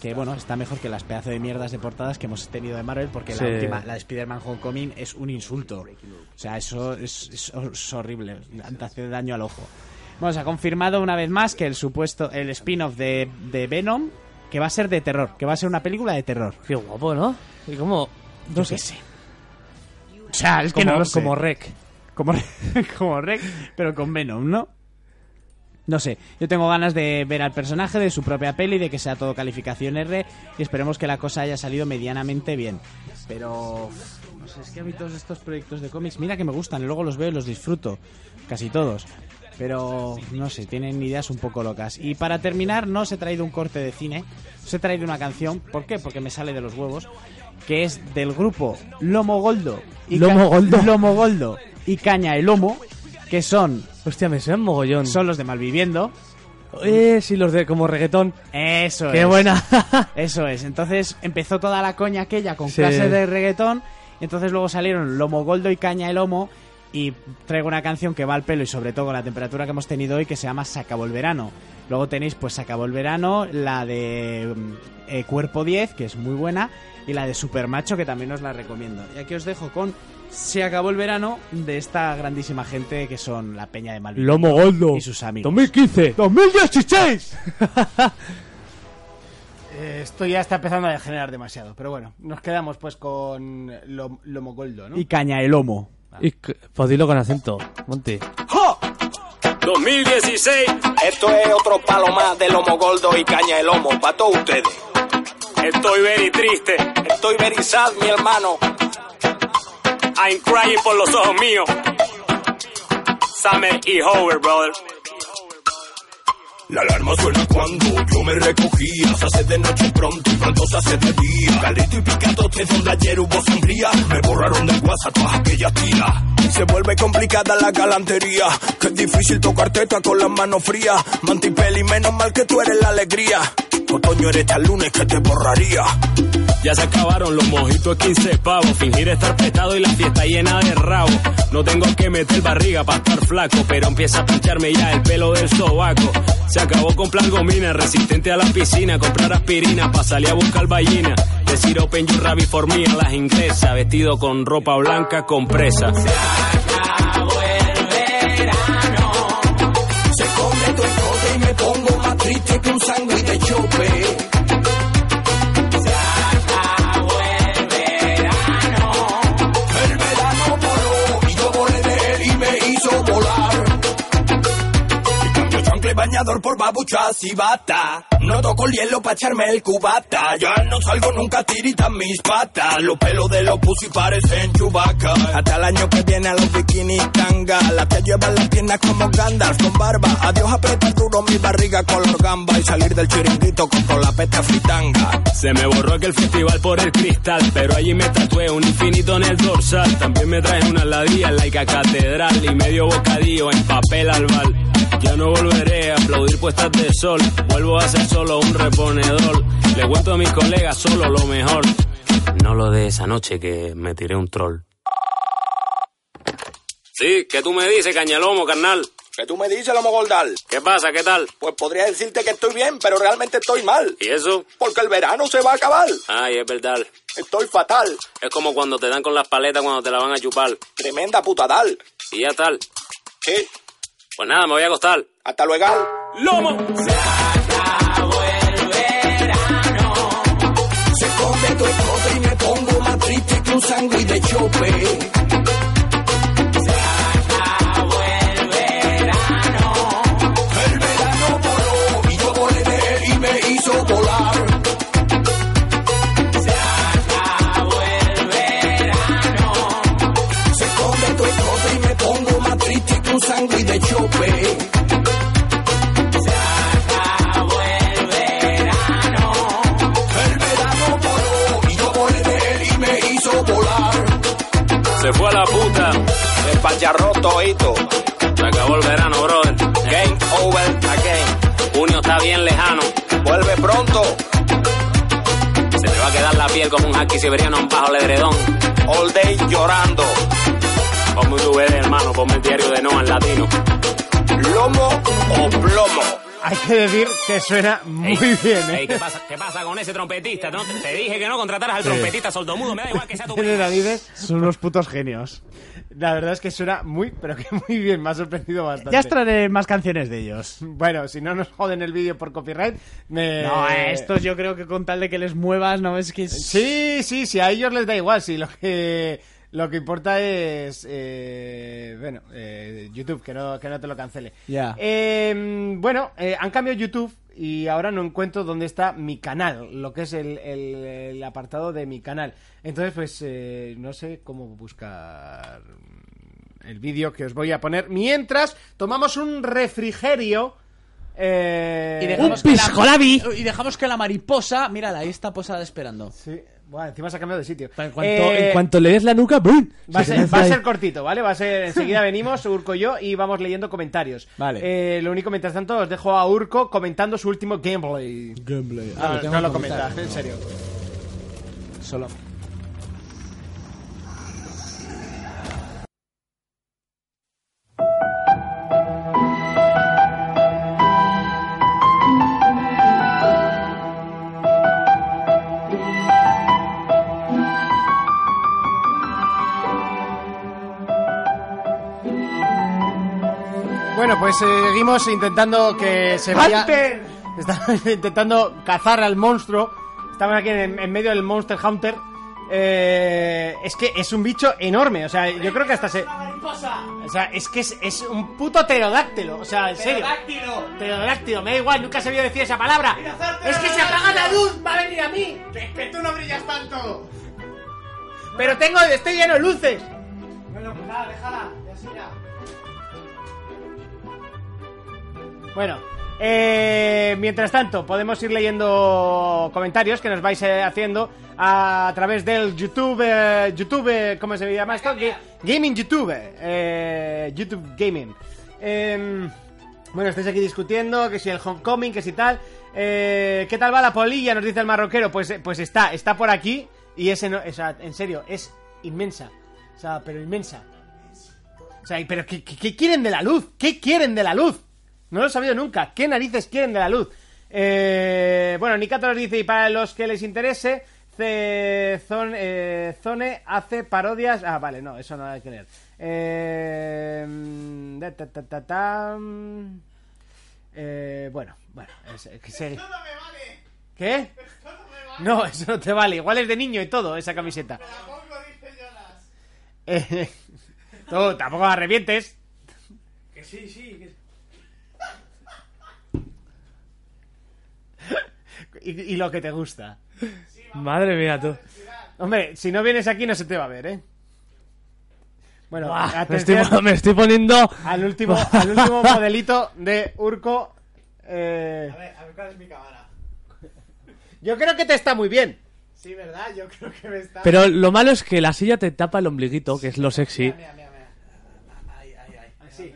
S2: que bueno, está mejor que las pedazos de mierdas de portadas que hemos tenido de Marvel, porque
S3: Sí.
S2: la última, la de Spider-Man Homecoming, es un insulto. O sea, eso es, es- es horrible, te hace daño al ojo. Bueno, se ha confirmado una vez más que el supuesto, el spin-off de, de Venom, que va a ser de terror, que va a ser una película de terror.
S3: Qué guapo, ¿no? Y como. No
S2: Yo
S3: sé.
S2: qué sé. O sea, es que
S3: Como,
S2: no lo sé.
S3: como rec.
S2: como, como Rec, pero con Venom, ¿no? No sé, yo tengo ganas de ver al personaje, de su propia peli, de que sea todo calificación R y esperemos que la cosa haya salido medianamente bien. Pero... No sé, es que a mí todos estos proyectos de cómics, mira que me gustan, y luego los veo y los disfruto, casi todos. Pero no sé, tienen ideas un poco locas. Y para terminar, no os he traído un corte de cine, os he traído una canción. ¿Por qué? Porque me sale de los huevos. Que es del grupo Lomo Goldo. Y Ca-
S3: Lomo Goldo.
S2: Lomo Goldo y Caña el Lomo, que son,
S3: Hostia, me suenan mogollón.
S2: son los de Malviviendo.
S3: Eh, sí, los de como reggaetón.
S2: Pues. Eso
S3: ¡Qué
S2: es.
S3: buena!
S2: Eso es. Entonces empezó toda la coña aquella con
S3: Sí.
S2: clases de reggaetón. Y entonces luego salieron Lomo Goldo y Caña el Lomo. Y traigo una canción que va al pelo y sobre todo con la temperatura que hemos tenido hoy que se llama Se acabó el verano. Luego tenéis pues Se acabó el verano, la de mm, eh, Cuerpo 10, que es muy buena, y la de Supermacho, que también os la recomiendo. Y aquí os dejo con Se acabó el verano de esta grandísima gente que son la Peña de Malviviendo.
S3: Lomo Goldo.
S2: Y sus amigos.
S3: 2015. 2016.
S1: Eh, esto ya está empezando a degenerar demasiado, pero bueno, nos quedamos pues con lo, Lomogoldo, ¿no?
S2: Y Caña el Lomo.
S3: y c- pues dilo con acento, Monty.
S5: 2016. Esto es otro palo más de lomo gordo y caña de lomo para todos ustedes. Estoy very triste. Estoy very sad, mi hermano. I'm crying por los ojos míos. Summer y Hover, brother.
S4: La alarma suena cuando yo me recogía. Se hace de noche pronto y pronto se hace de día. Caldito y picatote donde ayer hubo sangría. Me borraron del WhatsApp todas aquellas tiras.
S5: Se vuelve complicada la galantería. Que es difícil tocar teta con las manos frías. Mantipeli, menos mal que tú eres la alegría. Otoño eres tal lunes que te borraría.
S6: Ya se acabaron los mojitos 15 pavos, fingir estar petado y la fiesta llena de rabo. No tengo que meter barriga para estar flaco, pero empieza a pincharme ya el pelo del sobaco. Se acabó con plan gomina, resistente a la piscina, comprar aspirina para salir a buscar ballena. Decir open your rabbit for me a las inglesas, vestido con ropa blanca compresa.
S5: Se come tu escote y me pongo más triste que un sangre de chope. El verano voló y yo volé de él y me hizo volar. Y cambio chancle bañador por babuchas y bata. No toco el hielo pa' echarme el cubata. Ya no salgo nunca tiritan mis patas. Los pelos de los pussy parecen chubaca. Hasta el año que viene a los bikini tanga. Las que llevan las piernas como Gandalf con barba. Adiós apretar duro mi barriga color gamba. Y salir del chiringuito con toda la pesta fritanga.
S6: Se me borró aquel festival por el cristal, pero allí me tatué un infinito en el dorsal. También me traje una ladilla like a catedral y medio bocadillo en papel albal. Ya no volveré a aplaudir puestas de sol, vuelvo a ser solo un reponedor. Le cuento a mis colegas solo lo mejor. No lo de esa noche que me tiré un troll. Sí, ¿qué tú me dices, cañalomo, carnal?
S5: ¿Qué tú me dices, lomo gordal?
S6: ¿Qué pasa? ¿Qué tal?
S5: Pues podría decirte que estoy bien, pero realmente estoy mal.
S6: ¿Y eso?
S5: Porque el verano se va a acabar.
S6: Ay, es verdad.
S5: Estoy fatal.
S6: Es como cuando te dan con las paletas cuando te la van a chupar.
S5: Tremenda putadal.
S6: Y ya tal.
S5: Sí.
S6: Pues nada, me voy a acostar.
S5: Hasta luego.
S6: ¡Lomo!
S5: Se come tu escote y me pongo más triste que un sangre de chope. El verano voló y yo volé de él y me hizo volar. Se come tu escote y me pongo más triste que un sangre de chope. El verano voló y yo volé de él y me hizo volar.
S6: Se fue a la puta.
S5: Despacharro toito.
S6: Se acabó el verano, brother.
S5: Game over again.
S6: Junio está bien lejano.
S5: Vuelve pronto.
S6: Se me va a quedar la piel como un haki siberiano en bajo ledredón.
S5: All day llorando.
S6: Ponme un DVD, hermano. Ponme el diario de Noah en latino.
S5: Lomo o plomo.
S1: Hay que decir que suena muy
S6: Ey,
S1: bien,
S6: ey,
S1: ¿eh?
S6: ¿qué, pasa, ¿Qué pasa con ese trompetista? No, te, te dije que no contrataras al trompetista sordomudo. Me da igual que sea tu...
S1: Tiene narices, son unos putos genios. La verdad es que suena muy, pero que muy bien, me ha sorprendido bastante.
S2: Ya os traeré más canciones de ellos.
S1: Bueno, si no nos joden el vídeo por copyright, me...
S2: No, eh, esto yo creo que con tal de que les muevas, no es que.
S1: Sí, sí, sí, a ellos les da igual, sí, lo que... Lo que importa es, eh, bueno, eh, YouTube, que no, que no te lo cancele.
S2: Ya.
S1: Eh, bueno, eh, han cambiado YouTube y ahora no encuentro dónde está mi canal, lo que es el, el- el apartado de mi canal. Entonces, pues, eh, no sé cómo buscar el vídeo que os voy a poner, mientras tomamos un refrigerio. eh,
S2: Y
S3: dejamos-
S2: dejamos, que
S3: piscolabi!
S2: la, y dejamos que la mariposa, mírala, ahí está posada esperando.
S1: Sí, bueno, encima se ha cambiado de sitio.
S2: Pero en
S3: En
S2: cuanto-
S3: cuanto-
S1: Eh,
S3: en cuanto le des la nuca, ¡bum!
S1: Va a,
S3: Se
S1: ser,
S3: lanza
S1: va a
S3: ahí.
S1: ser cortito, ¿vale? Va a ser enseguida venimos, Urco y yo, y vamos leyendo comentarios.
S2: Vale.
S1: Eh, lo único, mientras tanto, os dejo a Urco comentando su último gameplay.
S2: Gameplay.
S1: No, no lo comentas, en serio.
S2: Solo.
S1: Bueno, pues eh, seguimos intentando que se vaya. Estamos intentando cazar al monstruo. Estamos aquí en, en medio del Monster Hunter. Eh, es que es un bicho enorme. O sea, yo creo que hasta se. O sea, es que es, es un puto pterodáctilo. O sea, en serio. Pterodáctilo. Pterodáctilo, me da igual, nunca se había decir esa palabra. Es que se apaga la luz, va a venir a mí. Que, tú no brillas tanto. Pero tengo, estoy lleno de luces. Bueno, pues nada, déjala, ya Bueno, eh, mientras tanto, podemos ir leyendo comentarios que nos vais eh, haciendo a través del YouTube, eh, YouTube, eh, ¿cómo se llama esto? Ga- Gaming YouTube, eh, YouTube Gaming. Em, bueno, estáis aquí discutiendo que si el homecoming, que si tal. Eh, ¿Qué tal va la polilla? Nos dice el marroquero. Pues, eh, pues está, está por aquí y ese no, o sea, en serio, es inmensa. O sea, pero inmensa. O sea, pero ¿qué, qué, qué quieren de la luz? ¿Qué quieren de la luz? No lo he sabido nunca. ¿Qué narices quieren de la luz? Eh, bueno, Nikato nos dice, y para los que les interese, Ce- Zone, eh, Zone hace parodias... Ah, vale, no, eso no hay que leer. Eh, mm, da, ta, ta, ta, ta, mm. Eh, bueno, bueno. es- es que se- ¿Qué? No, eso no te vale. Igual es de niño y todo, esa camiseta. Eh, tú tampoco la arrepientes. Que sí, sí. Y, y lo que te gusta.
S3: Madre mía, tú.
S1: Hombre, si no vienes aquí no se te va a ver, ¿eh? Bueno,
S3: Buah, Ah, me, estoy,
S1: atención
S3: me estoy poniendo.
S1: al último, al último modelito de Urco. eh,
S7: A ver cuál es mi cámara.
S1: yo creo que te está muy bien.
S7: Sí, ¿verdad? Yo creo que me está.
S3: Pero lo malo es que la silla te tapa el ombliguito, que es lo sexy.
S7: Mira, mira, mira. Ay, ay, ay. Así.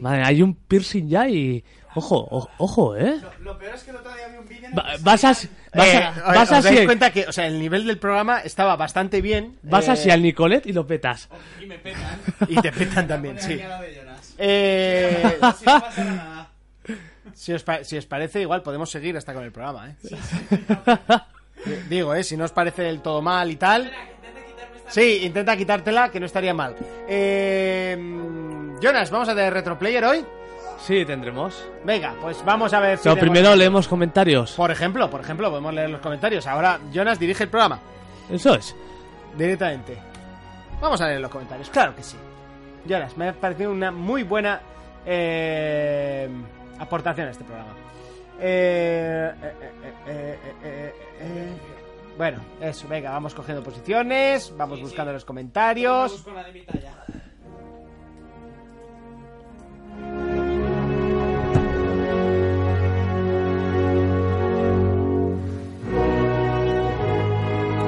S3: Madre, hay un piercing ya y. Ojo, o- ojo, eh.
S7: Lo peor es que el otro día vi un vídeo. en el
S3: Va-
S7: que
S3: Vas a. Vas
S1: Eh,
S3: a,
S1: os-
S3: vas a
S1: os dais
S3: si-
S1: cuenta que, o sea, el nivel del programa estaba bastante bien.
S3: vas
S1: eh,
S3: así al Nicolet y lo petas.
S7: salían Y me petan.
S1: Y te petan también, sí.
S7: Aquí al lado de Jonas.
S1: Eh,
S7: Si no pasa nada.
S1: si, os pa- si os parece, igual podemos seguir hasta con el programa, ¿eh? Eh, Digo, ¿eh? Si no os parece del todo mal y tal. Sí, intenta quitártela, que no estaría mal. Eh, Jonas, ¿vamos a de retroplayer hoy?
S3: Sí, tendremos.
S1: Venga, pues vamos a ver si...
S3: Pero
S1: tenemos-
S3: primero leemos comentarios.
S1: Por ejemplo, por ejemplo, podemos leer los comentarios. Ahora Jonas dirige el programa.
S3: Eso es.
S1: Directamente. Vamos a leer los comentarios, claro que sí. Jonas, me ha parecido una muy buena eh, aportación a este programa. Eh, eh, eh, eh, eh, eh, eh, eh. Bueno, eso, venga, vamos cogiendo posiciones, vamos buscando los comentarios.
S7: Busco la de mi talla.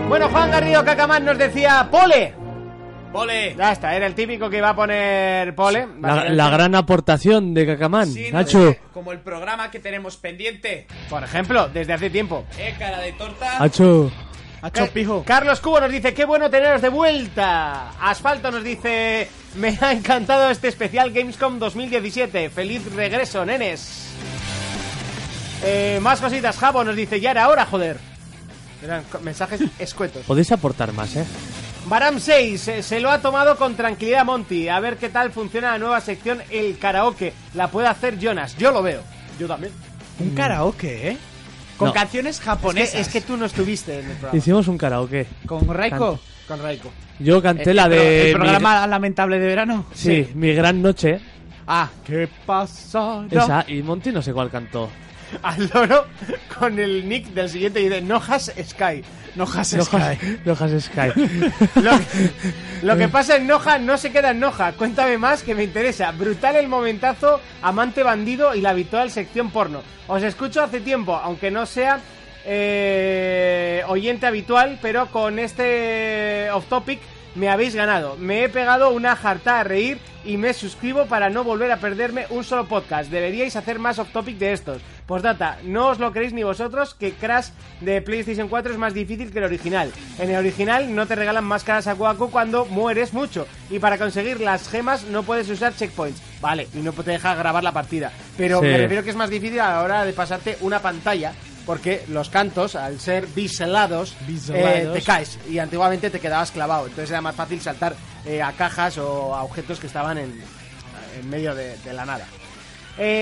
S1: Bueno, Juan Garrido Cacamán nos decía Pole.
S7: ¡Ole!
S1: Ya está, era el típico que iba a poner Pole.
S3: La, la gran aportación de Cacamán. Nacho,
S7: Como el programa que tenemos pendiente.
S1: Por ejemplo, desde hace tiempo.
S7: Eh, cara de torta.
S3: Nacho.
S1: Ca- Carlos Cubo nos dice, qué bueno teneros de vuelta. Asfalto nos dice, me ha encantado este especial Gamescom 2017. Feliz regreso, nenes. Eh, más cositas, Jabo nos dice, ya era hora, joder. Eran co- mensajes escuetos.
S3: Podéis aportar más, eh.
S1: Baram 6, eh, se lo ha tomado con tranquilidad Monty. A ver qué tal funciona la nueva sección El Karaoke. La puede hacer Jonas, yo lo veo. Yo también.
S2: Un karaoke, ¿eh? Con
S3: No.
S2: canciones
S1: Es
S2: japonesas.
S1: que, es que tú no estuviste en el programa.
S3: Hicimos un karaoke.
S2: Con Raiko.
S1: Con Raiko.
S3: Yo canté
S2: El
S3: la
S7: Eh,
S2: pro-
S3: de.
S2: El
S3: mi-
S2: programa lamentable de verano.
S3: Sí, mi gran noche.
S2: Ah, ¿qué pasa?
S3: Esa, y Monty no sé cuál cantó.
S1: Al loro con el nick del siguiente y dice Nojas Sky. Nojas Sky.
S3: Lojas Sky.
S1: Lo, lo que pasa en Noja no se queda en Noja. Cuéntame más que me interesa. Brutal el momentazo, amante bandido y la habitual sección porno. Os escucho hace tiempo, aunque no sea eh, oyente habitual, pero con este off topic me habéis ganado. Me he pegado una jarta a reír y me suscribo para no volver a perderme un solo podcast. Deberíais hacer más off topic de estos. Postdata, no os lo creéis ni vosotros que Crash de PlayStation 4 es más difícil que el original. En el original no te regalan máscaras a Cuaco cuando mueres mucho y para conseguir las gemas no puedes usar checkpoints. Vale, y no te deja grabar la partida. Pero
S3: Sí.
S1: me refiero que es más difícil a la hora de pasarte una pantalla. Porque los cantos, al ser biselados, eh,
S2: Biselados.
S1: te caes. Y antiguamente te quedabas clavado. Entonces era más fácil saltar eh, a cajas o a objetos que estaban en, en medio de, de la nada.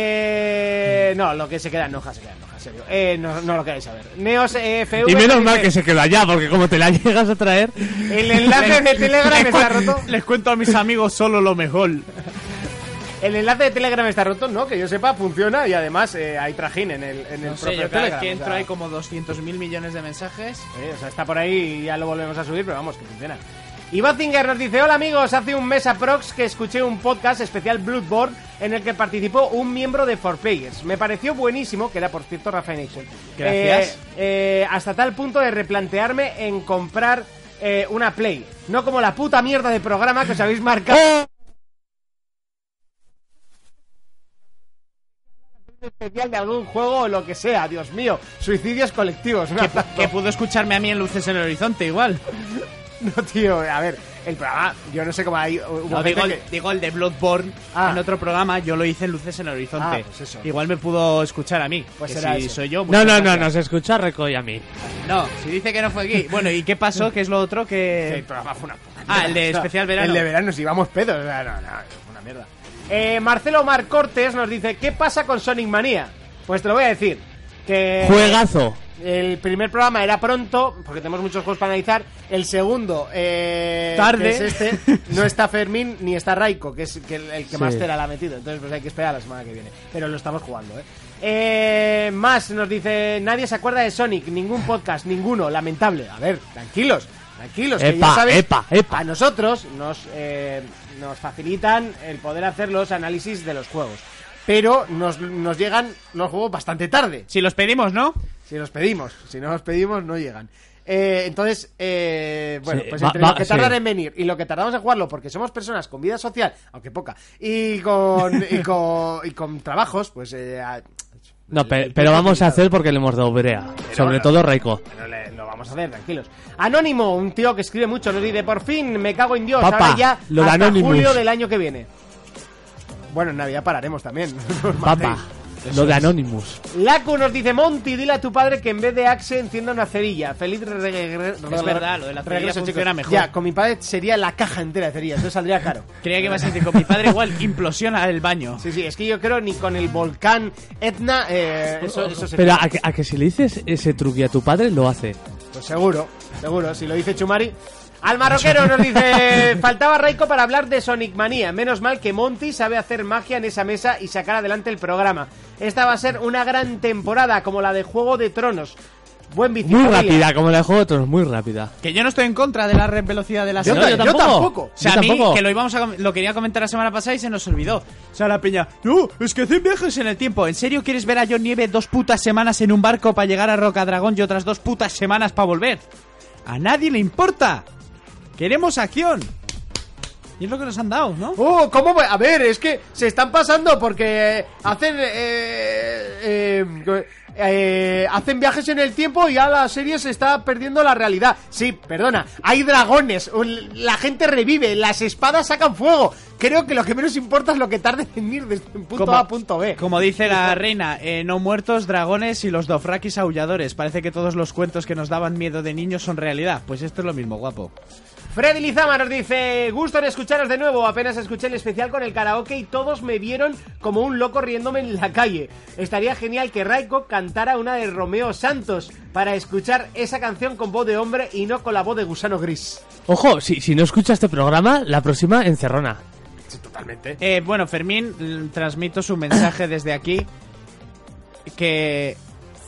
S1: Eh, no, lo que se queda en hojas, se queda en hojas, serio. Eh, no, no lo queréis saber. Neos eh, FV.
S3: Y menos mal
S1: dice,
S3: que se quedó allá, porque como te la llegas a traer.
S1: El enlace de Telegram
S2: Les cu-
S1: está roto.
S2: Les cuento a mis amigos solo lo mejor.
S1: El enlace de Telegram está roto, no, que yo sepa, funciona y además eh, hay trajín en el, en el
S2: No sé,
S1: propio
S2: yo cada vez
S1: Telegram.
S2: que
S1: o
S2: entro
S1: sea.
S2: hay como 200.000 millones de mensajes.
S1: Eh, o sea, está por ahí y ya lo volvemos a subir, pero vamos, que funciona. Y Bazinger nos dice, hola amigos, hace un mes aprox que escuché un podcast especial Bloodborne en el que participó un miembro de 4Players. Me pareció buenísimo, que era por cierto Rafa Nation. Eh,
S2: Gracias.
S1: eh, hasta tal punto de replantearme en comprar eh, una Play. No como la puta mierda de programa que os habéis marcado. especial de algún juego o lo que sea, Dios mío, suicidios colectivos. un
S2: Que,
S1: abrazo.
S2: que pudo escucharme a mí en Luces en el Horizonte, igual.
S1: No, tío, a ver, el programa, yo no sé cómo hay. hubo
S2: No,
S1: gente
S2: digo, el,
S1: que-
S2: digo el de Bloodborne
S1: Ah.
S2: en otro programa, yo lo hice en Luces en el
S1: Ah,
S2: Horizonte.
S1: pues eso.
S2: Igual me pudo escuchar a mí.
S1: Pues
S2: que
S1: será
S2: si
S1: eso.
S2: soy yo.
S3: No,
S2: muchas
S3: no, no,
S2: gracias.
S3: nos escucha Recoy a mí.
S2: No, si dice que no fue aquí. Bueno, ¿y qué pasó? ¿Qué es lo otro
S1: El
S2: que.?
S1: programa fue una puta
S2: Ah, el de
S1: mierda.
S2: especial verano.
S1: El de verano, si vamos pedos. o sea, no, no, fue una mierda. Eh, Marcelo Omar Cortés nos dice: ¿Qué pasa con Sonic Manía? Pues te lo voy a decir.
S2: Eh,
S1: Que
S3: Juegazo.
S1: El primer programa era pronto, porque tenemos muchos juegos para analizar. El segundo, eh,
S2: Tarde.
S1: que es este, no está Fermín ni está Raiko, que es que el, el que
S3: Sí.
S1: más tela la ha metido. Entonces, pues hay que esperar a la semana que viene. Pero lo estamos jugando, ¿eh? Eh, más nos dice: Nadie se acuerda de Sonic, ningún podcast, ninguno, lamentable. A ver, tranquilos, tranquilos. que ya
S3: Epa,
S1: sabes-
S3: epa, epa.
S1: a nosotros nos, eh, nos facilitan el poder hacer los análisis de los juegos. Pero nos, nos llegan los juegos bastante tarde.
S2: Si los pedimos, ¿no?
S1: Si los pedimos, si no los pedimos, no llegan. Eh, entonces, eh, bueno,
S3: Sí,
S1: pues
S3: va-
S1: entre
S3: va-
S1: lo que tardan
S3: sí.
S1: en venir y lo que tardamos en jugarlo, porque somos personas con vida social, aunque poca, y con, y con, y con trabajos, pues. eh, ah,
S3: No, pe- pero, vamos a hacer porque le hemos dado brea. Sobre todo Raiko.
S1: bueno, le- lo vamos a hacer, tranquilos. Anónimo, un tío que escribe mucho, nos dice: Por fin, me cago en Dios,
S3: Papá,
S1: ahora ya
S3: lo de
S1: hasta
S3: Anonymous.
S1: julio del año que viene. Bueno, en Navidad pararemos también. no os
S3: Papá,
S1: matéis.
S3: lo de Anonymous.
S1: Laku nos dice Monty, dile a tu padre que en vez de Axe encienda una cerilla. Feliz re- re- re- re-
S2: verdad, lo de la cerilla funciona mejor.
S1: Ya, con mi padre sería la caja entera de cerillas, eso saldría caro.
S2: Creía que ibas a decir con mi padre igual implosiona el baño.
S1: Sí, sí, es que yo creo ni con el volcán Etna eh, eso, eso se
S3: Pero a que, a que si le dices ese truqui a tu padre, lo hace.
S1: Pues seguro, seguro, si lo dice Chumari. Al marroquero nos dice, faltaba Raiko para hablar de Sonic Manía. Menos mal que Monty sabe hacer magia en esa mesa y sacar adelante el programa. Esta va a ser una gran temporada, como la de Juego de Tronos. Buen bici.
S3: Muy
S1: familia.
S3: rápida, como la de Juego de Tronos, muy rápida.
S2: Que yo no estoy en contra de la red velocidad de la
S3: Yo
S2: señal.
S3: ta- yo tampoco.
S2: O sea,
S3: Yo
S2: a mí,
S3: tampoco.
S2: que lo, íbamos a com- lo quería comentar la semana pasada y se nos olvidó. O sea, la peña, no, es que hacen viajes en el tiempo. ¿En serio quieres ver a John Nieve dos putas semanas en un barco para llegar a Rocadragón y otras dos putas semanas para volver? A nadie le importa. Queremos acción. Y es lo que nos han dado, ¿no?
S1: Oh, ¿cómo voy? A ver, es que se están pasando porque hacen eh, eh, eh, hacen viajes en el tiempo y ya la serie se está perdiendo la realidad. Sí, perdona, hay dragones, un- la gente revive, las espadas sacan fuego. Creo que lo que menos importa es lo que tarde en ir desde un punto A a punto B.
S2: Como dice la reina, eh, no muertos, dragones y los dofrakis aulladores. Parece que todos los cuentos que nos daban miedo de niños son realidad. Pues esto es lo mismo, guapo.
S1: Freddy Lizama nos dice, gusto en escucharos de nuevo, apenas escuché el especial con el karaoke y todos me vieron como un loco riéndome en la calle. Estaría genial que Raiko cantara una de Romeo Santos para escuchar esa canción con voz de hombre y no con la voz de gusano gris.
S3: Ojo, si, si no escucha este programa, la próxima encerrona.
S1: Totalmente.
S2: Eh, bueno, Fermín, mm, transmito su mensaje desde aquí. Que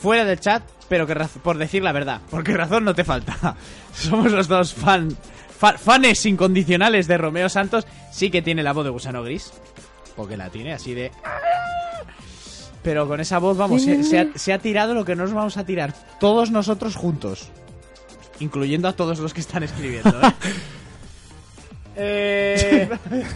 S2: fuera del chat, pero que raz- por decir la verdad. Porque razón no te falta. Somos los dos fan, fa- fanes incondicionales de Romeo Santos. Sí que tiene la voz de gusano gris. Porque la tiene así de... ¡ah! Pero con esa voz, vamos, se, se ha, se ha tirado lo que nos vamos a tirar todos nosotros juntos. Incluyendo a todos los que están escribiendo. ¿eh?
S1: Eh,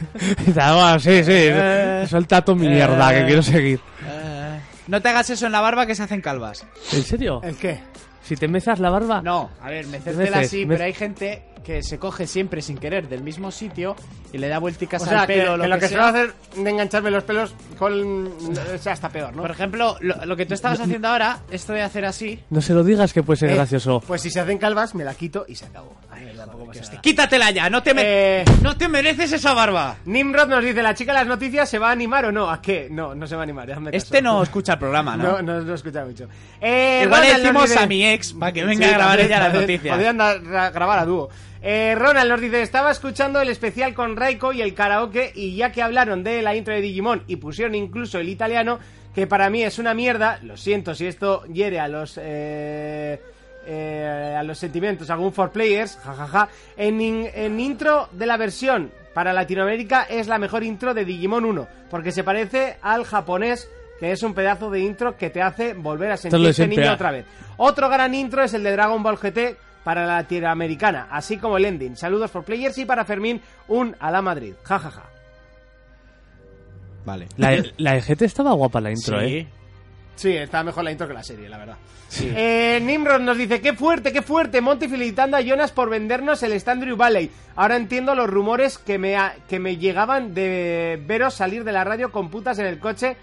S3: Ah, sí, sí.
S2: Eh,
S3: Suelta tu mierda,
S2: eh.
S3: que quiero seguir.
S2: Eh, no te hagas eso en la barba que se hacen calvas.
S3: ¿En serio?
S1: ¿El qué?
S3: Si te mesas la barba.
S2: No, a ver, mecértela
S3: Meces,
S2: así,
S3: mec-
S2: pero hay gente que se coge siempre sin querer del mismo sitio y le da vuelticas
S1: O sea,
S2: al pelo
S1: que,
S2: o lo
S1: que
S2: que,
S1: lo que
S2: sea.
S1: suelo hacer de engancharme los pelos con... O sea, está peor, ¿no?
S2: Por ejemplo, lo, lo que tú estabas haciendo ahora, esto de hacer así...
S3: No se lo digas que puede ser
S1: Eh,
S3: gracioso.
S1: Pues si se hacen calvas, me la quito y se acabó. Ay, tampoco pasa nada.
S2: ¡Quítatela ya! ¡No te, me-
S1: Eh.
S2: no te mereces esa barba!
S1: Nimrod nos dice, ¿la chica de las noticias se va a animar o no? ¿A qué? No, no se va a animar. hazme caso.
S2: Este no escucha el programa,
S1: No,
S2: ¿no?
S1: no, no he escuchado mucho. Eh,
S2: Igual le
S1: Ronald nos
S2: decimos
S1: dice-
S2: a mi ex para que venga
S1: Sí,
S2: a grabar
S1: también,
S2: ella las
S1: también.
S2: noticias.
S1: Podrían dar- ra- grabar a dúo. Eh, Ronald nos dice, estaba escuchando el especial con Raiko y el karaoke y ya que hablaron de la intro de Digimon y pusieron incluso el italiano, que para mí es una mierda, lo siento si esto hiere a los... eh, eh, a los sentimientos, algún for players, jajaja. En, in- en intro de la versión para Latinoamérica es la mejor intro de Digimon 1, porque se parece al japonés, que es un pedazo de intro que te hace volver a
S3: es lo de
S1: sentirte
S3: siempre,
S1: niño
S3: ah.
S1: otra vez. Otro gran intro es el de Dragon Ball GT para la latinoamericana, así como el ending. Saludos por players y para Fermín, un a la Madrid. Ja, ja, ja.
S2: Vale.
S3: La, la EGT estaba guapa la intro,
S2: Sí.
S3: ¿eh?
S1: Sí, está mejor la intro que la serie, la verdad. Eh, Nimrod nos dice, qué fuerte, qué fuerte, Monty felicitando a Jonas por vendernos el Standrew Valley. Ahora entiendo los rumores que me, ha- que me llegaban de veros salir de la radio con putas en el coche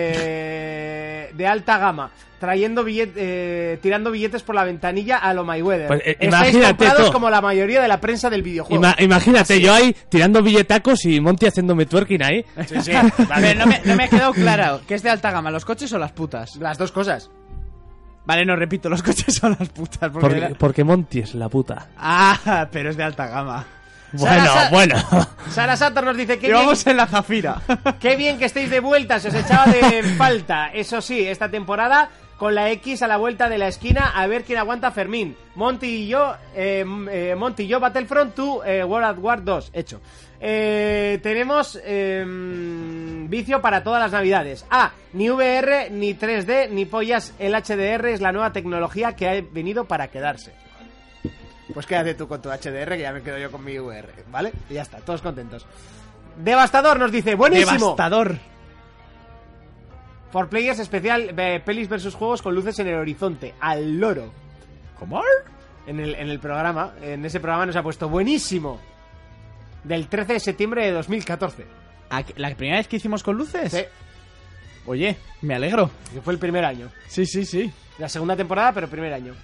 S1: eh, de alta gama, trayendo billet- eh, tirando billetes por la ventanilla a lo Mayweather.
S3: Pues, eh,
S1: Estáis
S3: imagínate
S1: comprados
S3: tú.
S1: como la mayoría de la prensa del videojuego.
S3: Ima- imagínate, yo ahí tirando billetacos y Monty haciéndome twerking ahí.
S1: Sí, sí.
S2: Pero no me, no me ha quedado claro. ¿Qué es de alta gama, los coches o las putas?
S1: Las dos cosas.
S2: Vale, no repito, los coches son las putas. Porque
S3: Porque, porque Monty es la puta.
S2: Ah, pero es de alta gama.
S3: Bueno,
S1: Sara-
S3: bueno.
S1: Sara Sator nos dice que...
S2: Llevamos en la zafira.
S1: Qué bien que estéis de vuelta, se os echaba de falta. Eso sí, esta temporada con la X a la vuelta de la esquina a ver quién aguanta Fermín. Monty y yo, eh, eh, Monty y yo Battlefront 2, eh, World at War 2, hecho. Eh, tenemos eh, vicio para todas las navidades. Ah, ni VR, ni 3D, ni pollas. El HDR es la nueva tecnología que ha venido para quedarse. Pues quédate tú con tu HDR, que ya me quedo yo con mi VR, ¿vale? Y ya está, todos contentos. Devastador nos dice, buenísimo.
S2: Devastador.
S1: For Players especial eh, pelis versus juegos con luces en el horizonte, al loro.
S2: ¿Cómo?
S1: En el, en el programa, en ese programa nos ha puesto buenísimo. Del 13 de septiembre de 2014.
S2: Aquí- ¿La primera vez que hicimos con luces?
S1: Sí,
S2: Oye, me alegro.
S1: que fue el primer año.
S2: Sí, sí, sí.
S1: La segunda temporada, pero primer año.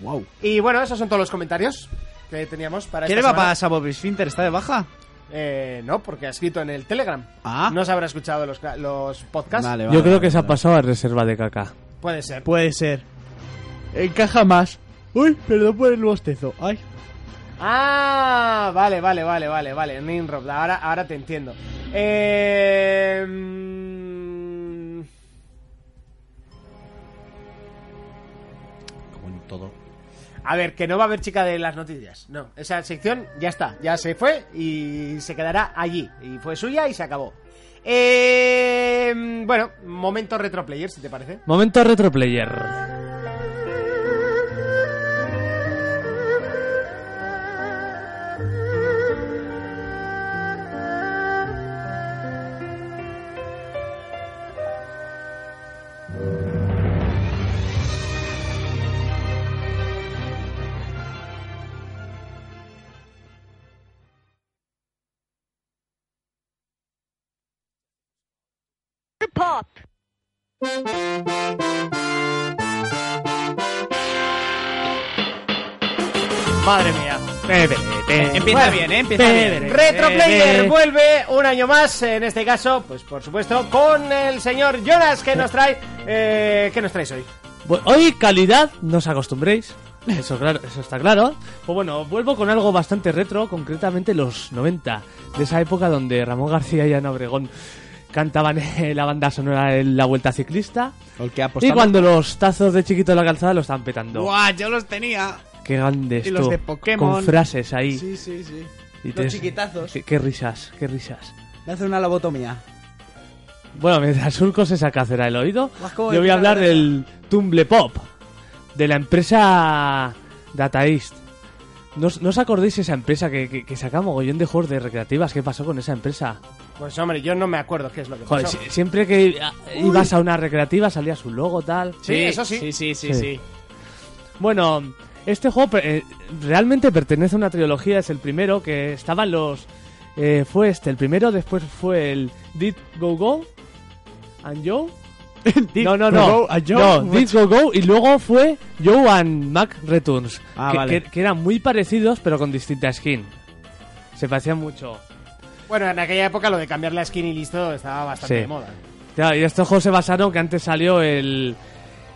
S2: Wow.
S1: Y bueno, esos son todos los comentarios que teníamos para
S2: ¿Qué
S1: esta
S2: le va a
S1: semana.
S2: pasar a Bobby Sfinter? ¿Está de baja?
S1: Eh, no, porque ha escrito en el Telegram.
S2: Ah.
S1: No se habrá escuchado los, ca- los podcasts.
S3: Yo creo que se ha pasado a reserva de caca.
S1: Puede ser.
S2: Puede ser. Encaja más. Uy, perdón por el bostezo. Ay.
S1: Ah, vale, vale, vale, vale, vale. Ninrod, ahora, ahora te entiendo. Eh... mm,
S2: Como en todo.
S1: A ver, que no va a haber chica de las noticias. No, esa sección ya está, ya se fue y se quedará allí. Y fue suya y se acabó. Eh, mm, bueno, momento retro player, si te parece.
S3: Momento retroplayer.
S1: Madre mía.
S2: Empieza
S1: Bueno,
S2: bien, ¿eh? Empieza bien.
S1: Retro
S2: Eh,
S1: Player
S2: eh,
S1: vuelve un año más, en este caso, pues por supuesto, con el señor Jonas que nos trae... Eh, ¿Qué nos traes hoy?
S3: Bu- Hoy calidad, no os acostumbréis. Eso, claro, eso está claro. Pues bueno, vuelvo con algo bastante retro, concretamente los 90, de esa época donde Ramón García y Ana Obregón cantaban eh, la banda sonora de la Vuelta Ciclista.
S2: El que ha
S3: Y
S2: apostado-
S3: cuando los tazos de chiquito de la calzada lo están petando.
S2: ¡Buah! Yo los tenía.
S3: Qué grande
S2: Y
S3: esto.
S2: los de Pokémon.
S3: Con frases ahí.
S7: Sí, sí, sí.
S3: Y
S7: Los
S3: tienes-
S7: chiquitazos.
S3: Qué, qué risas, qué risas.
S7: Le hace una lobotomía.
S3: Bueno, mientras Surco se saca cera del oído,
S7: Más como
S3: yo voy
S7: de
S3: a hablar
S7: cara.
S3: del Tumble Pop, de la empresa Dataist. ¿No, os- no os acordéis esa empresa que, que, que sacaba mogollón de juegos de recreativas? ¿Qué pasó con esa empresa?
S1: Pues hombre, yo no me acuerdo qué es lo que
S3: Joder,
S1: pasó.
S3: si- siempre que ah, ibas a una recreativa salía su logo, tal.
S1: Sí, eso sí.
S2: Sí, sí, sí,
S3: Sí.
S2: sí.
S3: Bueno, este juego per- eh, realmente pertenece a una trilogía, es el primero que estaban los... eh, fue este, el primero, después fue el Did Go Go and Joe. no, no, no.
S2: Go Go and Joe.
S3: No, Did Go Go y luego fue Joe and Mac Returns.
S2: Ah,
S3: que,
S2: vale.
S3: que- que eran muy parecidos pero con distinta skin. Se parecían mucho.
S1: Bueno, en aquella época lo de cambiar la skin y listo estaba bastante
S3: Sí.
S1: de moda.
S3: Claro, y estos juegos se basaron que antes salió el...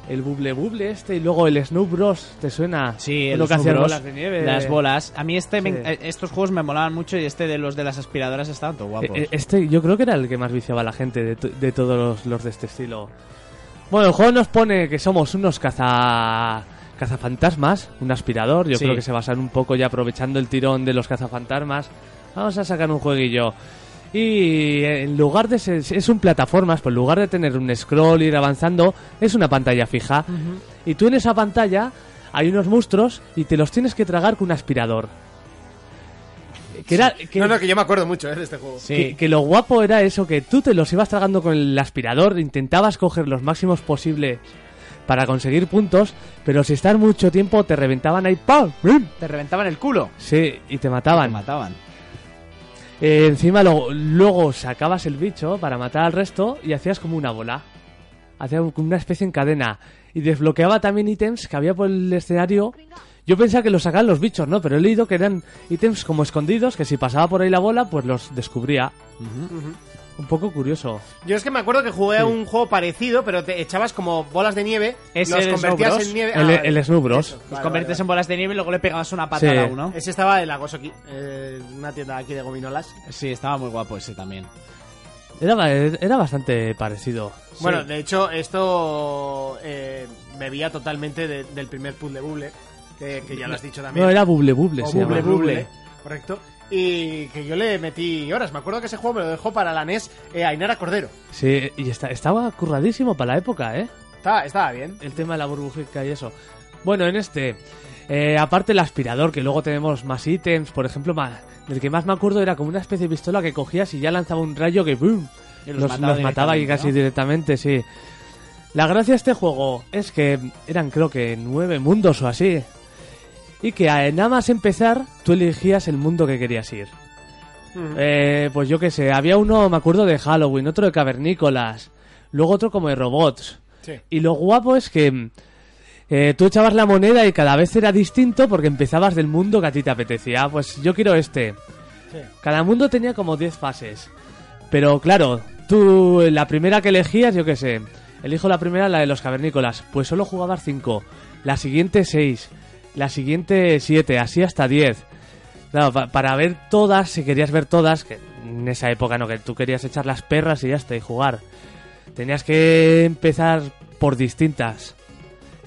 S3: El buble buble este y luego el Snow Bros. ¿Te suena?
S2: Sí,
S3: lo
S2: los
S3: que hacían
S2: Zubros,
S3: bolas de nieve.
S2: Las bolas. A mí este me-
S3: Sí.
S2: eh, estos juegos me molaban mucho y este de los de las aspiradoras estaban todo guapos.
S3: Eh, eh, Este yo creo que era el que más viciaba a la gente de, to- de todos los, los de este estilo. Bueno, el juego nos pone que somos unos caza cazafantasmas, un aspirador. Yo
S2: Sí.
S3: creo que se basan un poco ya aprovechando el tirón de los cazafantasmas. Vamos a sacar un jueguillo. Y eh, en lugar de ser, es un plataformas, pues en lugar de tener un scroll ir avanzando, es una pantalla fija. Y tú en esa pantalla hay unos monstruos y te los tienes que tragar con un aspirador. Que era, que-
S1: No, no, que yo me acuerdo mucho eh, de este juego.
S2: sí.
S3: que, que lo guapo era eso, que tú te los ibas tragando con el aspirador, intentabas coger los máximos posibles para conseguir puntos, pero si estás mucho tiempo te reventaban ahí, ¡pam! ¡Bum!
S2: Te reventaban el culo.
S3: Sí, y te
S2: Te
S3: mataban.
S2: mataban.
S3: Eh, encima lo- luego sacabas el bicho para matar al resto y hacías como una bola. Hacías como una especie en cadena. Y desbloqueaba también ítems que había por el escenario. Yo pensaba que los sacaban los bichos, ¿no? Pero he leído que eran ítems como escondidos, que si pasaba por ahí la bola, pues los descubría. Un poco curioso.
S1: Yo es que me acuerdo que jugué a un juego parecido, pero te echabas como bolas de nieve,
S2: Ese
S1: los
S2: era el
S1: convertías
S2: Snow Bros.
S1: en nieve.
S3: El-
S1: vale.
S3: el Snow Bros.
S1: Eso,
S2: Los
S1: vale,
S2: conviertes
S1: vale,
S2: en bolas de nieve y luego le pegabas una patada
S3: Sí.
S2: a uno.
S1: vale. Ese estaba en la Gosoki, eh, una tienda aquí de gominolas.
S2: Sí, estaba muy guapo ese también.
S3: Era, ba- era bastante parecido.
S1: Bueno, de hecho, esto eh, bebía totalmente de- del primer puzzle buble, que, que ya lo has dicho también.
S3: No, era buble buble.
S1: O
S3: se
S1: buble,
S3: llama.
S1: buble, correcto. Y que yo le metí horas. Me acuerdo que ese juego me lo dejó para la NES eh, Ainara Cordero.
S3: Sí, y está- estaba curradísimo para la época, ¿eh?
S1: Estaba, estaba bien.
S3: El tema de la burbujica y eso. Bueno, en este, eh, aparte el aspirador, que luego tenemos más ítems, por ejemplo, más, del que más me acuerdo era como una especie de pistola que cogías y ya lanzaba un rayo que ¡boom!
S2: Y
S3: Los,
S2: los
S3: los
S2: mataba
S3: mataba, y
S2: directamente,
S3: casi
S2: ¿no?
S3: directamente, sí. La gracia de este juego es que eran creo que nueve mundos o así. Y que eh, nada más empezar, tú elegías el mundo que querías ir. Eh, pues yo qué sé, había uno, me acuerdo, de Halloween, otro de cavernícolas, luego otro como de robots.
S1: Sí.
S3: Y lo guapo es que mm, eh, tú echabas la moneda y cada vez era distinto porque empezabas del mundo que a ti te apetecía. Ah, Pues yo quiero este. Cada mundo tenía como 10 fases. Pero claro, tú eh, la primera que elegías, yo qué sé, elijo la primera, la de los cavernícolas, pues solo jugabas 5, la siguiente 6, la siguiente 7, así hasta 10. Claro, pa- para ver todas, si querías ver todas, que en esa época no, que tú querías echar las perras y ya está, y jugar. Tenías que empezar por distintas.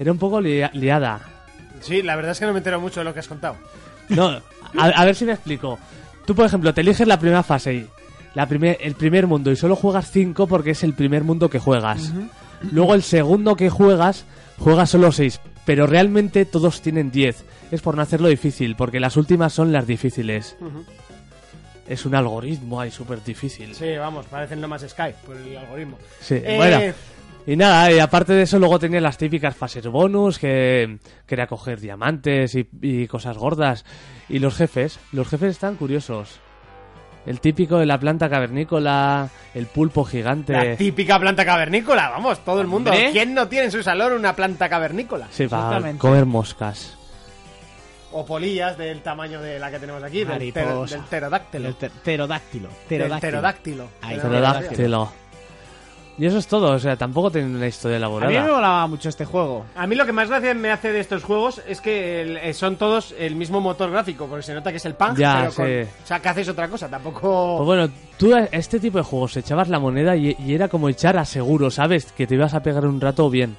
S3: Era un poco lia- liada.
S1: Sí, la verdad es que no me entero mucho de lo que has contado.
S3: No, a, a ver si me explico. Tú, por ejemplo, te eliges la primera fase, y la primer, el primer mundo, y solo juegas 5 porque es el primer mundo que juegas. Luego el segundo que juegas, juegas solo 6, pero realmente todos tienen 10. Es por no hacerlo difícil, porque las últimas son las difíciles. Es un algoritmo ahí súper difícil.
S1: Sí, vamos, parecen lo más Sky por el algoritmo.
S3: Sí,
S1: Eh,
S3: bueno. Y nada, y aparte de eso, luego tenía las típicas fases bonus, que, que era coger diamantes y, y cosas gordas. Y los jefes, los jefes están curiosos. El típico de la planta cavernícola, el pulpo
S1: La
S3: gigante.
S1: típica planta cavernícola, vamos, todo el mundo.
S2: Hombre.
S1: ¿Quién no tiene en su salón una planta cavernícola?
S3: Sí, para
S2: Exactamente.
S3: comer moscas.
S1: O polillas del tamaño de la que tenemos aquí, del, ter-
S2: Mariposa.
S1: del pterodáctilo.
S2: El ter- pterodáctilo.
S1: Del
S2: Pterodáctilo.
S1: pterodáctilo.
S2: Ahí.
S1: Del
S3: Pterodáctilo. Y eso es todo, o sea, tampoco tiene una historia
S2: A mí me
S3: elaborada.
S2: volaba mucho este juego.
S1: A mí lo que más gracia me hace de estos juegos es que el- eh, son todos el mismo motor gráfico, porque se nota que es el Pang,
S3: Ya,
S1: pero con-
S3: sí.
S1: o sea, que haces otra cosa, tampoco...
S3: Pues bueno, tú a este tipo de juegos echabas la moneda y, y era como echar a seguro, ¿sabes? Que te ibas a pegar un rato bien.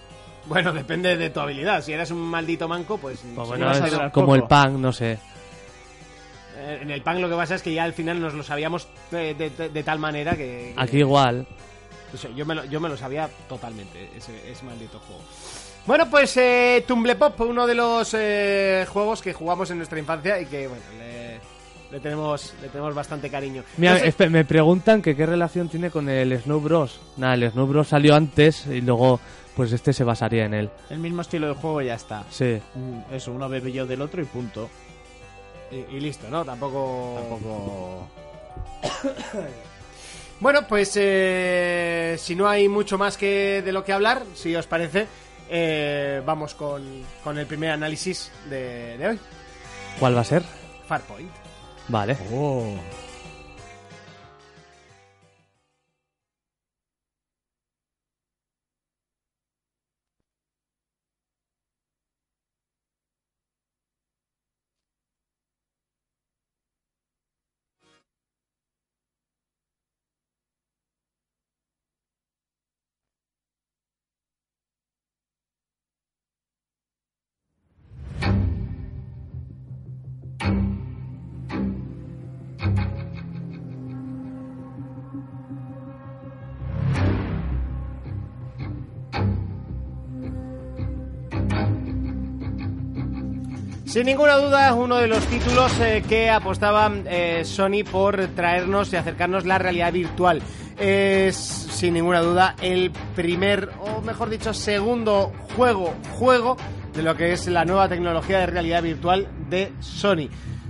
S1: Bueno, depende de tu habilidad, si eras un maldito manco, pues...
S3: Pues
S1: sí,
S3: bueno,
S1: vas a
S3: es
S1: durar
S3: como
S1: poco.
S3: el pan, no sé.
S1: Eh, En el Pang lo que pasa es que ya al final nos lo sabíamos de, de- de- de tal manera que... que-
S3: Aquí igual.
S1: O sea, yo, me lo, yo me lo sabía totalmente, ese, ese maldito juego. Bueno, pues eh, Tumble Pop, uno de los eh, juegos que jugamos en nuestra infancia y que, bueno, le, le tenemos, le tenemos bastante cariño.
S3: Mira,
S1: No sé-
S3: espe- me preguntan que qué relación tiene con el Snow Bros. Nada, el Snow Bros salió antes y luego, pues este se basaría en él.
S2: El mismo estilo de juego y ya está.
S3: Sí.
S2: Mm, Eso, uno bebe yo del otro y punto.
S1: y, y listo, ¿no? Tampoco...
S2: Tampoco.
S1: Bueno, pues eh, si no hay mucho más que de lo que hablar, si os parece, eh, vamos con, con el primer análisis de, de hoy.
S3: ¿Cuál va a ser?
S1: Farpoint.
S3: Vale.
S1: Sin ninguna duda, uno de los títulos eh, que apostaba eh, Sony por traernos y acercarnos la realidad virtual. Es, sin ninguna duda, el primer, o mejor dicho, segundo juego, juego de lo que es la nueva tecnología de realidad virtual de Sony.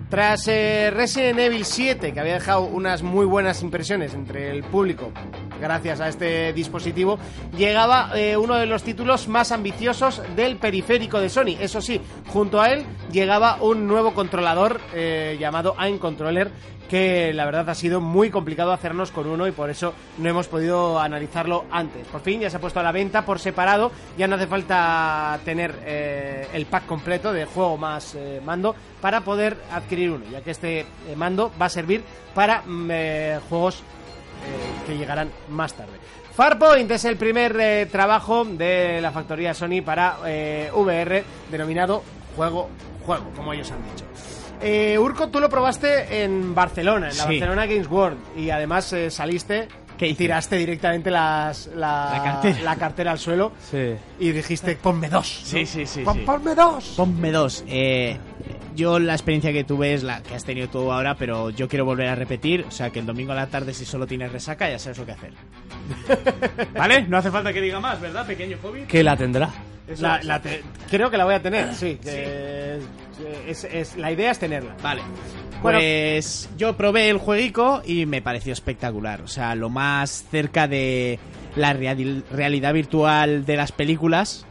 S1: Tras eh, Resident Evil 7, que había dejado unas muy buenas impresiones entre el público gracias a este dispositivo, llegaba eh, uno de los títulos más ambiciosos del periférico de Sony. Eso sí, junto a él llegaba un nuevo controlador eh, llamado Aim Controller, que la verdad ha sido muy complicado hacernos con uno y por eso no hemos podido analizarlo antes. Por fin ya se ha puesto a la venta por separado, ya no hace falta tener eh, el pack completo de juego más eh, mando para poder adquirir uno, ya que este eh, mando va a servir para mm, eh, juegos eh, que llegarán más tarde. Farpoint es el primer eh, trabajo de la factoría Sony para eh, VR denominado juego juego, como ellos han dicho. Eh, Urco, tú lo probaste en Barcelona, en la
S2: Sí.
S1: Barcelona Games World, y además eh, saliste
S2: ¿Qué
S1: y
S2: hice?
S1: tiraste directamente las- la,
S2: La cartera.
S1: la cartera al suelo
S3: Sí.
S1: y dijiste, ponme dos. ¿no?
S2: Sí, sí, sí,
S1: Pon-
S2: sí.
S1: Ponme dos.
S2: Ponme dos. Eh, yo la experiencia que tuve es la que has tenido tú ahora, pero yo quiero volver a repetir. O sea, que el domingo a la tarde, si solo tienes resaca, ya sabes lo que hacer. ¿Vale? No hace falta que diga más, ¿verdad, pequeño Kobe?
S3: Que la tendrá.
S1: La- la te- creo que la voy a tener, sí. que- que es- es- la idea es tenerla.
S2: Vale.
S1: Bueno.
S2: Pues yo probé el jueguico y me pareció espectacular. O sea, lo más cerca de la reali- realidad virtual de las películas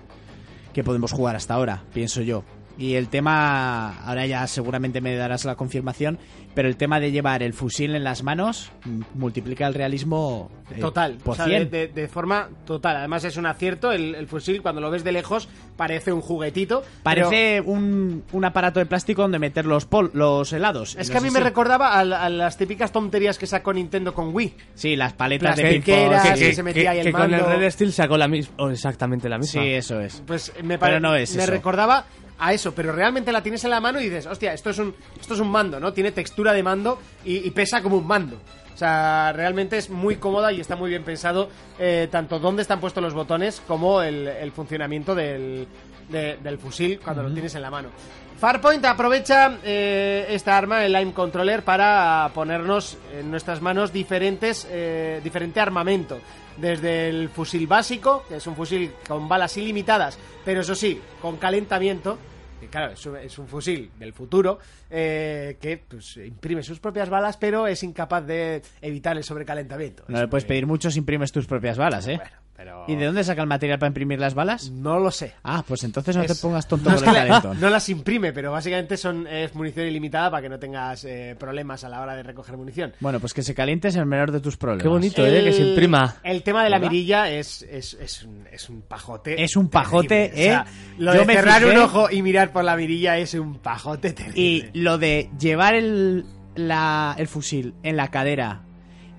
S2: que podemos jugar hasta ahora, pienso yo. Y el tema, ahora ya seguramente me darás la confirmación, pero el tema de llevar el fusil en las manos mm, multiplica el realismo eh,
S1: Total,
S2: por
S1: o sea,
S2: 100.
S1: de, de- de forma total. Además es un acierto, el, el fusil cuando lo ves de lejos parece un juguetito. pero
S2: Parece un, un aparato de plástico donde meter los, pol- los helados.
S1: Es
S2: No
S1: que a
S2: sé
S1: mí me
S2: si-
S1: recordaba a, la- a las típicas tonterías que sacó Nintendo con Wii.
S2: Sí, las paletas de ping
S1: Plastiqueras,
S2: pong,
S1: que
S2: sí.
S1: se metía ahí el
S3: que con el
S1: mando.
S3: Red Steel sacó la mis- o exactamente la misma.
S2: sí, eso es.
S1: Pues me
S2: Pero
S1: pare-
S2: no es
S1: me
S2: eso.
S1: recordaba a eso, pero realmente la tienes en la mano y dices, hostia, esto es un, esto es un mando, ¿no? Tiene textura de mando y, y pesa como un mando. O sea, realmente es muy cómoda y está muy bien pensado eh, tanto dónde están puestos los botones como el, el funcionamiento del, de- del fusil cuando lo tienes en la mano. Farpoint aprovecha eh, esta arma, el Lime Controller, para ponernos en nuestras manos diferentes, eh, diferente armamento. Desde el fusil básico, que es un fusil con balas ilimitadas, pero eso sí, con calentamiento. que claro, es un, es un fusil del futuro eh, que pues, imprime sus propias balas, pero es incapaz de evitar el sobrecalentamiento.
S2: No le puedes pedir mucho si imprimes tus propias balas, ¿eh?
S1: Bueno, Pero...
S2: ¿Y de dónde saca el material para imprimir las balas?
S1: No lo sé.
S2: Ah, pues entonces no
S1: Es-
S2: te pongas tonto
S1: No, es
S2: con el
S1: que la-
S2: talento.
S1: no las imprime, pero básicamente son es munición ilimitada para que no tengas eh, problemas a la hora de recoger munición.
S2: Bueno, pues que se caliente es el menor de tus problemas.
S3: Qué bonito, ¿eh? Que se imprima.
S1: El tema de la
S2: ¿Verdad?
S1: mirilla es, es, es, un, es un pajote.
S2: Es un pajote,
S1: terrible. O sea,
S2: ¿eh?
S1: lo
S2: Yo
S1: de
S2: me
S1: cerrar
S2: fijé-
S1: un ojo y mirar por la mirilla es un pajote
S2: Y
S1: terrible.
S2: lo de llevar el, la- el fusil en la cadera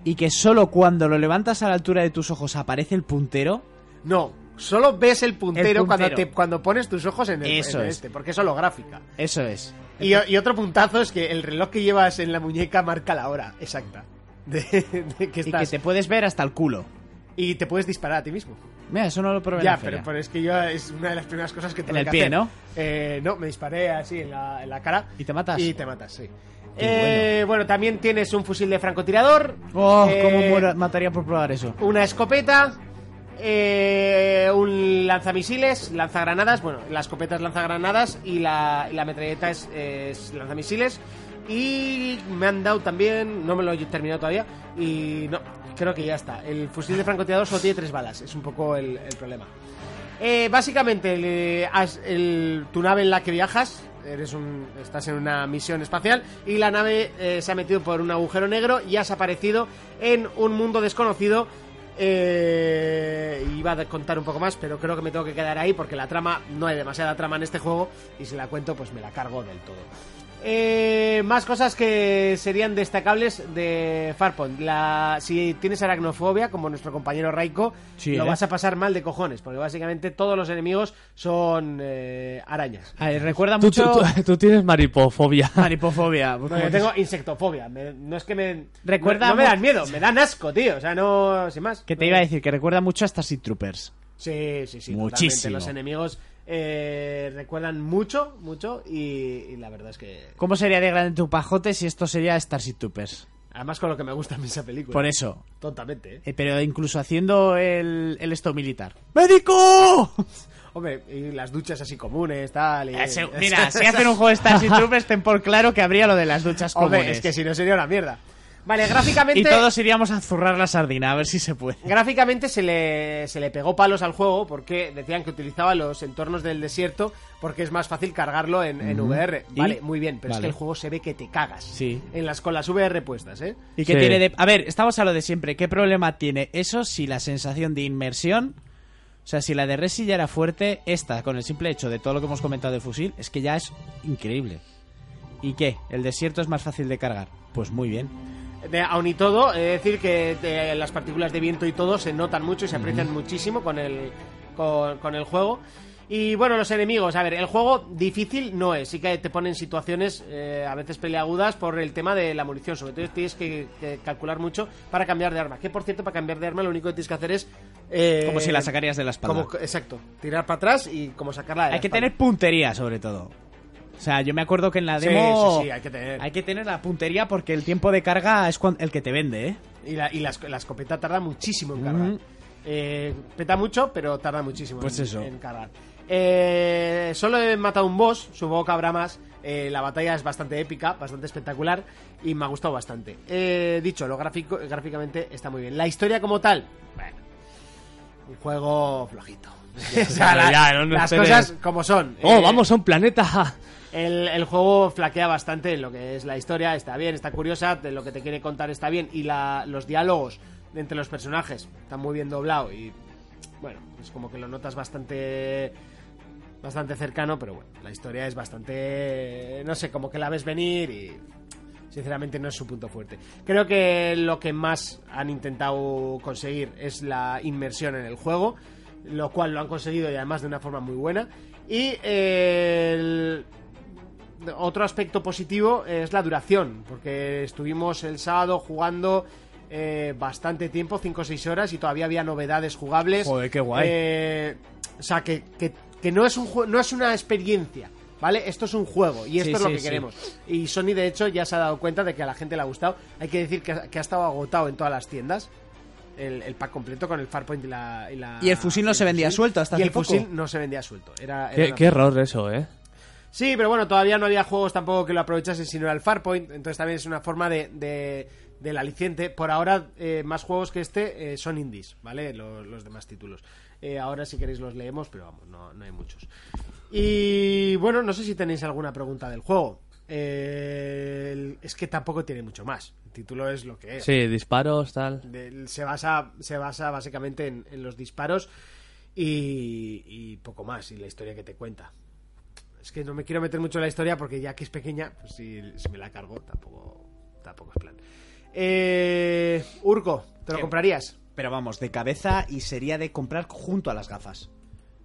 S2: y que solo cuando lo levantas a la altura de tus ojos aparece el puntero.
S1: No, solo ves el puntero,
S2: El
S1: cuando,
S2: puntero.
S1: te, cuando pones tus ojos en el
S2: Eso
S1: en
S2: es.
S1: este, porque es holográfica.
S2: Eso es.
S1: Y, y otro puntazo es que el reloj que llevas en la muñeca marca la hora exacta. De, de que
S2: Y que
S1: estás.
S2: te puedes ver hasta el culo.
S1: y te puedes disparar a ti mismo.
S2: Mira, eso no lo probé en la
S1: Ya,
S2: feria.
S1: pero, pero es que yo es una de las primeras cosas que tuve
S2: el
S1: que
S2: pie,
S1: hacer.
S2: ¿no?
S1: Eh, no, me disparé así en la, en la cara.
S2: ¿Y te matas?
S1: Y te matas, sí.
S2: Qué
S1: Eh, bueno. también tienes un fusil de francotirador.
S2: Oh, cómo
S1: eh,
S2: muero- mataría por probar eso.
S1: Una escopeta. eh, un lanzamisiles, lanzagranadas. Bueno, la escopeta es lanzagranadas y la, y la metralleta es, es lanzamisiles. Y me han dado también. No me lo he terminado todavía. Y no, creo que ya está. El fusil de francotirador solo tiene tres balas. Es un poco el, el problema. Eh, básicamente, el, eh, as- el- tu nave en la que viajas, eres un, estás en una misión espacial y la nave eh, se ha metido por un agujero negro y has aparecido en un mundo desconocido. Eh, iba a contar un poco más, pero creo que me tengo que quedar ahí porque la trama, no hay demasiada trama en este juego y si la cuento, pues me la cargo del todo. Eh, más cosas que serían destacables de Farpon. La, si tienes aracnofobia, como nuestro compañero Raiko,
S2: Sí,
S1: lo
S2: ¿eh?
S1: vas a pasar mal de cojones, porque básicamente todos los enemigos son eh, arañas.
S2: A ver, recuerda
S3: Tú,
S2: mucho
S3: tú- tú- tú tienes maripofobia.
S2: maripofobia.
S1: No, yo tengo insectofobia. me- no es que me.
S2: Pues- Recuerda
S1: no, no me dan
S2: mu-
S1: miedo, me dan asco, tío. O sea, no. Sin más.
S2: Que te
S1: No-
S2: iba a decir que recuerda mucho a Starship Troopers.
S1: Sí, sí, sí.
S2: Muchísimo.
S1: totalmente. Los enemigos eh, recuerdan mucho, mucho. Y, y la verdad es que.
S2: ¿Cómo sería de grande tu pajote si esto sería Starship Troopers?
S1: Además, con lo que me gusta a mí esa película.
S2: Por eso.
S1: Tontamente, ¿eh?
S2: Eh, pero incluso haciendo el, el esto militar. ¡Médico!
S1: Hombre, y las duchas así comunes, tal. y-
S2: Eh, se- Mira, si hacen un juego de Starship Troopers, ten por claro que habría lo de las duchas comunes.
S1: Hombre, es que si no sería una mierda. Vale, gráficamente.
S2: Y todos iríamos a zurrar la sardina, a ver si se puede.
S1: Gráficamente se le, se le pegó palos al juego porque decían que utilizaba los entornos del desierto porque es más fácil cargarlo en, en VR.
S2: ¿Y?
S1: Vale, muy bien, pero es
S2: Vale.
S1: que el juego se ve que te cagas.
S2: Sí.
S1: En las, con las VR puestas, ¿eh?
S2: ¿Y qué
S3: Sí.
S2: tiene de.? A ver, estamos a lo de siempre. ¿Qué problema tiene eso si la sensación de inmersión. O sea, si la de Resi ya era fuerte, esta, con el simple hecho de todo lo que hemos comentado de fusil, es que ya es increíble. ¿Y qué? ¿El desierto es más fácil de cargar? Pues muy bien.
S1: De, aun y todo, es decir que eh, las partículas de viento y todo se notan mucho y se aprecian muchísimo con el, con, con el juego. Y bueno, los enemigos, a ver, el juego difícil no es, sí que te ponen situaciones eh, a veces peleagudas por el tema de la munición, sobre todo tienes que, que calcular mucho para cambiar de arma. Que por cierto, para cambiar de arma lo único que tienes que hacer es... eh,
S2: Como si la sacarías de la espalda.
S1: como- exacto, tirar para atrás y como sacarla de la
S2: Hay que
S1: espalda.
S2: tener puntería, sobre todo. O sea, yo me acuerdo que en la
S1: Sí,
S2: demo.
S1: sí, sí, hay que tener.
S2: Hay que tener la puntería porque el tiempo de carga es cuan- el que te vende, ¿eh?
S1: Y, la, y la, esc- la escopeta tarda muchísimo en cargar. Eh, peta mucho, pero tarda muchísimo
S2: Pues
S1: en,
S2: eso.
S1: en cargar. Eh, solo he matado un boss, supongo que habrá más. Eh, la batalla es bastante épica, bastante espectacular y me ha gustado bastante. Eh, dicho, lo gráfico, gráficamente está muy bien. La historia como tal, bueno, un juego flojito. O sea, la-
S3: ya, no nos
S1: las
S3: esperes.
S1: cosas como son.
S3: Oh,
S1: Eh,
S3: vamos a un planeta.
S1: el, el juego flaquea bastante en lo que es la historia, está bien, está curiosa, de lo que te quiere contar está bien, y la- los diálogos entre los personajes están muy bien doblado y bueno, es como que lo notas bastante bastante cercano, pero bueno, la historia es bastante no sé, como que la ves venir y sinceramente no es su punto fuerte. Creo que lo que más han intentado conseguir es la inmersión en el juego, lo cual lo han conseguido y además de una forma muy buena. Y eh, el- otro aspecto positivo es la duración, porque estuvimos el sábado jugando eh, bastante tiempo, 5 o 6 horas, y todavía había novedades jugables.
S2: Joder, qué guay.
S1: Eh, o sea, que, que- que no, es un jue- no es una experiencia, ¿vale? Esto es un juego y esto
S2: Sí,
S1: es lo
S2: sí,
S1: que
S2: sí.
S1: queremos. Y Sony, de hecho, ya se ha dado cuenta de que a la gente le ha gustado. Hay que decir que, ha- que ha estado agotado en todas las tiendas. El, el pack completo con el Farpoint y la. Y, la-
S2: Y el fusil no se vendía
S1: fusil.
S2: suelto hasta
S1: Y
S2: hace
S1: el fusil
S2: poco.
S1: no se vendía suelto. Era, era
S3: Qué,
S1: una-
S3: qué error eso, ¿eh?
S1: Sí, pero bueno, todavía no había juegos tampoco que lo aprovechasen si no era el Farpoint. Entonces también es una forma de, de, del aliciente. Por ahora, eh, más juegos que este eh, son indies, ¿vale? Los, los demás títulos. Eh, ahora, si queréis, los leemos, pero vamos, no, no hay muchos. Y bueno, no sé si tenéis alguna pregunta del juego. Eh, el- es que tampoco tiene mucho más. El título es lo que es.
S3: Sí, disparos, tal.
S1: Del- se, basa, se basa básicamente en, en los disparos y, y poco más, y la historia que te cuenta. Es que no me quiero meter mucho en la historia porque ya que es pequeña, pues si, si me la cargo, tampoco, tampoco es plan. Eh, Urco, ¿te lo
S2: ¿Qué?
S1: comprarías?
S2: Pero vamos, de cabeza y sería de comprar junto a las gafas.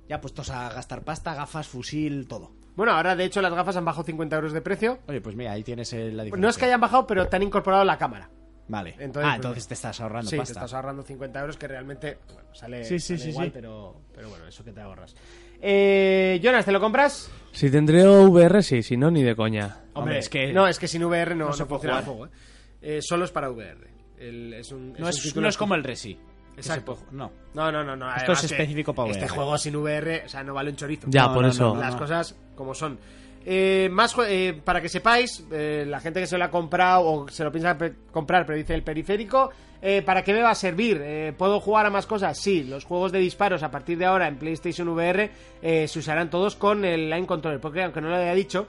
S2: Ya puestos a gastar pasta, gafas, fusil, todo.
S1: Bueno, ahora de hecho las gafas han bajado 50 euros de precio.
S2: Oye, pues mira, ahí tienes eh, la diferencia.
S1: No es que hayan bajado, pero te han incorporado la cámara.
S2: Vale.
S1: Entonces,
S2: ah,
S1: pues,
S2: entonces te estás ahorrando
S1: Sí, te
S2: pasta.
S1: estás ahorrando 50 euros que realmente bueno, sale,
S2: Sí, sí,
S1: sale
S2: sí,
S1: igual,
S2: sí.
S1: Pero, pero bueno, eso que te ahorras. Eh, Jonas, ¿te lo compras?
S3: Si tendré VR, sí, si no, ni de coña.
S2: Hombre, es que-
S1: No, es que sin VR no,
S2: no
S1: no
S2: se puede
S1: funciona el
S2: jugar.
S1: juego. ¿eh? Eh, solo es para VR. El- es un,
S2: No,
S1: un
S2: es,
S1: título
S2: no es
S1: que-
S2: como el Resi. que se
S1: Exacto.
S2: puede ju- No.
S1: No, no, no. no
S2: Esto
S1: además
S2: es
S1: que
S2: específico para
S1: Este
S2: VR.
S1: juego sin VR, o sea, no vale un chorizo.
S3: Ya,
S2: Ah, No,
S3: por
S2: no,
S3: eso.
S2: no, no.
S1: Las cosas como son. Eh, más jue- eh, para que sepáis, eh, la gente que se lo ha comprado o se lo piensa pe- comprar, pero dice el periférico, eh, ¿para qué me va a servir? Eh, ¿Puedo jugar a más cosas? Sí, los juegos de disparos a partir de ahora en PlayStation VR eh, se usarán todos con el Line Controller, porque aunque no lo haya dicho,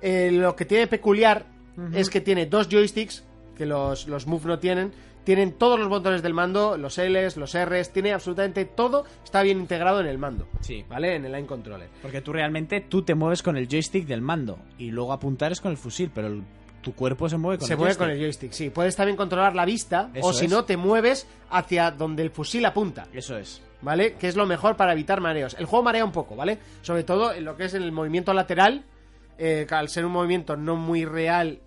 S1: eh, lo que tiene peculiar es que tiene dos joysticks, que los, los Move no tienen, tienen todos los botones del mando, los Ls, los Rs, tiene absolutamente todo, está bien integrado en el mando,
S2: Sí.
S1: ¿vale? En el Line Controller.
S2: Porque tú realmente tú te mueves con el joystick del mando y luego apuntar es con el fusil, pero el- tu cuerpo se mueve con
S1: se
S2: el
S1: mueve
S2: joystick.
S1: con el joystick, sí. Puedes también controlar la vista
S2: Eso
S1: o si
S2: es.
S1: no te mueves hacia donde el fusil apunta,
S2: Eso es.
S1: ¿vale? Que es lo mejor para evitar mareos. El juego marea un poco, ¿vale? Sobre todo en lo que es en el movimiento lateral, eh, que al ser un movimiento no muy real,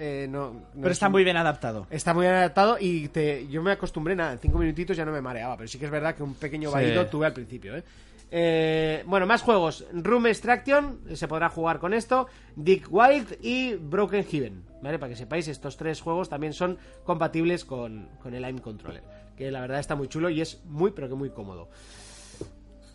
S1: eh, no, no
S2: Pero
S1: es
S2: está
S1: un-
S2: muy bien adaptado.
S1: Está muy adaptado y te, yo me acostumbré, nada, en cinco minutitos ya no me mareaba, pero sí que es verdad que un pequeño
S3: Sí.
S1: vaído tuve al principio, ¿eh? Eh, bueno, más juegos. Room Extraction, eh, se podrá jugar con esto. Dick Wild y Broken Heaven. ¿Vale? Para que sepáis, estos tres juegos también son compatibles con, con el AIM Controller. Que la verdad está muy chulo y es muy, pero que muy cómodo.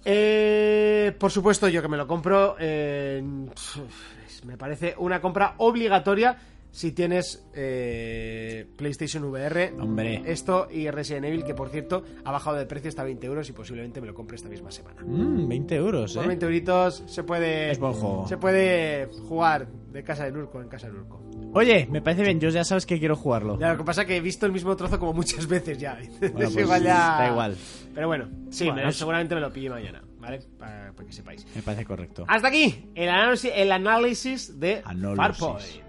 S1: Eh, por supuesto, yo que me lo compro. eh, pf, me parece una compra obligatoria si tienes eh, PlayStation VR.
S2: Hombre.
S1: Esto y Resident Evil, que por cierto ha bajado de precio hasta 20 euros y posiblemente me lo compre esta misma semana.
S2: Mm, 20 euros,
S1: Por
S2: ¿eh?
S1: 20 euritos se puede,
S2: Es buen juego.
S1: se puede jugar de casa de Nurco en casa de Nurco.
S2: Oye, me parece bien. Yo ya sabes que quiero jugarlo.
S1: Ya, lo que pasa es que he visto el mismo trozo como muchas veces ya. Entonces,
S2: Bueno, pues,
S1: igual ya-
S2: da igual.
S1: Pero bueno, sí,
S2: Bueno,
S1: me-
S2: es-
S1: seguramente me lo pille mañana, ¿vale? Para- para que sepáis.
S2: Me parece correcto.
S1: Hasta aquí el análisis, el análisis de
S2: Análisis.
S1: Farpoint.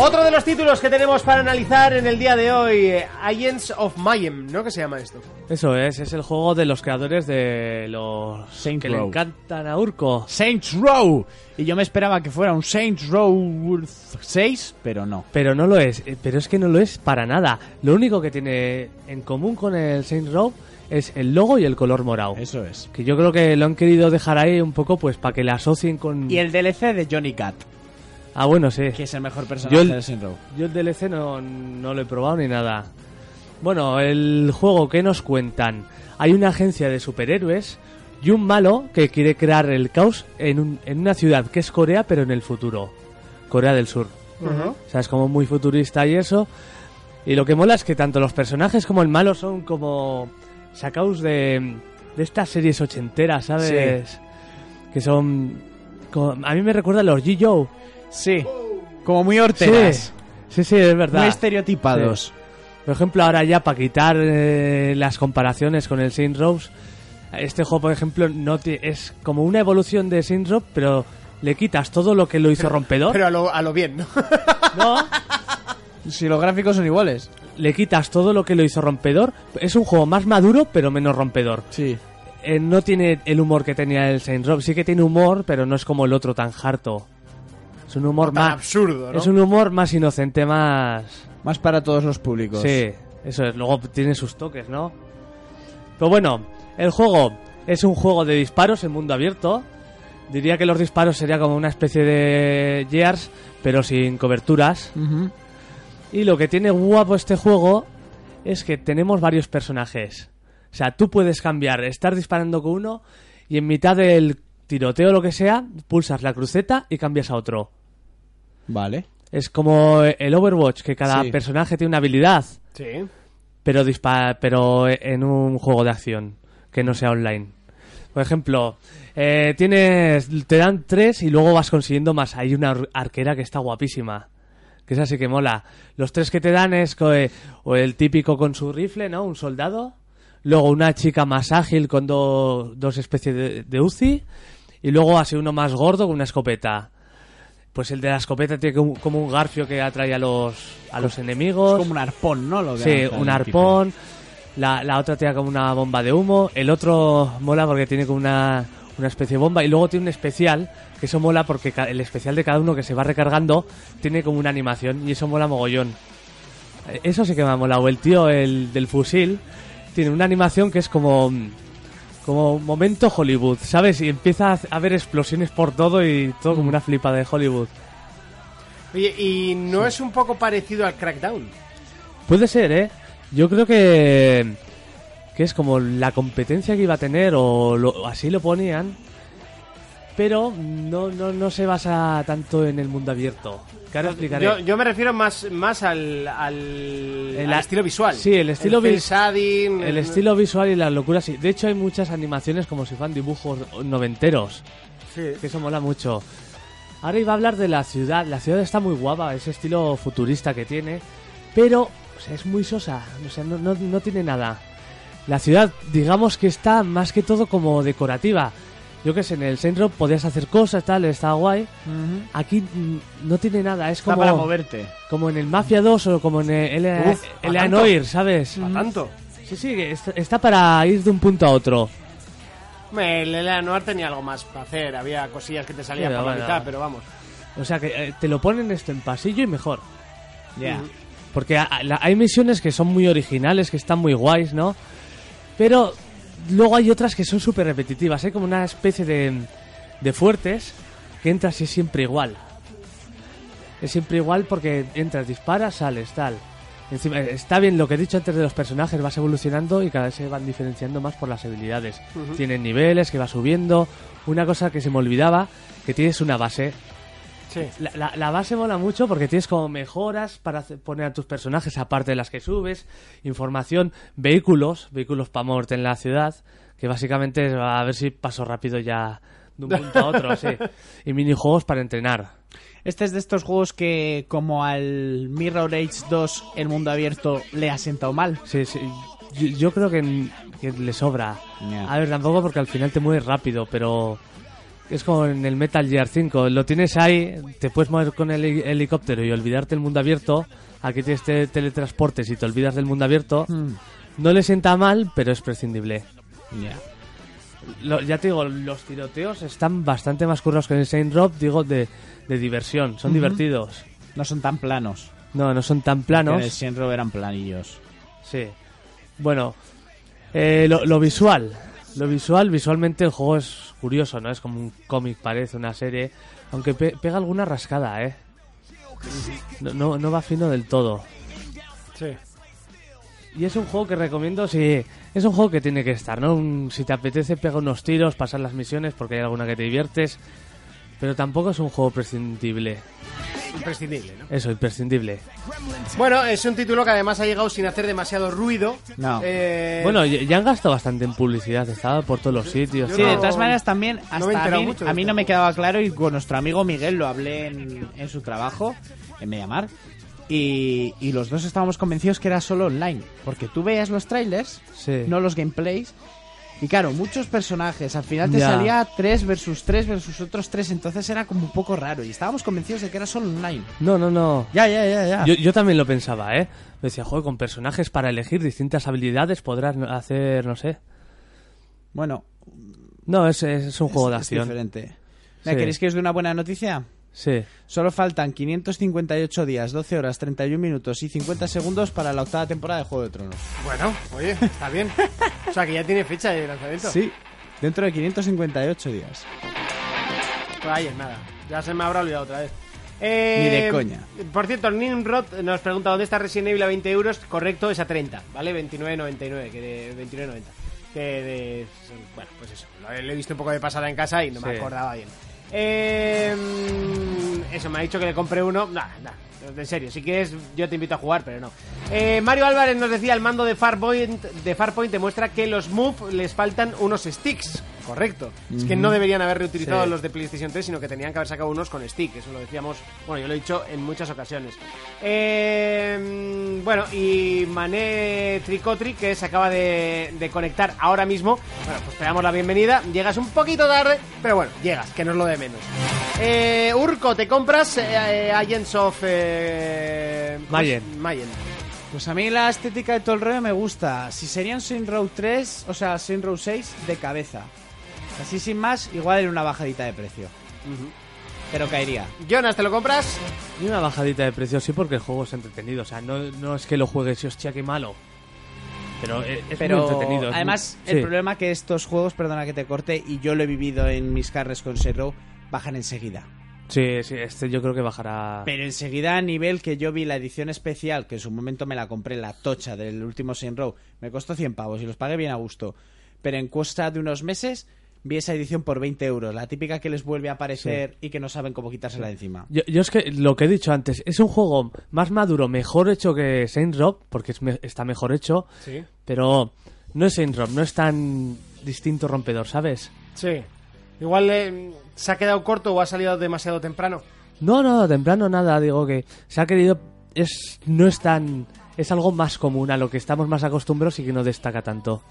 S1: Otro de los títulos que tenemos para analizar en el día de hoy, eh, Agents of Mayhem, ¿no? ¿Qué se llama esto?
S3: Eso es, es el juego de los creadores de los
S2: Saints
S3: que le
S2: Row.
S3: encantan a Urco.
S2: Saints Row. Y yo me esperaba que fuera un Saints Row 6, pero no.
S3: Pero no lo es, eh, pero es que no lo es para nada. Lo único que tiene en común con el Saints Row es el logo y el color morado.
S2: Eso es.
S3: Que yo creo que lo han querido dejar ahí un poco pues para que le asocien con...
S2: Y el DLC de Johnny Cat,
S3: Ah, bueno, sí.
S2: que es el mejor personaje
S3: Yo el-
S2: de Saints Row.
S3: Yo el DLC no, no lo he probado ni nada. Bueno, el juego que nos cuentan. Hay una agencia de superhéroes y un malo que quiere crear el caos en, un- en una ciudad que es Corea, pero en el futuro. Corea del Sur. O sea, es como muy futurista y eso. Y lo que mola es que tanto los personajes como el malo son como sacados de, de estas series ochenteras, ¿sabes? Que son... co- A mí me recuerda a los G.Joe.
S2: Sí. Como muy
S3: Sí,
S2: horteras.
S3: sí, sí, es verdad.
S2: Muy estereotipados.
S3: Por ejemplo, ahora ya para quitar eh, las comparaciones con el Saints Row, este juego, por ejemplo, no ti- es como una evolución de Saints Row, pero le quitas todo lo que lo hizo rompedor.
S1: Pero a lo, a lo bien, ¿no?
S3: No,
S2: Si los gráficos son iguales.
S3: le quitas todo lo que lo hizo rompedor. Es un juego más maduro, pero menos rompedor.
S2: Sí.
S3: Eh, no tiene el humor que tenía el Saint Rob. Sí que tiene humor, pero no es como el otro tan harto. Es un humor
S1: Tan
S3: más.
S1: absurdo, ¿no?
S3: Es un humor más inocente, más.
S2: Más para todos los públicos.
S3: Sí, eso es. Luego tiene sus toques, ¿no? Pero bueno, el juego es un juego de disparos en mundo abierto. Diría que los disparos sería como una especie de Gears, pero sin coberturas.
S2: Ujú.
S3: Y lo que tiene guapo este juego es que tenemos varios personajes. O sea, tú puedes cambiar, estar disparando con uno y en mitad del tiroteo o lo que sea, pulsas la cruceta y cambias a otro.
S2: Vale.
S3: Es como el Overwatch, que cada
S2: Sí.
S3: personaje tiene una habilidad,
S1: Sí.
S3: pero, dispa- pero en un juego de acción, que no sea online. Por ejemplo, eh, tienes, te dan tres y luego vas consiguiendo más. Hay una ar- arquera que está guapísima. Que esa sí que mola. Los tres que te dan es co- eh, o el típico con su rifle, ¿no? Un soldado. Luego una chica más ágil con do- dos especies de, de Uzi. Y luego así uno más gordo con una escopeta. Pues el de la escopeta tiene como un- como un garfio que atrae a los, a los enemigos.
S2: Es como un arpón, ¿no? Lo de
S3: Sí,
S2: lanzar
S3: un
S2: el
S3: arpón. La, la otra tiene como una bomba de humo. El otro mola porque tiene como una, una especie de bomba. Y luego tiene un especial, que eso mola porque ca- el especial de cada uno que se va recargando tiene como una animación y eso mola mogollón. Eh, Eso sí que me ha molado. El tío el del fusil tiene una animación que es como. mm, Como un momento Hollywood, ¿sabes? Y empieza a haber explosiones por todo y todo como una flipa de Hollywood.
S1: Oye, y no es un poco parecido al Crackdown.
S3: Puede ser, ¿eh? Yo creo que, que es como la competencia que iba a tener, o lo- así lo ponían, pero no, no, no se basa tanto en el mundo abierto. Que ahora explicaré.
S1: Yo, yo me refiero más, más al, al,
S3: El
S1: al
S3: a-
S1: estilo visual.
S3: sí, el estilo
S1: visual.
S3: vis- el
S1: eh,
S3: estilo visual y las locuras, sí. De hecho, hay muchas animaciones como si fueran dibujos noventeros, que eso mola mucho. Ahora iba a hablar de la ciudad. La ciudad está muy guapa, ese estilo futurista que tiene, pero o sea, es muy sosa, o sea, no, no- no tiene nada. La ciudad, digamos que está más que todo como decorativa. Yo que sé, en el centro podías hacer cosas, tal, estaba guay. Aquí mm, no tiene nada, es
S1: Está
S3: como,
S1: para moverte.
S3: como en el Mafia 2 o como en el, el,
S1: Uf, ¿a
S3: el
S1: tanto?
S3: Anoir, ¿sabes?
S1: ¿A tanto?
S3: Sí, sí, que est- está para ir de un punto a otro.
S1: Hombre, El Eleanor tenía algo más para hacer. Había cosillas que te salían
S3: Sí,
S1: por la
S3: bueno.
S1: mitad, pero vamos.
S3: O sea, que eh, te lo ponen esto en pasillo y mejor.
S2: equipo. Ya.
S3: Porque a- a- la- hay misiones que son muy originales, que están muy guays, ¿no? Pero luego hay otras que son súper repetitivas. Hay como una especie de, de fuertes que entras y es siempre igual. Es siempre igual porque entras, disparas, sales, tal. Encima, eh, está bien lo que he dicho antes de los personajes, vas evolucionando y cada vez se van diferenciando más por las habilidades. Tienen niveles que va subiendo. Una cosa que se me olvidaba, que tienes una base
S1: Sí.
S3: la, la- la base mola mucho porque tienes como mejoras para hacer- poner a tus personajes, aparte de las que subes, información, vehículos, vehículos para moverte en la ciudad, que básicamente es a ver si paso rápido ya de un punto a otro, sí. Y minijuegos para entrenar.
S2: Este es de estos juegos que, como al Mirror Age 2, el mundo abierto le ha sentado mal.
S3: Sí, sí. Yo, yo creo que, n- que le sobra.
S2: Ya.
S3: A ver, tampoco porque al final te mueves rápido, pero es como en el Metal Gear 5. Lo tienes ahí, te puedes mover con el heli- helicóptero y olvidarte del mundo abierto. Aquí tienes te- teletransportes y te olvidas del mundo abierto.
S2: Mm.
S3: No le sienta mal, pero es prescindible.
S2: Ya.
S3: Lo- ya te digo, los tiroteos están bastante más currados que en el Saint Rob, digo, de, de diversión. Son divertidos.
S2: No son tan planos.
S3: No, no son tan planos.
S2: En el Shenro eran planillos.
S3: Sí. Bueno, eh, lo, lo visual. Lo visual, visualmente el juego es curioso, ¿no? Es como un cómic, parece, una serie. Aunque pe- pega alguna rascada, ¿eh? No, no, no va fino del todo.
S1: Sí.
S3: Y es un juego que recomiendo si... Es un juego que tiene que estar, ¿no? Un- si te apetece, pega unos tiros, pasar las misiones porque hay alguna que te diviertes. Pero tampoco es un juego prescindible.
S1: Imprescindible, ¿no?
S3: Eso, imprescindible.
S1: Bueno, es un título que además ha llegado sin hacer demasiado ruido.
S2: No.
S1: Eh,
S3: Bueno, ya ya han gastado bastante en publicidad. Estaba por todos los sitios.
S1: Yo
S2: Sí,
S3: tal.
S2: de
S1: no-
S2: todas maneras también
S1: no
S2: hasta
S1: me he
S2: a,
S1: enterado
S2: mí,
S1: mucho de
S2: a mí
S1: esto.
S2: no me quedaba claro y con nuestro amigo Miguel lo hablé en, en su trabajo, en Mediamar, y, y los dos estábamos convencidos que era solo online, porque tú veías los trailers,
S3: Sí.
S2: no los gameplays, Y claro, muchos personajes. Al final te
S3: Ya.
S2: salía 3 versus 3 versus otros 3. Entonces era como un poco raro. Y estábamos convencidos de que era solo online.
S3: No, no, no.
S2: Ya, ya, ya, ya.
S3: Yo, yo también lo pensaba, ¿eh? Me decía, joder, con personajes para elegir distintas habilidades podrás no- hacer, no sé.
S2: Bueno,
S3: No, es, es- es un juego de
S2: es- es
S3: acción.
S2: diferente. Mira,
S3: Sí.
S2: ¿Queréis que os dé una buena noticia?
S3: Sí.
S2: Solo faltan 558 días, 12 horas, 31 minutos y 50 segundos para la octava temporada de Juego de Tronos.
S1: Bueno, oye, está bien. O sea, que ya tiene fecha de lanzamiento.
S2: Sí, dentro de 558 días.
S1: Pues ahí es nada. Ya se me habrá olvidado otra vez. Eh,
S2: Ni de coña.
S1: Por cierto, Nimrod nos pregunta dónde está Resident Evil a 20 euros. Correcto, es a 30, ¿vale? 29.99, que de 29.90. Que de... Bueno, pues eso. Lo he, lo he visto un poco de pasada en casa y no me
S3: Sí.
S1: acordaba bien. Eh, mm, eso, me ha dicho que le compré uno. Nah, nah. En serio, si quieres yo te invito a jugar, pero no. Eh, Mario Álvarez nos decía, el mando de Farpoint, de Farpoint demuestra que los Move les faltan unos sticks. Correcto. Es que no deberían haber reutilizado
S3: Sí.
S1: los de PlayStation 3, sino que tenían que haber sacado unos con stick. Eso lo decíamos, bueno, yo lo he dicho en muchas ocasiones. Eh, bueno, y Mané Tricotri, que se acaba de, de conectar ahora mismo. Bueno, pues te damos la bienvenida. Llegas un poquito tarde, pero bueno, llegas, que no es lo de menos. Eh, Urco, ¿te compras eh, Agents of... Eh,
S3: Mayen.
S1: Mayen.
S2: Pues a mí la estética de todo el rollo me gusta. Si serían Sin Row 3, o sea, Sin Row 6, de cabeza. Así sin más, igual en una bajadita de precio. Pero caería.
S1: Jonas, ¿te lo compras?
S3: Y una bajadita de precio, sí, porque el juego es entretenido. O sea, no, no es que lo juegues y hostia, qué malo. Pero eh, es
S2: Pero
S3: muy entretenido. es
S2: además,
S3: muy-
S2: el
S3: sí.
S2: problema que estos juegos, perdona que te corte, y yo lo he vivido en mis carres con Sin Row, bajan enseguida.
S3: Sí, sí, este yo creo que bajará.
S2: Pero enseguida a nivel que yo vi la edición especial, que en su momento me la compré la tocha del último Saint Row, me costó 100 pavos y los pagué bien a gusto. Pero en cuesta de unos meses vi esa edición por 20 euros, la típica que les vuelve a aparecer y que no saben cómo quitársela de encima.
S3: Yo, yo es que lo que he dicho antes, es un juego más maduro, mejor hecho que Saints Row, porque es me- está mejor hecho,
S1: Sí.
S3: pero no es Saints Row, no es tan distinto rompedor, ¿sabes?
S1: Sí. Igual eh, se ha quedado corto o ha salido demasiado temprano.
S3: No, no, temprano nada, digo que se ha querido, es, no es tan, es algo más común a lo que estamos más acostumbrados y que no destaca tanto.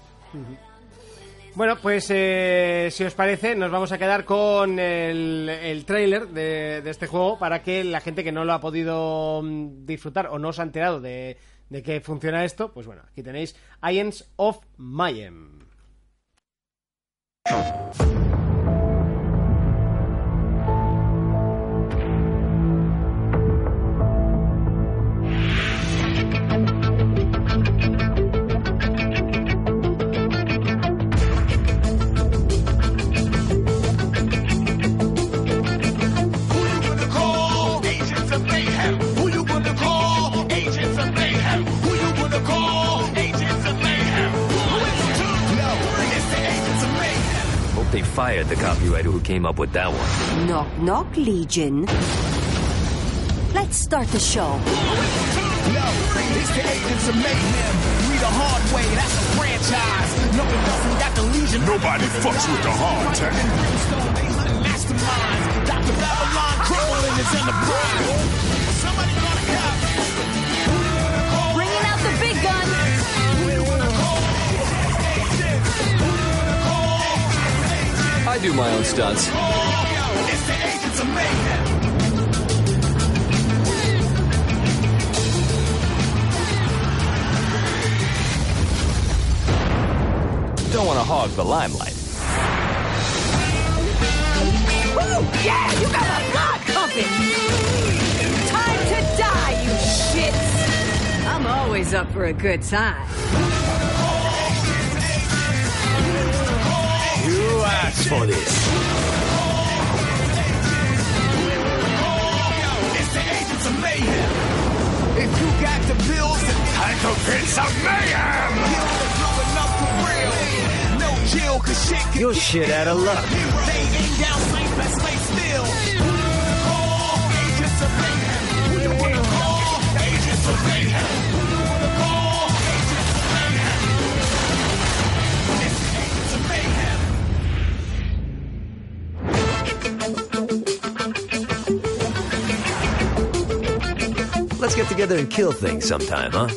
S1: Bueno, pues eh, si os parece, nos vamos a quedar con el, el tráiler de, de este juego para que la gente que no lo ha podido mm, disfrutar o no os ha enterado de, de que funciona esto, pues bueno, aquí tenéis Ions of Mayhem.
S4: Who you gonna call? Agents of mayhem. Who you gonna call? Agents of mayhem. Who you gonna call? Agents of mayhem. No, it's the agents of mayhem.
S5: Hope they fired the copywriter who came up with that one.
S8: Knock, knock, Legion. Let's start the show.
S4: No, it's the agents of mayhem. We the hard way. That's a franchise. No, it doesn't got the legion. Nobody fucks with the hard time. Masterminds. Dr. Babylon crumbling his enterprise. Somebody gotta cop. Who you gonna call?
S8: Bringing out the big gun.
S5: I do my own stunts.
S4: It's the agents of mayhem.
S5: Don't want to hog the limelight.
S8: Woo! Yeah, you got a lot coming. Time to die, you shits. I'm always up for a good time.
S4: You asked for this. It's the agents of mayhem. If you got the bills, then I could fit some mayhem. Blowing up for real. No chill, cause shit can
S5: You're shit out of luck.
S4: They ain't down safe, let's stay still. Who you wanna call? Agents of mayhem. Who you wanna call? Agents of mayhem. Who you wanna call? Agents of mayhem. It's the agents of mayhem.
S5: Let's get together and kill things sometime, huh?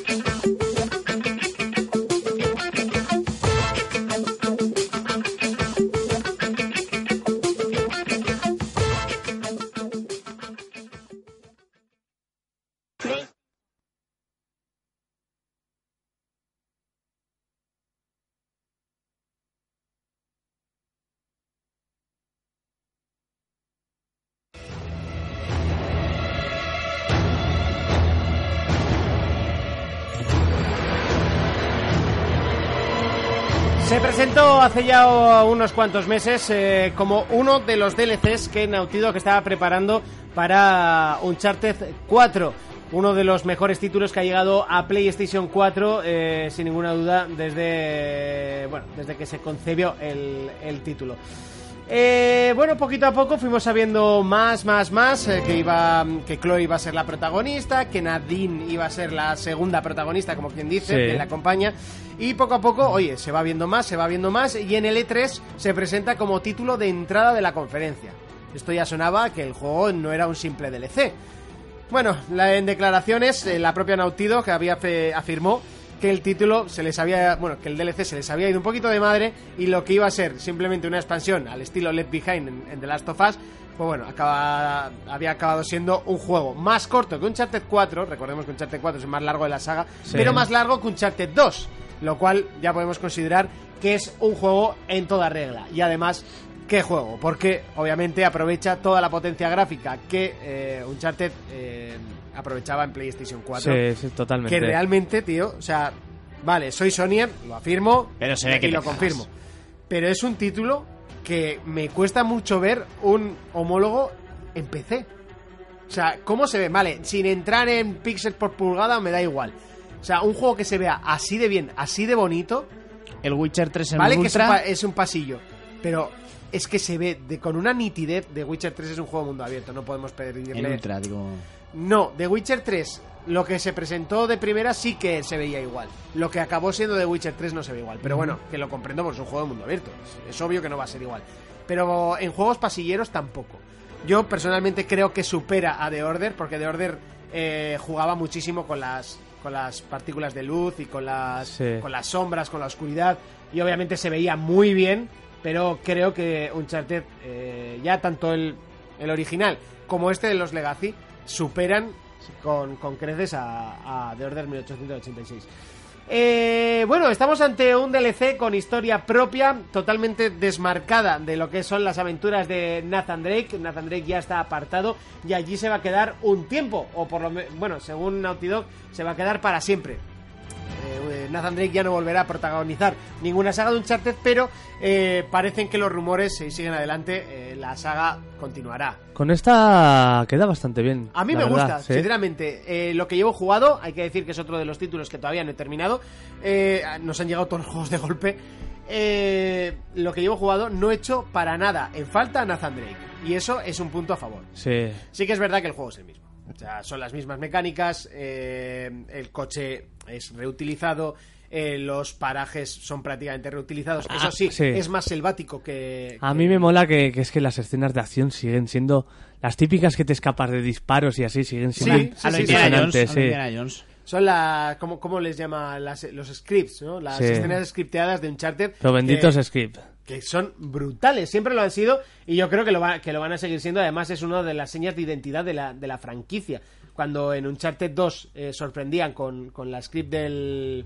S1: Se presentó hace ya unos cuantos meses eh, como uno de los DLCs que Naughty Dog estaba preparando para Uncharted 4. Uno de los mejores títulos que ha llegado a PlayStation 4, eh, sin ninguna duda, desde, bueno, desde que se concebió el, el título. Eh, bueno, poquito a poco fuimos sabiendo más, más, más eh, que iba, que Chloe iba a ser la protagonista, que Nadine iba a ser la segunda protagonista, como quien dice,
S3: Sí.
S1: que la acompaña. Y poco a poco, oye, se va viendo más, se va viendo más. Y en el E3 se presenta como título de entrada de la conferencia. Esto ya sonaba que el juego no era un simple DLC. Bueno, la- en declaraciones, eh, la propia Nautido que había fe- afirmó que el título se les había, bueno, que el DLC se les había ido un poquito de madre y lo que iba a ser simplemente una expansión al estilo Left Behind en, en The Last of Us, pues bueno, acaba- había acabado siendo un juego más corto que Uncharted 4, recordemos que Uncharted 4 es el más largo de la saga, pero más largo que Uncharted 2, lo cual ya podemos considerar que es un juego en toda regla y además qué juego, porque obviamente aprovecha toda la potencia gráfica que eh, Uncharted eh, aprovechaba en PlayStation 4.
S3: Sí, sí, totalmente.
S1: Que realmente, tío, o sea, vale, soy Sonyer, lo afirmo
S2: Pero se ve
S1: y
S2: que te
S1: lo
S2: cagas.
S1: confirmo. Pero es un título que me cuesta mucho ver un homólogo en PC. O sea, ¿cómo se ve? Vale, sin entrar en píxeles por pulgada me da igual. O sea, un juego que se vea así de bien, así de bonito,
S2: El Witcher 3 en
S1: Vale que es un,
S2: Ultra.
S1: pa- es un pasillo, pero es que se ve de, con una nitidez. The Witcher 3 es un juego mundo abierto, no podemos
S2: En
S1: pedirle...
S2: Ultra, digo.
S1: No, The Witcher 3, lo que se presentó de primera sí que se veía igual. Lo que acabó siendo The Witcher 3 no se ve igual. Pero bueno, que lo comprendo porque es un juego de mundo abierto. Es, es obvio que no va a ser igual. Pero en juegos pasilleros tampoco. Yo personalmente creo que supera a The Order porque The Order eh, jugaba muchísimo con las con las partículas de luz y con las
S3: Sí.
S1: con las sombras, con la oscuridad y obviamente se veía muy bien, pero creo que Uncharted eh, ya tanto el, el original como este de los Legacy superan con, con creces a, a The Order 1886. Eh, bueno, estamos ante un DLC con historia propia, totalmente desmarcada de lo que son las aventuras de Nathan Drake. Nathan Drake ya está apartado y allí se va a quedar un tiempo, o por lo menos, bueno, según Naughty Dog, se va a quedar para siempre. Eh, Nathan Drake ya no volverá a protagonizar ninguna saga de Uncharted, pero eh, parecen que los rumores eh, siguen adelante, eh, la saga continuará.
S3: Con esta queda bastante bien.
S1: A mí
S3: la
S1: me
S3: verdad,
S1: gusta,
S3: sí.
S1: sinceramente. Eh, lo que llevo jugado, hay que decir que es otro de los títulos que todavía no he terminado. Eh, nos han llegado todos los juegos de golpe. Eh, lo que llevo jugado no he hecho para nada en falta a Nathan Drake. Y eso es un punto a favor.
S3: Sí.
S1: Sí que es verdad que el juego es el mismo. O sea, son las mismas mecánicas, eh, el coche es reutilizado, eh, los parajes son prácticamente reutilizados. Eso sí,
S3: Ah, sí.
S1: es más selvático que...
S3: A
S1: que-
S3: mí me mola que, que es que las escenas de acción siguen siendo las típicas que te escapas de disparos y así siguen siendo
S1: Sí, sí,
S2: a lo
S1: sí,
S2: Indiana Jones.
S3: impresionantes,
S2: a lo
S3: sí.
S2: Indiana Jones.
S1: Son las. ¿cómo, ¿Cómo les llama? Las- los scripts, ¿no? Las
S3: Sí.
S1: escenas scripteadas de Uncharted.
S3: Pero benditos
S1: que,
S3: script.
S1: que son brutales, siempre lo han sido y yo creo que lo, va- que lo van a seguir siendo. Además, es una de las señas de identidad de la, de la franquicia. Cuando en Uncharted 2 eh, sorprendían con, con la script del,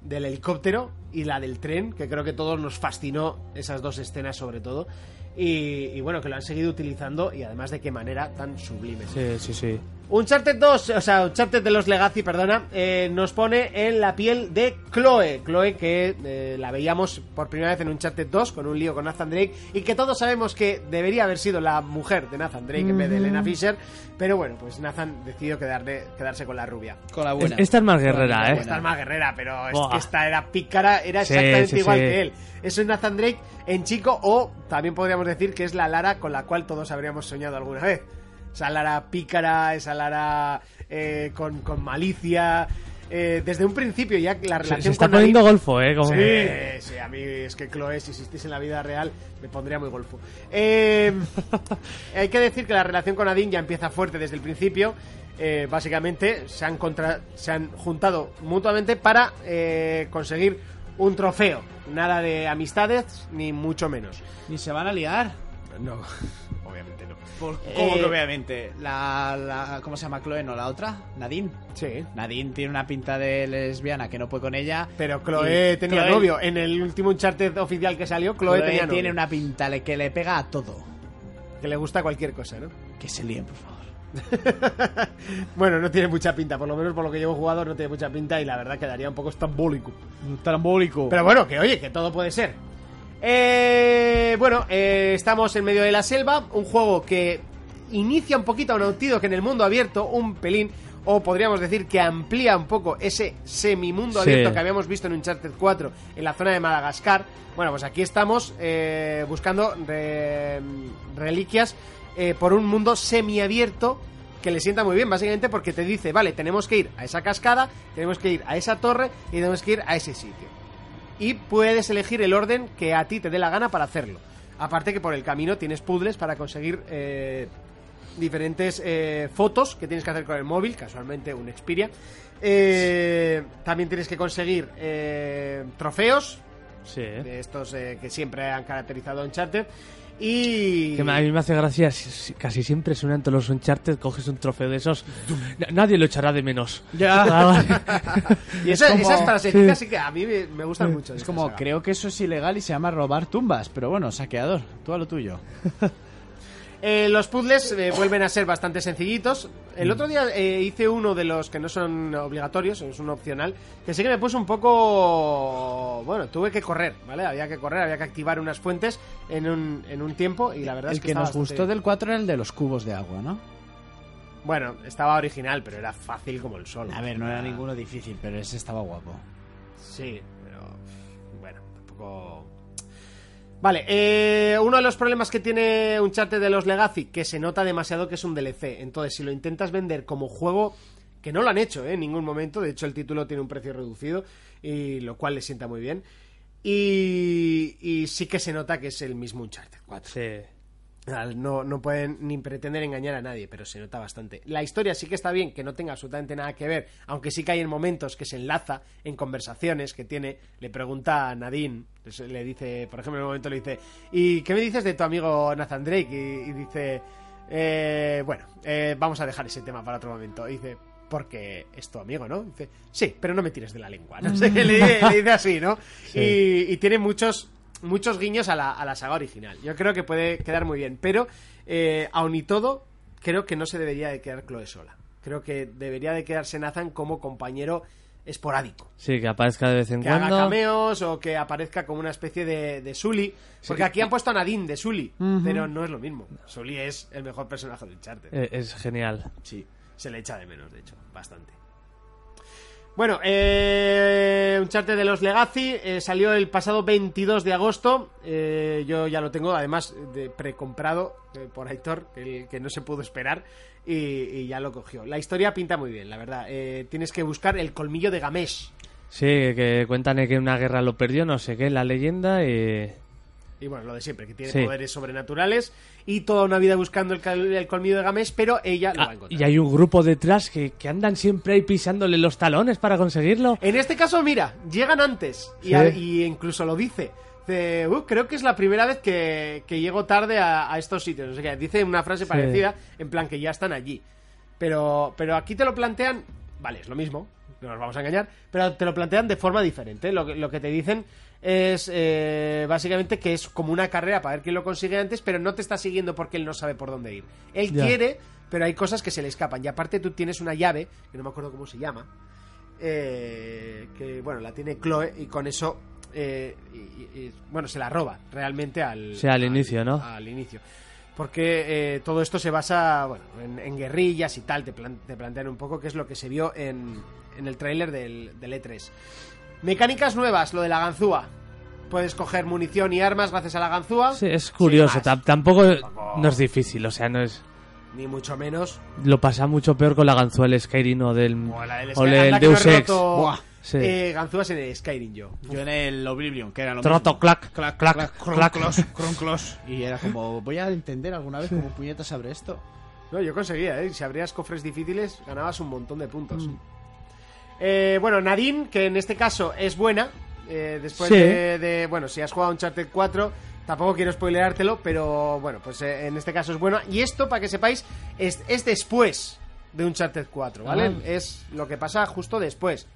S1: del helicóptero y la del tren, que creo que todos nos fascinó esas dos escenas sobre todo. Y, y bueno, que lo han seguido utilizando y además de qué manera tan sublime.
S3: Sí, sí, sí.
S1: Uncharted 2, o sea, Uncharted de los Legacy, perdona, eh, nos pone en la piel de Chloe. Chloe que eh, la veíamos por primera vez en Uncharted 2 con un lío con Nathan Drake y que todos sabemos que debería haber sido la mujer de Nathan Drake en vez de Elena Fisher, pero bueno, pues Nathan decidió quedarle- quedarse con la rubia.
S2: Con la
S3: Es-
S2: buena.
S3: Esta es más guerrera,
S1: Esta es
S3: ¿eh?
S1: más guerrera, pero es
S3: Buah.
S1: que esta era pícara, era
S3: Sí,
S1: exactamente
S3: sí,
S1: igual
S3: sí.
S1: que él. Es un Nathan Drake en chico o también podríamos decir que es la Lara con la cual todos habríamos soñado alguna vez. Esa Lara pícara, esa Lara eh, con, con malicia. eh, desde un principio ya la relación
S3: Se, se está
S1: con Nadine-
S3: poniendo golfo, ¿eh? Como que-
S1: Sí, sí, a mí es que Chloe, si existiese en la vida real, me pondría muy golfo. Eh, hay que decir que la relación con Nadine ya empieza fuerte desde el principio. Eh, básicamente se han, contra- se han juntado mutuamente para eh, conseguir un trofeo. Nada de amistades, ni mucho menos.
S2: Y se van a liar.
S1: No, obviamente no.
S2: Por,
S1: Eh,
S2: ¿Cómo que obviamente? La, la- ¿Cómo se llama Chloe? ¿No la otra? Nadine.
S1: Sí.
S2: Nadine tiene una pinta de lesbiana que no puede con ella.
S1: Pero
S2: Y
S1: Chloe tenía
S2: Chloe-
S1: novio. En el último Uncharted oficial que salió, Chloe,
S2: Chloe
S1: tenía novio.
S2: tiene una pinta le- que le pega a todo.
S1: Que le gusta cualquier cosa, ¿no?
S2: Que se líen, por favor.
S1: bueno, no tiene mucha pinta, por lo menos por lo que llevo jugado no tiene mucha pinta y la verdad quedaría un poco estambólico.
S2: Trambólico.
S3: Oh.
S1: Pero bueno, que oye, que todo puede ser. Eh, bueno, eh, estamos en medio de la selva, un juego que inicia un poquito a un que en el mundo abierto, un pelín, o podríamos decir que amplía un poco ese semimundo
S3: Sí.
S1: abierto que habíamos visto en Uncharted 4 en la zona de Madagascar. Bueno, pues aquí estamos eh, buscando re- reliquias eh, por un mundo semiabierto que le sienta muy bien, básicamente porque te dice, vale, tenemos que ir a esa cascada, tenemos que ir a esa torre y tenemos que ir a ese sitio y puedes elegir el orden que a ti te dé la gana para hacerlo. Aparte que por el camino tienes puzzles para conseguir eh, diferentes eh, fotos que tienes que hacer con el móvil, casualmente un Xperia. Eh, también tienes que conseguir eh, trofeos,
S3: Sí.
S1: de estos eh, que siempre han caracterizado a Uncharted. Y...
S3: Que me- a mí me hace gracia, si- si- casi siempre suenan todos los Uncharted, coges un trofeo de esos, na- nadie lo echará de menos. Ah,
S2: Ya.
S1: Y esa-
S2: como-
S1: esas frasecitas
S3: sí.
S1: sí que a mí me, me gustan mucho. de
S2: Es
S1: esta
S2: como,
S1: saga.
S2: creo que eso es ilegal y se llama robar tumbas. Pero bueno, saqueador, tú a lo tuyo.
S1: Eh, los puzzles eh, vuelven a ser bastante sencillitos. El otro día eh, hice uno de los que no son obligatorios, es un opcional, que sí que me puso un poco... Bueno, tuve que correr, ¿vale? Había que correr, había que activar unas fuentes en un, en un tiempo y la verdad
S2: El
S1: es que...
S2: que
S1: estaba
S2: nos
S1: bastante
S2: gustó
S1: bien.
S2: del 4 era el de los cubos de agua, ¿no?
S1: Bueno, estaba original, pero era fácil como el sol. Ah.
S2: A ver, no era ninguno difícil, pero ese estaba guapo.
S1: Sí, pero... Bueno, tampoco... Vale, eh, uno de los problemas que tiene un charte de los Legacy, que se nota demasiado que es un DLC. Entonces, si lo intentas vender como juego, que no lo han hecho ¿eh? en ningún momento, de hecho el título tiene un precio reducido, y lo cual le sienta muy bien. Y, y sí que se nota que es el mismo Uncharted 4. Al- No, no pueden ni pretender engañar a nadie, pero se nota bastante. La historia sí que está bien, que no tenga absolutamente nada que ver, aunque sí que hay en momentos que se enlaza en conversaciones que tiene. Le pregunta a Nadine, pues, le dice, por ejemplo, en un momento le dice, ¿y qué me dices de tu amigo Nathan Drake? Y, y dice, "Eh, bueno, eh, vamos a dejar ese tema para otro momento. Y dice, porque es tu amigo, ¿no? Dice, sí, pero no me tires de la lengua. No sé qué le, dice- le dice así, ¿no? Y, y tiene muchos muchos guiños a la, a la saga original. Yo creo que puede quedar muy bien, pero eh, aun y todo, creo que no se debería de quedar Chloe sola. Creo que debería de quedarse Nathan como compañero esporádico.
S3: Sí, que aparezca de vez en
S1: Que haga
S3: cuando.
S1: cameos o que aparezca como una especie de, de Sully. Porque aquí han puesto a Nadine de Sully, pero no es lo mismo. Sully es el mejor personaje del charter.
S3: Eh, es genial.
S1: Sí, se le echa de menos, de hecho, bastante. Bueno, eh, un charter de los Legacy eh, salió el pasado 22 de agosto. Eh, yo ya lo tengo, además, de precomprado eh, por Aitor, el que no se pudo esperar, y, y ya lo cogió. La historia pinta muy bien, la verdad. Eh, tienes que buscar el colmillo de Gamesh.
S3: Sí, que cuentan que en una guerra lo perdió, no sé qué, la leyenda y...
S1: Y bueno, lo de siempre, que tiene
S3: Sí.
S1: poderes sobrenaturales y toda una vida buscando el, cal- el colmillo de Gamesh, pero ella lo va
S3: Ah,
S1: a encontrar.
S3: y hay un grupo detrás que, que andan siempre ahí pisándole los talones para conseguirlo.
S1: En este caso, mira, llegan antes y,
S3: Sí.
S1: a- y incluso lo dice. Dice, "Uh, creo que es la primera vez que, que llego tarde a, a estos sitios. O sea, dice una frase parecida, en plan que ya están allí. Pero, pero aquí te lo plantean, vale, es lo mismo, no nos vamos a engañar, pero te lo plantean de forma diferente. Lo, que- lo que te dicen es eh, básicamente que es como una carrera para ver quién lo consigue antes, pero no te está siguiendo porque él no sabe por dónde ir. Él
S3: Ya.
S1: quiere, pero hay cosas que se le escapan. Y aparte tú tienes una llave, que no me acuerdo cómo se llama, eh, que bueno, la tiene Chloe y con eso, eh, y- y- y, bueno, se la roba realmente al...
S3: O sea, al inicio, ¿no?
S1: Al inicio. Porque eh, todo esto se basa bueno, en, en guerrillas y tal, te, plan- te plantean un poco qué es lo que se vio en, en el tráiler del, del E3. Mecánicas nuevas, lo de la ganzúa. Puedes coger munición y armas gracias a la ganzúa.
S3: Sí, es curioso,
S1: Sin más,
S3: tam- tampoco no es difícil, o sea, no es...
S1: Ni mucho menos.
S3: Lo pasa mucho peor con la ganzuela Skyrim o del,
S1: O la del
S3: o
S1: Skyrim,
S3: del
S1: anda que no he
S3: Deus Ex.
S1: roto,
S2: Buah,
S3: sí.
S1: eh, ganzúas en el Skyrim yo.
S2: Yo en el Oblivion, que era lo
S3: Troto,
S2: mismo.
S3: clac,
S2: clac,
S3: clac,
S2: clac,
S3: clac.
S2: cronclos, cronclos. Y era como, voy a entender alguna vez cómo puñetas abre esto.
S1: No, yo conseguía, ¿eh? Si abrías cofres difíciles, ganabas un montón de puntos.
S3: Mm.
S1: Eh, bueno, Nadine, que en este caso es buena. eh, después
S3: Sí.
S1: de, de- Bueno, si has jugado Uncharted 4, tampoco quiero spoileártelo, pero bueno, pues eh, en este caso es buena. Y esto, para que sepáis, es, es después de Uncharted 4, ¿vale?
S3: Ah.
S1: Es lo que pasa justo después.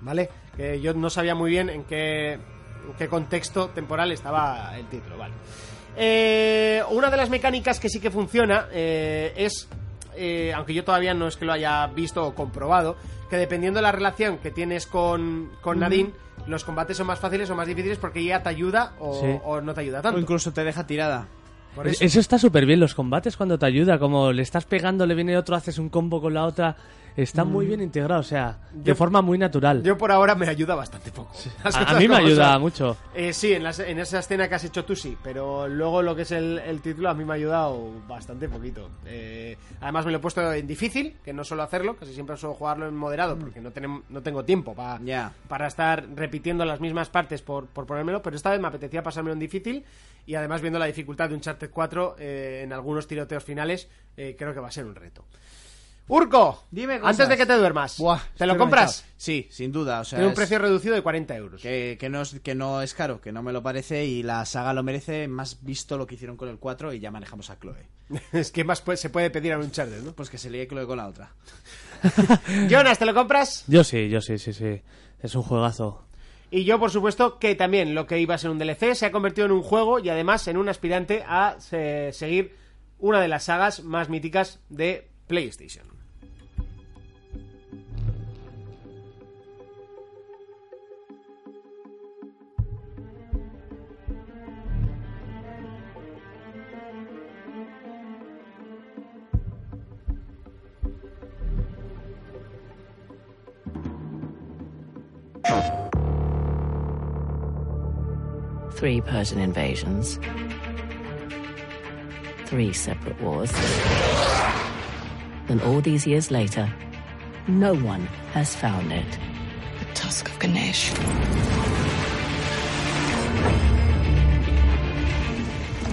S1: ¿Vale? Que yo no sabía muy bien en qué, en qué contexto temporal estaba el título, ¿vale? Eh, una de las mecánicas que sí que funciona eh, es eh, aunque yo todavía no es que lo haya visto o comprobado, que dependiendo de la relación que tienes con, con Nadine, los combates son más fáciles o más difíciles porque ella te ayuda o,
S3: Sí.
S1: o no te ayuda
S2: O
S1: tanto.
S2: incluso te deja tirada.
S1: Por
S3: Es-
S1: eso.
S3: Eso. está súper bien, los combates cuando te ayuda, como le estás pegando, le viene otro, haces un combo con la otra. Está muy bien integrado, o sea, de
S1: Mm. Yo-
S3: forma muy natural.
S1: Yo por ahora me ayuda bastante poco. Las
S3: a, a
S1: cosas
S3: mí me
S1: como
S3: ayuda
S1: son.
S3: mucho.
S1: Eh, sí, en, las- en esa escena que has hecho tú sí, pero luego lo que es el, el título a mí me ha ayudado bastante poquito. Eh, además me lo he puesto en difícil, que no suelo hacerlo, casi siempre suelo jugarlo en moderado, porque no, tenem- no tengo tiempo para
S2: Mm. Ya.
S1: para estar repitiendo las mismas partes por, por ponérmelo, pero esta vez me apetecía pasármelo en difícil y además viendo la dificultad de un Charter 4 eh, en algunos tiroteos finales, eh, creo que va a ser un reto. Urco,
S2: Dime
S1: antes
S2: cosas.
S1: de que te duermas,
S2: Buah,
S1: ¿te lo
S2: estoy
S1: compras?
S2: reventado. Sí, sin duda. O sea,
S1: Tiene un
S2: es-
S1: precio reducido de 40 euros.
S2: Que, que no es, que no es caro, que no me lo parece y la saga lo merece, más visto lo que hicieron con el 4 y ya manejamos a Chloe.
S1: es que más pues, se puede pedir a un Charter, ¿no?
S2: Pues que se líe Chloe con la otra.
S1: Jonas, ¿te lo compras?
S3: Yo sí, yo sí, sí, sí. Es un juegazo.
S1: Y yo, por supuesto, que también lo que iba a ser un DLC se ha convertido en un juego y además en un aspirante a eh, seguir una de las sagas más míticas de PlayStation.
S9: Three Persian invasions. Three separate wars. And all these years later, no one has found it.
S10: The tusk of Ganesh.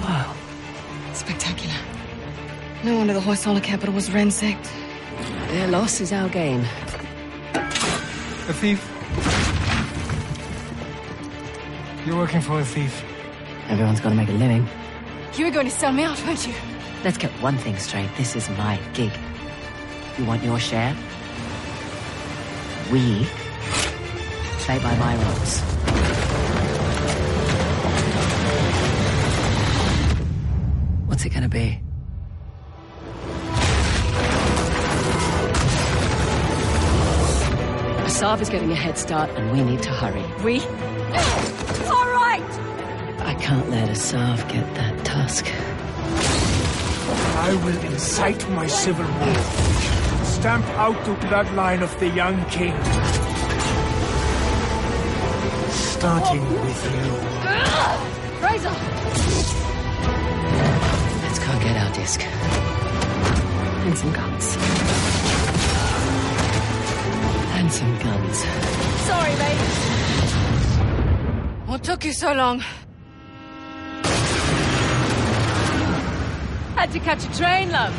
S9: Wow.
S10: Spectacular. No wonder the Hoysala capital was ransacked.
S9: Their loss is our gain.
S11: A thief. You're working for a thief.
S9: Everyone's got to make a living.
S10: You're going to sell me out, aren't you?
S9: Let's get one thing straight. This is my gig. You want your share? We play by my rules. What's it gonna be? Asav is getting a head start, and we need to hurry.
S8: We? All right!
S9: I can't let Asav get that tusk.
S11: I will incite my civil war. Stamp out the bloodline of the young king. Starting with you.
S10: Razor!
S9: Let's go get our disc. And some guns. And some guns.
S10: Sorry, mate. What took you so long?
S8: Had to catch a train, love.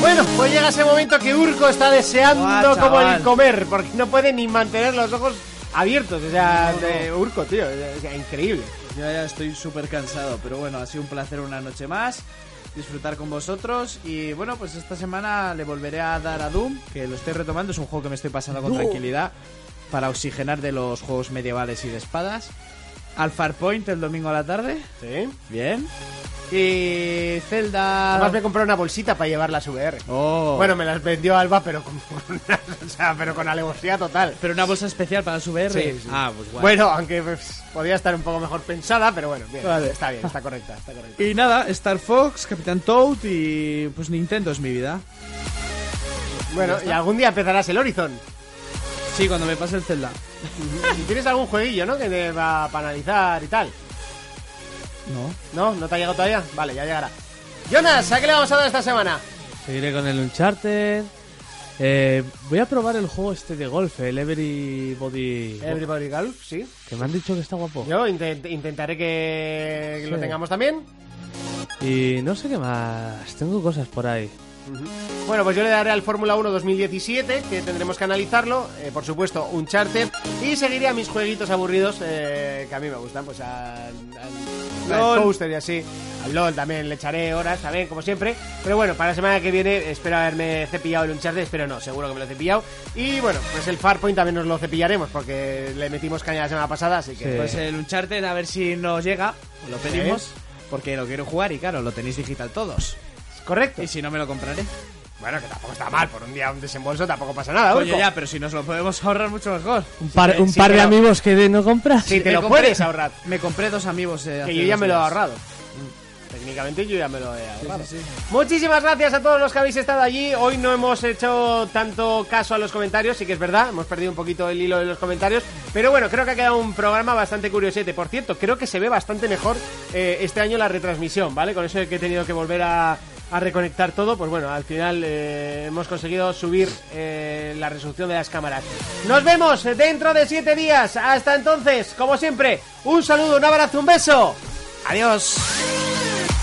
S1: Bueno, pues llega ese momento que Urco está deseando
S2: Buah,
S1: como el
S2: Ah, chaval.
S1: comer, porque no puede ni mantener los ojos abiertos. O sea, de Urco, tío, o sea, increíble.
S2: Yo ya estoy súper cansado, pero bueno, ha sido un placer una noche más disfrutar con vosotros y bueno pues esta semana le volveré a dar a Doom que lo estoy retomando es un juego que me estoy pasando con tranquilidad para oxigenar de los juegos medievales y de espadas al Farpoint el domingo a la tarde
S1: Sí.
S2: bien y Zelda
S1: Además me compré una bolsita para llevar las VR.
S2: Ah. Oh.
S1: Bueno, me las vendió Alba, pero con, con una- o sea, pero con alevosía total.
S2: pero una bolsa especial para su VR
S1: Sí, sí.
S2: ah pues guay.
S1: Bueno, aunque pues, podía estar un poco mejor pensada, pero bueno, bien,
S2: Vale.
S1: está bien, está correcta, está correcta.
S2: Y nada, Star Fox, Capitán Toad y pues Nintendo es mi vida.
S1: Bueno, y algún día empezarás el Horizon.
S2: Sí, cuando me pase el Zelda.
S1: Y tienes algún jueguillo, ¿no? Que te va para analizar y tal.
S2: No.
S1: ¿No? ¿No te ha llegado todavía? Vale, ya llegará. Jonas, ¿a qué le vamos a dar esta semana?
S3: Seguiré con el Uncharted. Eh, voy a probar el juego este de golf, el Everybody...
S1: Everybody Golf, sí.
S3: Que me han dicho que está guapo.
S1: Yo intent- intentaré que
S3: Sí.
S1: lo tengamos también.
S3: Y no sé qué más. Tengo cosas por ahí.
S1: Bueno, pues yo le daré al Fórmula 1 2017, que tendremos que analizarlo. eh, por supuesto, un charter. Y seguiré a mis jueguitos aburridos, eh, que a mí me gustan. Pues al, al- al
S2: LOL.
S1: Coaster y así. Al LOL también le echaré horas, también, como siempre. Pero bueno, para la semana que viene espero haberme cepillado el Uncharted. Espero no, seguro que me lo he cepillado. Y bueno, pues el Farpoint también nos lo cepillaremos, porque le metimos caña la semana pasada, así que...
S2: Pues el Uncharted, a ver si nos llega. Lo pedimos. Porque lo quiero jugar y claro, lo tenéis digital todos.
S1: Correcto.
S2: Y si no, me lo compraré.
S1: Bueno, que tampoco está mal. Por un día un desembolso tampoco pasa nada,
S2: Coño,
S1: Urco.
S2: ya, pero si nos lo podemos ahorrar mucho mejor.
S3: Un par, un par de amigos que de- no compras.
S1: Si te lo puedes ahorrar.
S2: Me compré dos amigos. eh,
S1: Que
S2: hace
S1: yo ya
S2: dos
S1: me lo he
S2: días.
S1: ahorrado. Técnicamente yo ya me lo he ahorrado. Muchísimas gracias a todos los que habéis estado allí. Hoy no hemos hecho tanto caso a los comentarios, sí que es verdad, hemos perdido un poquito el hilo de los comentarios. Pero bueno, creo que ha quedado un programa bastante curiosete. Por cierto, creo que se ve bastante mejor eh, este año la retransmisión, ¿vale? Con eso de que he tenido que volver a, a reconectar todo, pues bueno, al final eh, hemos conseguido subir eh, la resolución de las cámaras. Nos vemos dentro de siete días. Hasta entonces, como siempre, un saludo, un abrazo, un beso. Adiós.